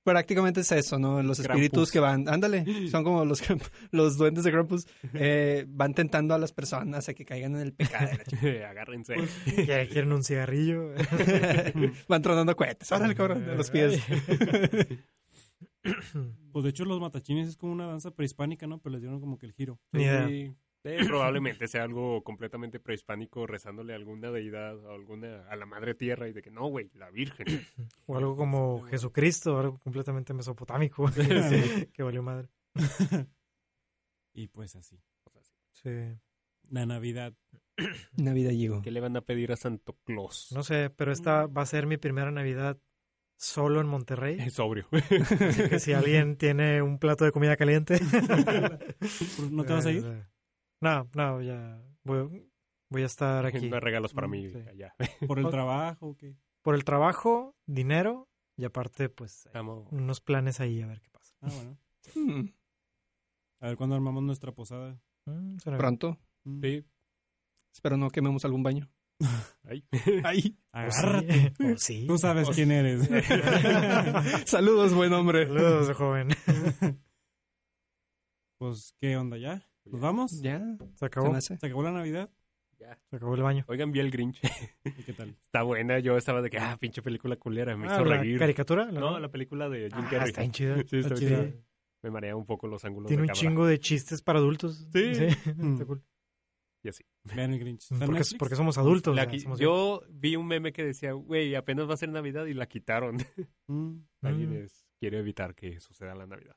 Speaker 8: prácticamente es eso, ¿no? Los
Speaker 7: Krampus.
Speaker 8: espíritus que van, ándale, son como los, Kramp- los duendes de Krampus, eh, van tentando a las personas a que caigan en el
Speaker 7: <laughs>
Speaker 8: pecado.
Speaker 7: Agárrense. <laughs>
Speaker 3: Ya quieren un cigarrillo.
Speaker 8: <laughs> van tronando cohetes, órale, cabrón, de los
Speaker 3: Eh.
Speaker 8: pies.
Speaker 3: <laughs>
Speaker 6: Pues de hecho, los matachines es como una danza prehispánica, ¿no? Pero les dieron como que el giro.
Speaker 3: Ni idea.
Speaker 7: Sí, eh, probablemente sea algo completamente prehispánico, rezándole a alguna deidad, a alguna, a la madre tierra, y de que no, güey, la virgen.
Speaker 3: O algo como Jesucristo, algo completamente mesopotámico. que valió madre.
Speaker 6: Y pues así.
Speaker 3: Sí.
Speaker 6: La Navidad.
Speaker 8: Navidad
Speaker 7: <clears throat>
Speaker 8: llegó.
Speaker 7: ¿Qué le van a pedir a Santo Claus?
Speaker 3: No sé, pero esta va a ser mi primera Navidad solo en
Speaker 7: <laughs>
Speaker 3: Monterrey.
Speaker 7: Es sobrio.
Speaker 3: Así que si alguien tiene un plato de comida caliente.
Speaker 6: Pues, ¿No te vas a ir?
Speaker 3: <laughs> No, no, ya. Voy, voy a estar aquí.
Speaker 7: No hay regalos para mí
Speaker 3: Sí.
Speaker 7: allá.
Speaker 6: ¿Por el trabajo o qué?
Speaker 3: Por el trabajo, dinero y aparte, pues,
Speaker 7: <laughs>
Speaker 3: hay
Speaker 7: Amo.
Speaker 3: unos planes ahí a ver qué pasa.
Speaker 6: Ah, bueno.
Speaker 8: Hmm,
Speaker 6: A ver cuándo armamos nuestra posada. Mm.
Speaker 3: Mm, suena bien.
Speaker 8: Pronto,
Speaker 7: Sí.
Speaker 8: espero no quememos algún baño.
Speaker 7: Ay.
Speaker 8: Ay, <laughs>
Speaker 3: O
Speaker 6: Agárrate.
Speaker 3: Pues <laughs> sí, o Ah, sí.
Speaker 6: Ah, pues, Tú sabes quién eres.
Speaker 8: saludos, buen hombre.
Speaker 3: Saludos, joven.
Speaker 6: pues, ¿qué onda ya? ¿Nos vamos?
Speaker 8: Ya,
Speaker 3: Se
Speaker 8: se
Speaker 3: acabó,
Speaker 8: me hace.
Speaker 6: ¿Se acabó la Navidad?
Speaker 3: se acabó el baño.
Speaker 7: Oigan, vi el Grinch. <laughs>
Speaker 6: ¿Y qué tal?
Speaker 7: Está buena. Yo estaba de que, ah, pinche película culera. Me
Speaker 3: Ah,
Speaker 7: hizo
Speaker 3: ¿La
Speaker 7: reír.
Speaker 3: caricatura? ¿La
Speaker 7: No,
Speaker 3: no?
Speaker 7: la película de Jim
Speaker 3: Ah,
Speaker 7: Carrey.
Speaker 3: está bien chida.
Speaker 7: Sí, está
Speaker 3: Está
Speaker 7: bien
Speaker 3: chida.
Speaker 7: chida. Me marea un poco los ángulos
Speaker 3: Tiene
Speaker 7: de
Speaker 3: un
Speaker 7: cámara.
Speaker 3: chingo de chistes para adultos.
Speaker 7: Sí.
Speaker 3: está cool.
Speaker 6: Vean el Grinch. ¿Está en
Speaker 3: Porque,
Speaker 6: Netflix?
Speaker 3: porque somos adultos.
Speaker 7: La
Speaker 3: o sea,
Speaker 7: qui-
Speaker 3: somos-
Speaker 7: yo vi un meme que decía, güey, apenas va a ser Navidad y la quitaron. <laughs>
Speaker 6: Mm.
Speaker 7: Alguien
Speaker 3: Mm.
Speaker 7: es- quiere evitar que suceda la Navidad.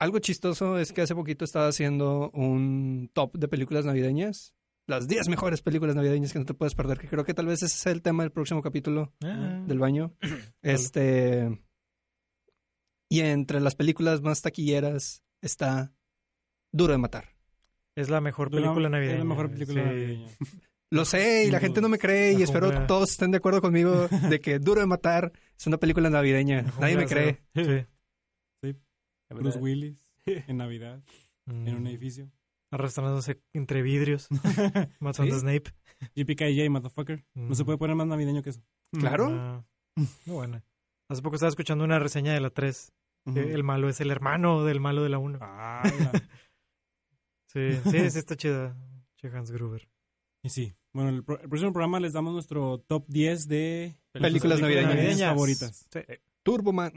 Speaker 8: Algo chistoso es que hace poquito estaba haciendo un top de películas navideñas. Las 10 mejores películas navideñas que no te puedes perder, que creo que tal vez ese sea el tema del próximo capítulo
Speaker 3: Ah.
Speaker 8: del baño.
Speaker 3: <clears throat>
Speaker 8: Este. Y entre las películas más taquilleras está Duro de Matar.
Speaker 3: Es la mejor
Speaker 6: Es la-
Speaker 3: película navideña.
Speaker 6: Es la mejor película
Speaker 3: sí.
Speaker 6: navideña.
Speaker 8: Lo sé, y la
Speaker 3: Mm,
Speaker 8: gente no me cree, y
Speaker 3: la
Speaker 8: espero
Speaker 3: jungla.
Speaker 8: todos estén de acuerdo conmigo de que Duro de Matar es una película navideña. Nadie me cree.
Speaker 3: Sí.
Speaker 7: La
Speaker 6: Bruce
Speaker 7: verdad, <laughs>
Speaker 6: Willis en Navidad, en un
Speaker 3: Mm.
Speaker 6: edificio.
Speaker 3: Arrastrándose entre vidrios. matando a
Speaker 8: Sí.
Speaker 3: Snape.
Speaker 6: JPKJ, motherfucker. No se
Speaker 3: Mm.
Speaker 6: puede poner más navideño que eso.
Speaker 8: Claro.
Speaker 3: Ah, muy buena. Hace poco estaba escuchando una reseña de la 3.
Speaker 6: Ujú.
Speaker 3: Eh, El malo es el hermano del malo de la 1.
Speaker 6: Ah, la-
Speaker 3: Sí, sí, sí, está chida. Che Hans Gruber.
Speaker 6: Y sí. Bueno, el, pro- el próximo programa les damos nuestro top 10 de
Speaker 8: Películas navideñas.
Speaker 6: favoritas.
Speaker 3: Sí.
Speaker 8: Turboman.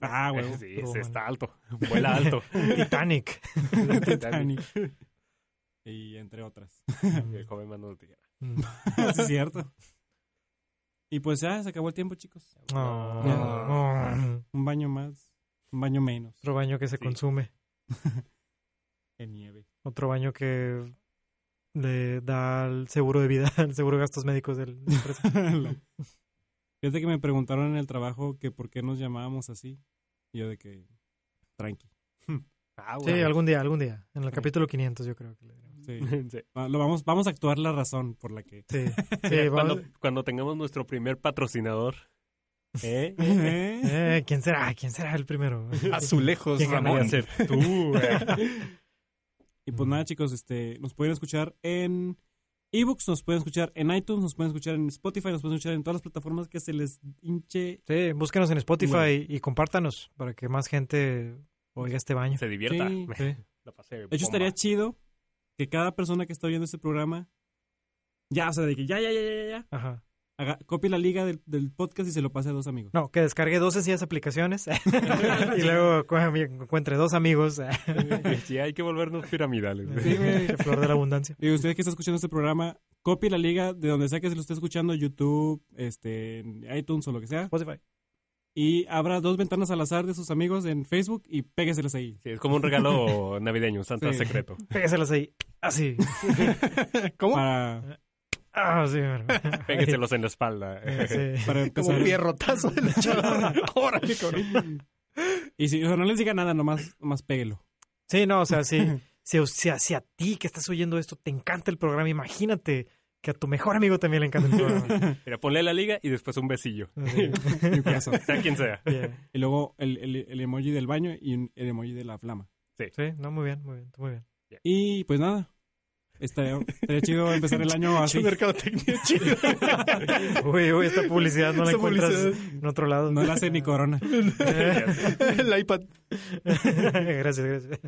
Speaker 6: Ah, güey.
Speaker 7: eh, <laughs> Sí,
Speaker 3: Pero
Speaker 7: se
Speaker 3: bueno. <laughs>
Speaker 7: está alto. Vuela alto.
Speaker 3: Titanic.
Speaker 6: <laughs> Titanic.
Speaker 7: <laughs>
Speaker 6: y entre otras. <laughs>
Speaker 7: Y el joven mano de tijera.
Speaker 3: Mm.
Speaker 6: Sí, es cierto. Y pues ya, se acabó el tiempo, chicos.
Speaker 3: Oh,
Speaker 8: Ah.
Speaker 3: oh.
Speaker 6: Un baño más. Un baño menos.
Speaker 3: Otro baño que se
Speaker 7: Sí.
Speaker 3: consume.
Speaker 7: En nieve.
Speaker 3: Otro baño que le da el seguro de vida, <laughs> el seguro de gastos médicos del de la empresa.
Speaker 6: <laughs> La- <laughs> Fíjate que me preguntaron en el trabajo que por qué nos llamábamos así. Y yo de que, tranqui.
Speaker 7: Ah,
Speaker 3: Sí,
Speaker 7: güey.
Speaker 3: algún día, algún día. En el capítulo 500 yo creo que le diremos.
Speaker 6: Sí.
Speaker 7: <laughs> Sí.
Speaker 6: Va- Lo vamos, vamos a actuar la razón por la que...
Speaker 3: Sí, sí,
Speaker 7: Mira,
Speaker 3: vamos.
Speaker 7: cuando, cuando tengamos nuestro primer patrocinador. ¿Eh?
Speaker 6: ¿Eh?
Speaker 3: Eh, ¿Quién será? ¿Quién será el primero?
Speaker 8: Azulejos,
Speaker 3: ¿Quién ganó?
Speaker 8: Ramón.
Speaker 7: Ser
Speaker 3: <laughs>
Speaker 7: tú, güey.
Speaker 6: <laughs> Y pues nada, chicos, este, nos pueden escuchar en ebooks, nos pueden escuchar en iTunes, nos pueden escuchar en Spotify, nos pueden escuchar en todas las plataformas que se les hinche.
Speaker 3: Sí, búsquenos en Spotify y, y compártanos para que más gente oiga este baño.
Speaker 7: Se divierta.
Speaker 6: Sí,
Speaker 3: sí.
Speaker 7: La pasé
Speaker 6: De hecho,
Speaker 7: bomba.
Speaker 6: estaría chido que cada persona que está viendo este programa, ya, o sea, de que ya, ya, ya, ya, ya,
Speaker 3: Ajá.
Speaker 6: haga- copie la liga del, del podcast y se lo pase a dos amigos.
Speaker 3: No, que descargue dos sencillas aplicaciones <laughs> y luego cu- encuentre dos amigos.
Speaker 7: <laughs>
Speaker 3: <laughs>
Speaker 7: Sí, hay que volvernos piramidales. güey.
Speaker 3: de flor de la abundancia.
Speaker 6: Y usted que está escuchando este programa, copie la liga de donde sea que se lo esté escuchando, YouTube, este, en iTunes o lo que sea,
Speaker 3: Spotify.
Speaker 6: y abra dos ventanas al azar de sus amigos en Facebook y pégueselas ahí.
Speaker 7: Sí, es como
Speaker 3: <laughs>
Speaker 7: un regalo navideño, un Santa
Speaker 6: Sí.
Speaker 7: secreto.
Speaker 3: Pégaselas ahí. Así.
Speaker 8: ¿Cómo?
Speaker 6: Para,
Speaker 3: Ah, sí, bueno.
Speaker 7: Pégueselos en la espalda.
Speaker 3: Eh, <laughs> sí.
Speaker 6: para
Speaker 8: Como
Speaker 6: empezar.
Speaker 8: un
Speaker 3: <laughs>
Speaker 8: pierrotazo de la chava. Órale, cabrón.
Speaker 6: Y si, o sea, no les diga nada, nomás, nomás péguelo.
Speaker 3: Sí, no, o sea, sí. Si, a- si a- si a ti que estás oyendo esto te encanta el programa, imagínate que a tu mejor amigo también le encanta el programa.
Speaker 7: Mira, ponle la liga y después un besillo.
Speaker 3: Sí.
Speaker 6: Y un corazón.
Speaker 7: Sea quien sea.
Speaker 3: Bien.
Speaker 6: Y luego el, el, el emoji del baño y un- el emoji de la flama.
Speaker 3: Sí, no, muy bien, muy bien, tú muy bien.
Speaker 6: Y pues nada. Estaría, estaría chido empezar el año así.
Speaker 8: Pinche mercadotecnia chido.
Speaker 3: <laughs> Uy, uy, esta publicidad no la
Speaker 8: Esa
Speaker 3: encuentras
Speaker 8: publicidad.
Speaker 3: en otro lado.
Speaker 6: No la hace ni corona.
Speaker 8: El iPad.
Speaker 3: <laughs> gracias, gracias.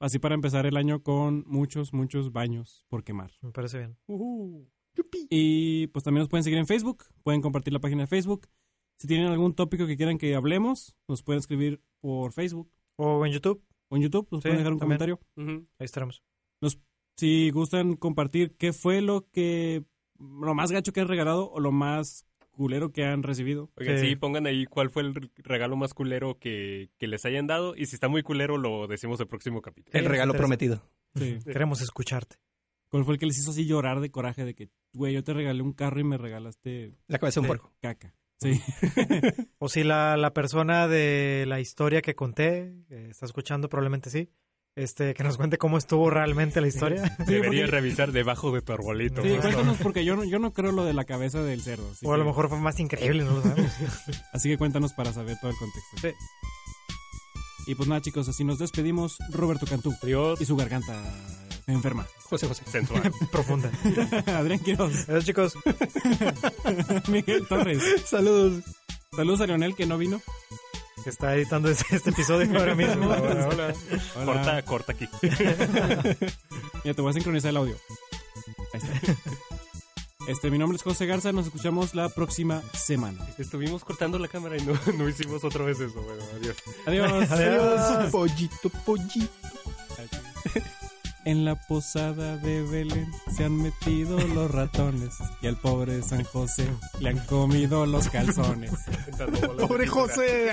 Speaker 6: Así para empezar el año con muchos, muchos baños por quemar.
Speaker 3: Me parece bien.
Speaker 6: Y pues también nos pueden seguir en Facebook. Pueden compartir la página de Facebook. Si tienen algún tópico que quieran que hablemos, nos pueden escribir por Facebook
Speaker 3: O en YouTube,
Speaker 6: o en YouTube. Nos
Speaker 3: Sí,
Speaker 6: pueden dejar un
Speaker 3: también.
Speaker 6: comentario.
Speaker 3: ahí estaremos.
Speaker 6: si gustan compartir qué fue lo que lo más gacho que han regalado o lo más culero que han recibido.
Speaker 7: Oigan,
Speaker 3: Sí.
Speaker 7: sí, pongan ahí cuál fue el regalo más culero que, que les hayan dado. Y si está muy culero, lo decimos el próximo capítulo.
Speaker 8: El regalo prometido.
Speaker 3: Queremos escucharte.
Speaker 6: ¿Cuál fue el que les hizo así llorar de coraje de que, güey, yo te regalé un carro y me regalaste
Speaker 8: La cabeza de un
Speaker 3: Sí.
Speaker 8: puerco.
Speaker 6: caca? Sí.
Speaker 3: O si la, la persona de la historia que conté eh, está escuchando, probablemente sí. Este, que nos cuente cómo estuvo realmente la historia.
Speaker 7: Deberías
Speaker 6: porque-
Speaker 7: revisar debajo de tu arbolito.
Speaker 6: Sí,
Speaker 7: güey.
Speaker 6: cuéntanos porque yo no, yo no creo lo de la cabeza del cerdo. Así,
Speaker 3: o a lo
Speaker 6: que-
Speaker 3: mejor fue más increíble, no lo sabemos. <laughs>
Speaker 6: así que cuéntanos para saber todo el contexto.
Speaker 3: Sí.
Speaker 6: Y pues nada, chicos, así nos despedimos. Roberto Cantú
Speaker 7: Adiós.
Speaker 6: y su garganta enferma. <laughs>
Speaker 8: José José.
Speaker 3: <laughs>
Speaker 7: Sensual.
Speaker 3: Profunda.
Speaker 6: Adrián Quiroz, <laughs>
Speaker 3: Adiós, chicos.
Speaker 6: Miguel Torres.
Speaker 8: Saludos.
Speaker 6: Saludos a Leonel que no vino.
Speaker 3: Que está editando este, este episodio ahora mismo.
Speaker 7: Hola, hola. <laughs>
Speaker 6: Hola.
Speaker 7: Corta, corta aquí.
Speaker 6: Ya te voy a sincronizar el audio. Ahí está. Este, mi nombre es José Garza, nos escuchamos la próxima semana.
Speaker 7: Estuvimos cortando la cámara y no, <laughs> no hicimos otra vez eso. Bueno, adiós.
Speaker 8: <laughs>
Speaker 6: Adiós.
Speaker 8: Adiós. Pollito, pollito.
Speaker 6: <laughs> En la posada de Belén se han metido los ratones y al pobre San José le han comido los calzones.
Speaker 8: Pobre José.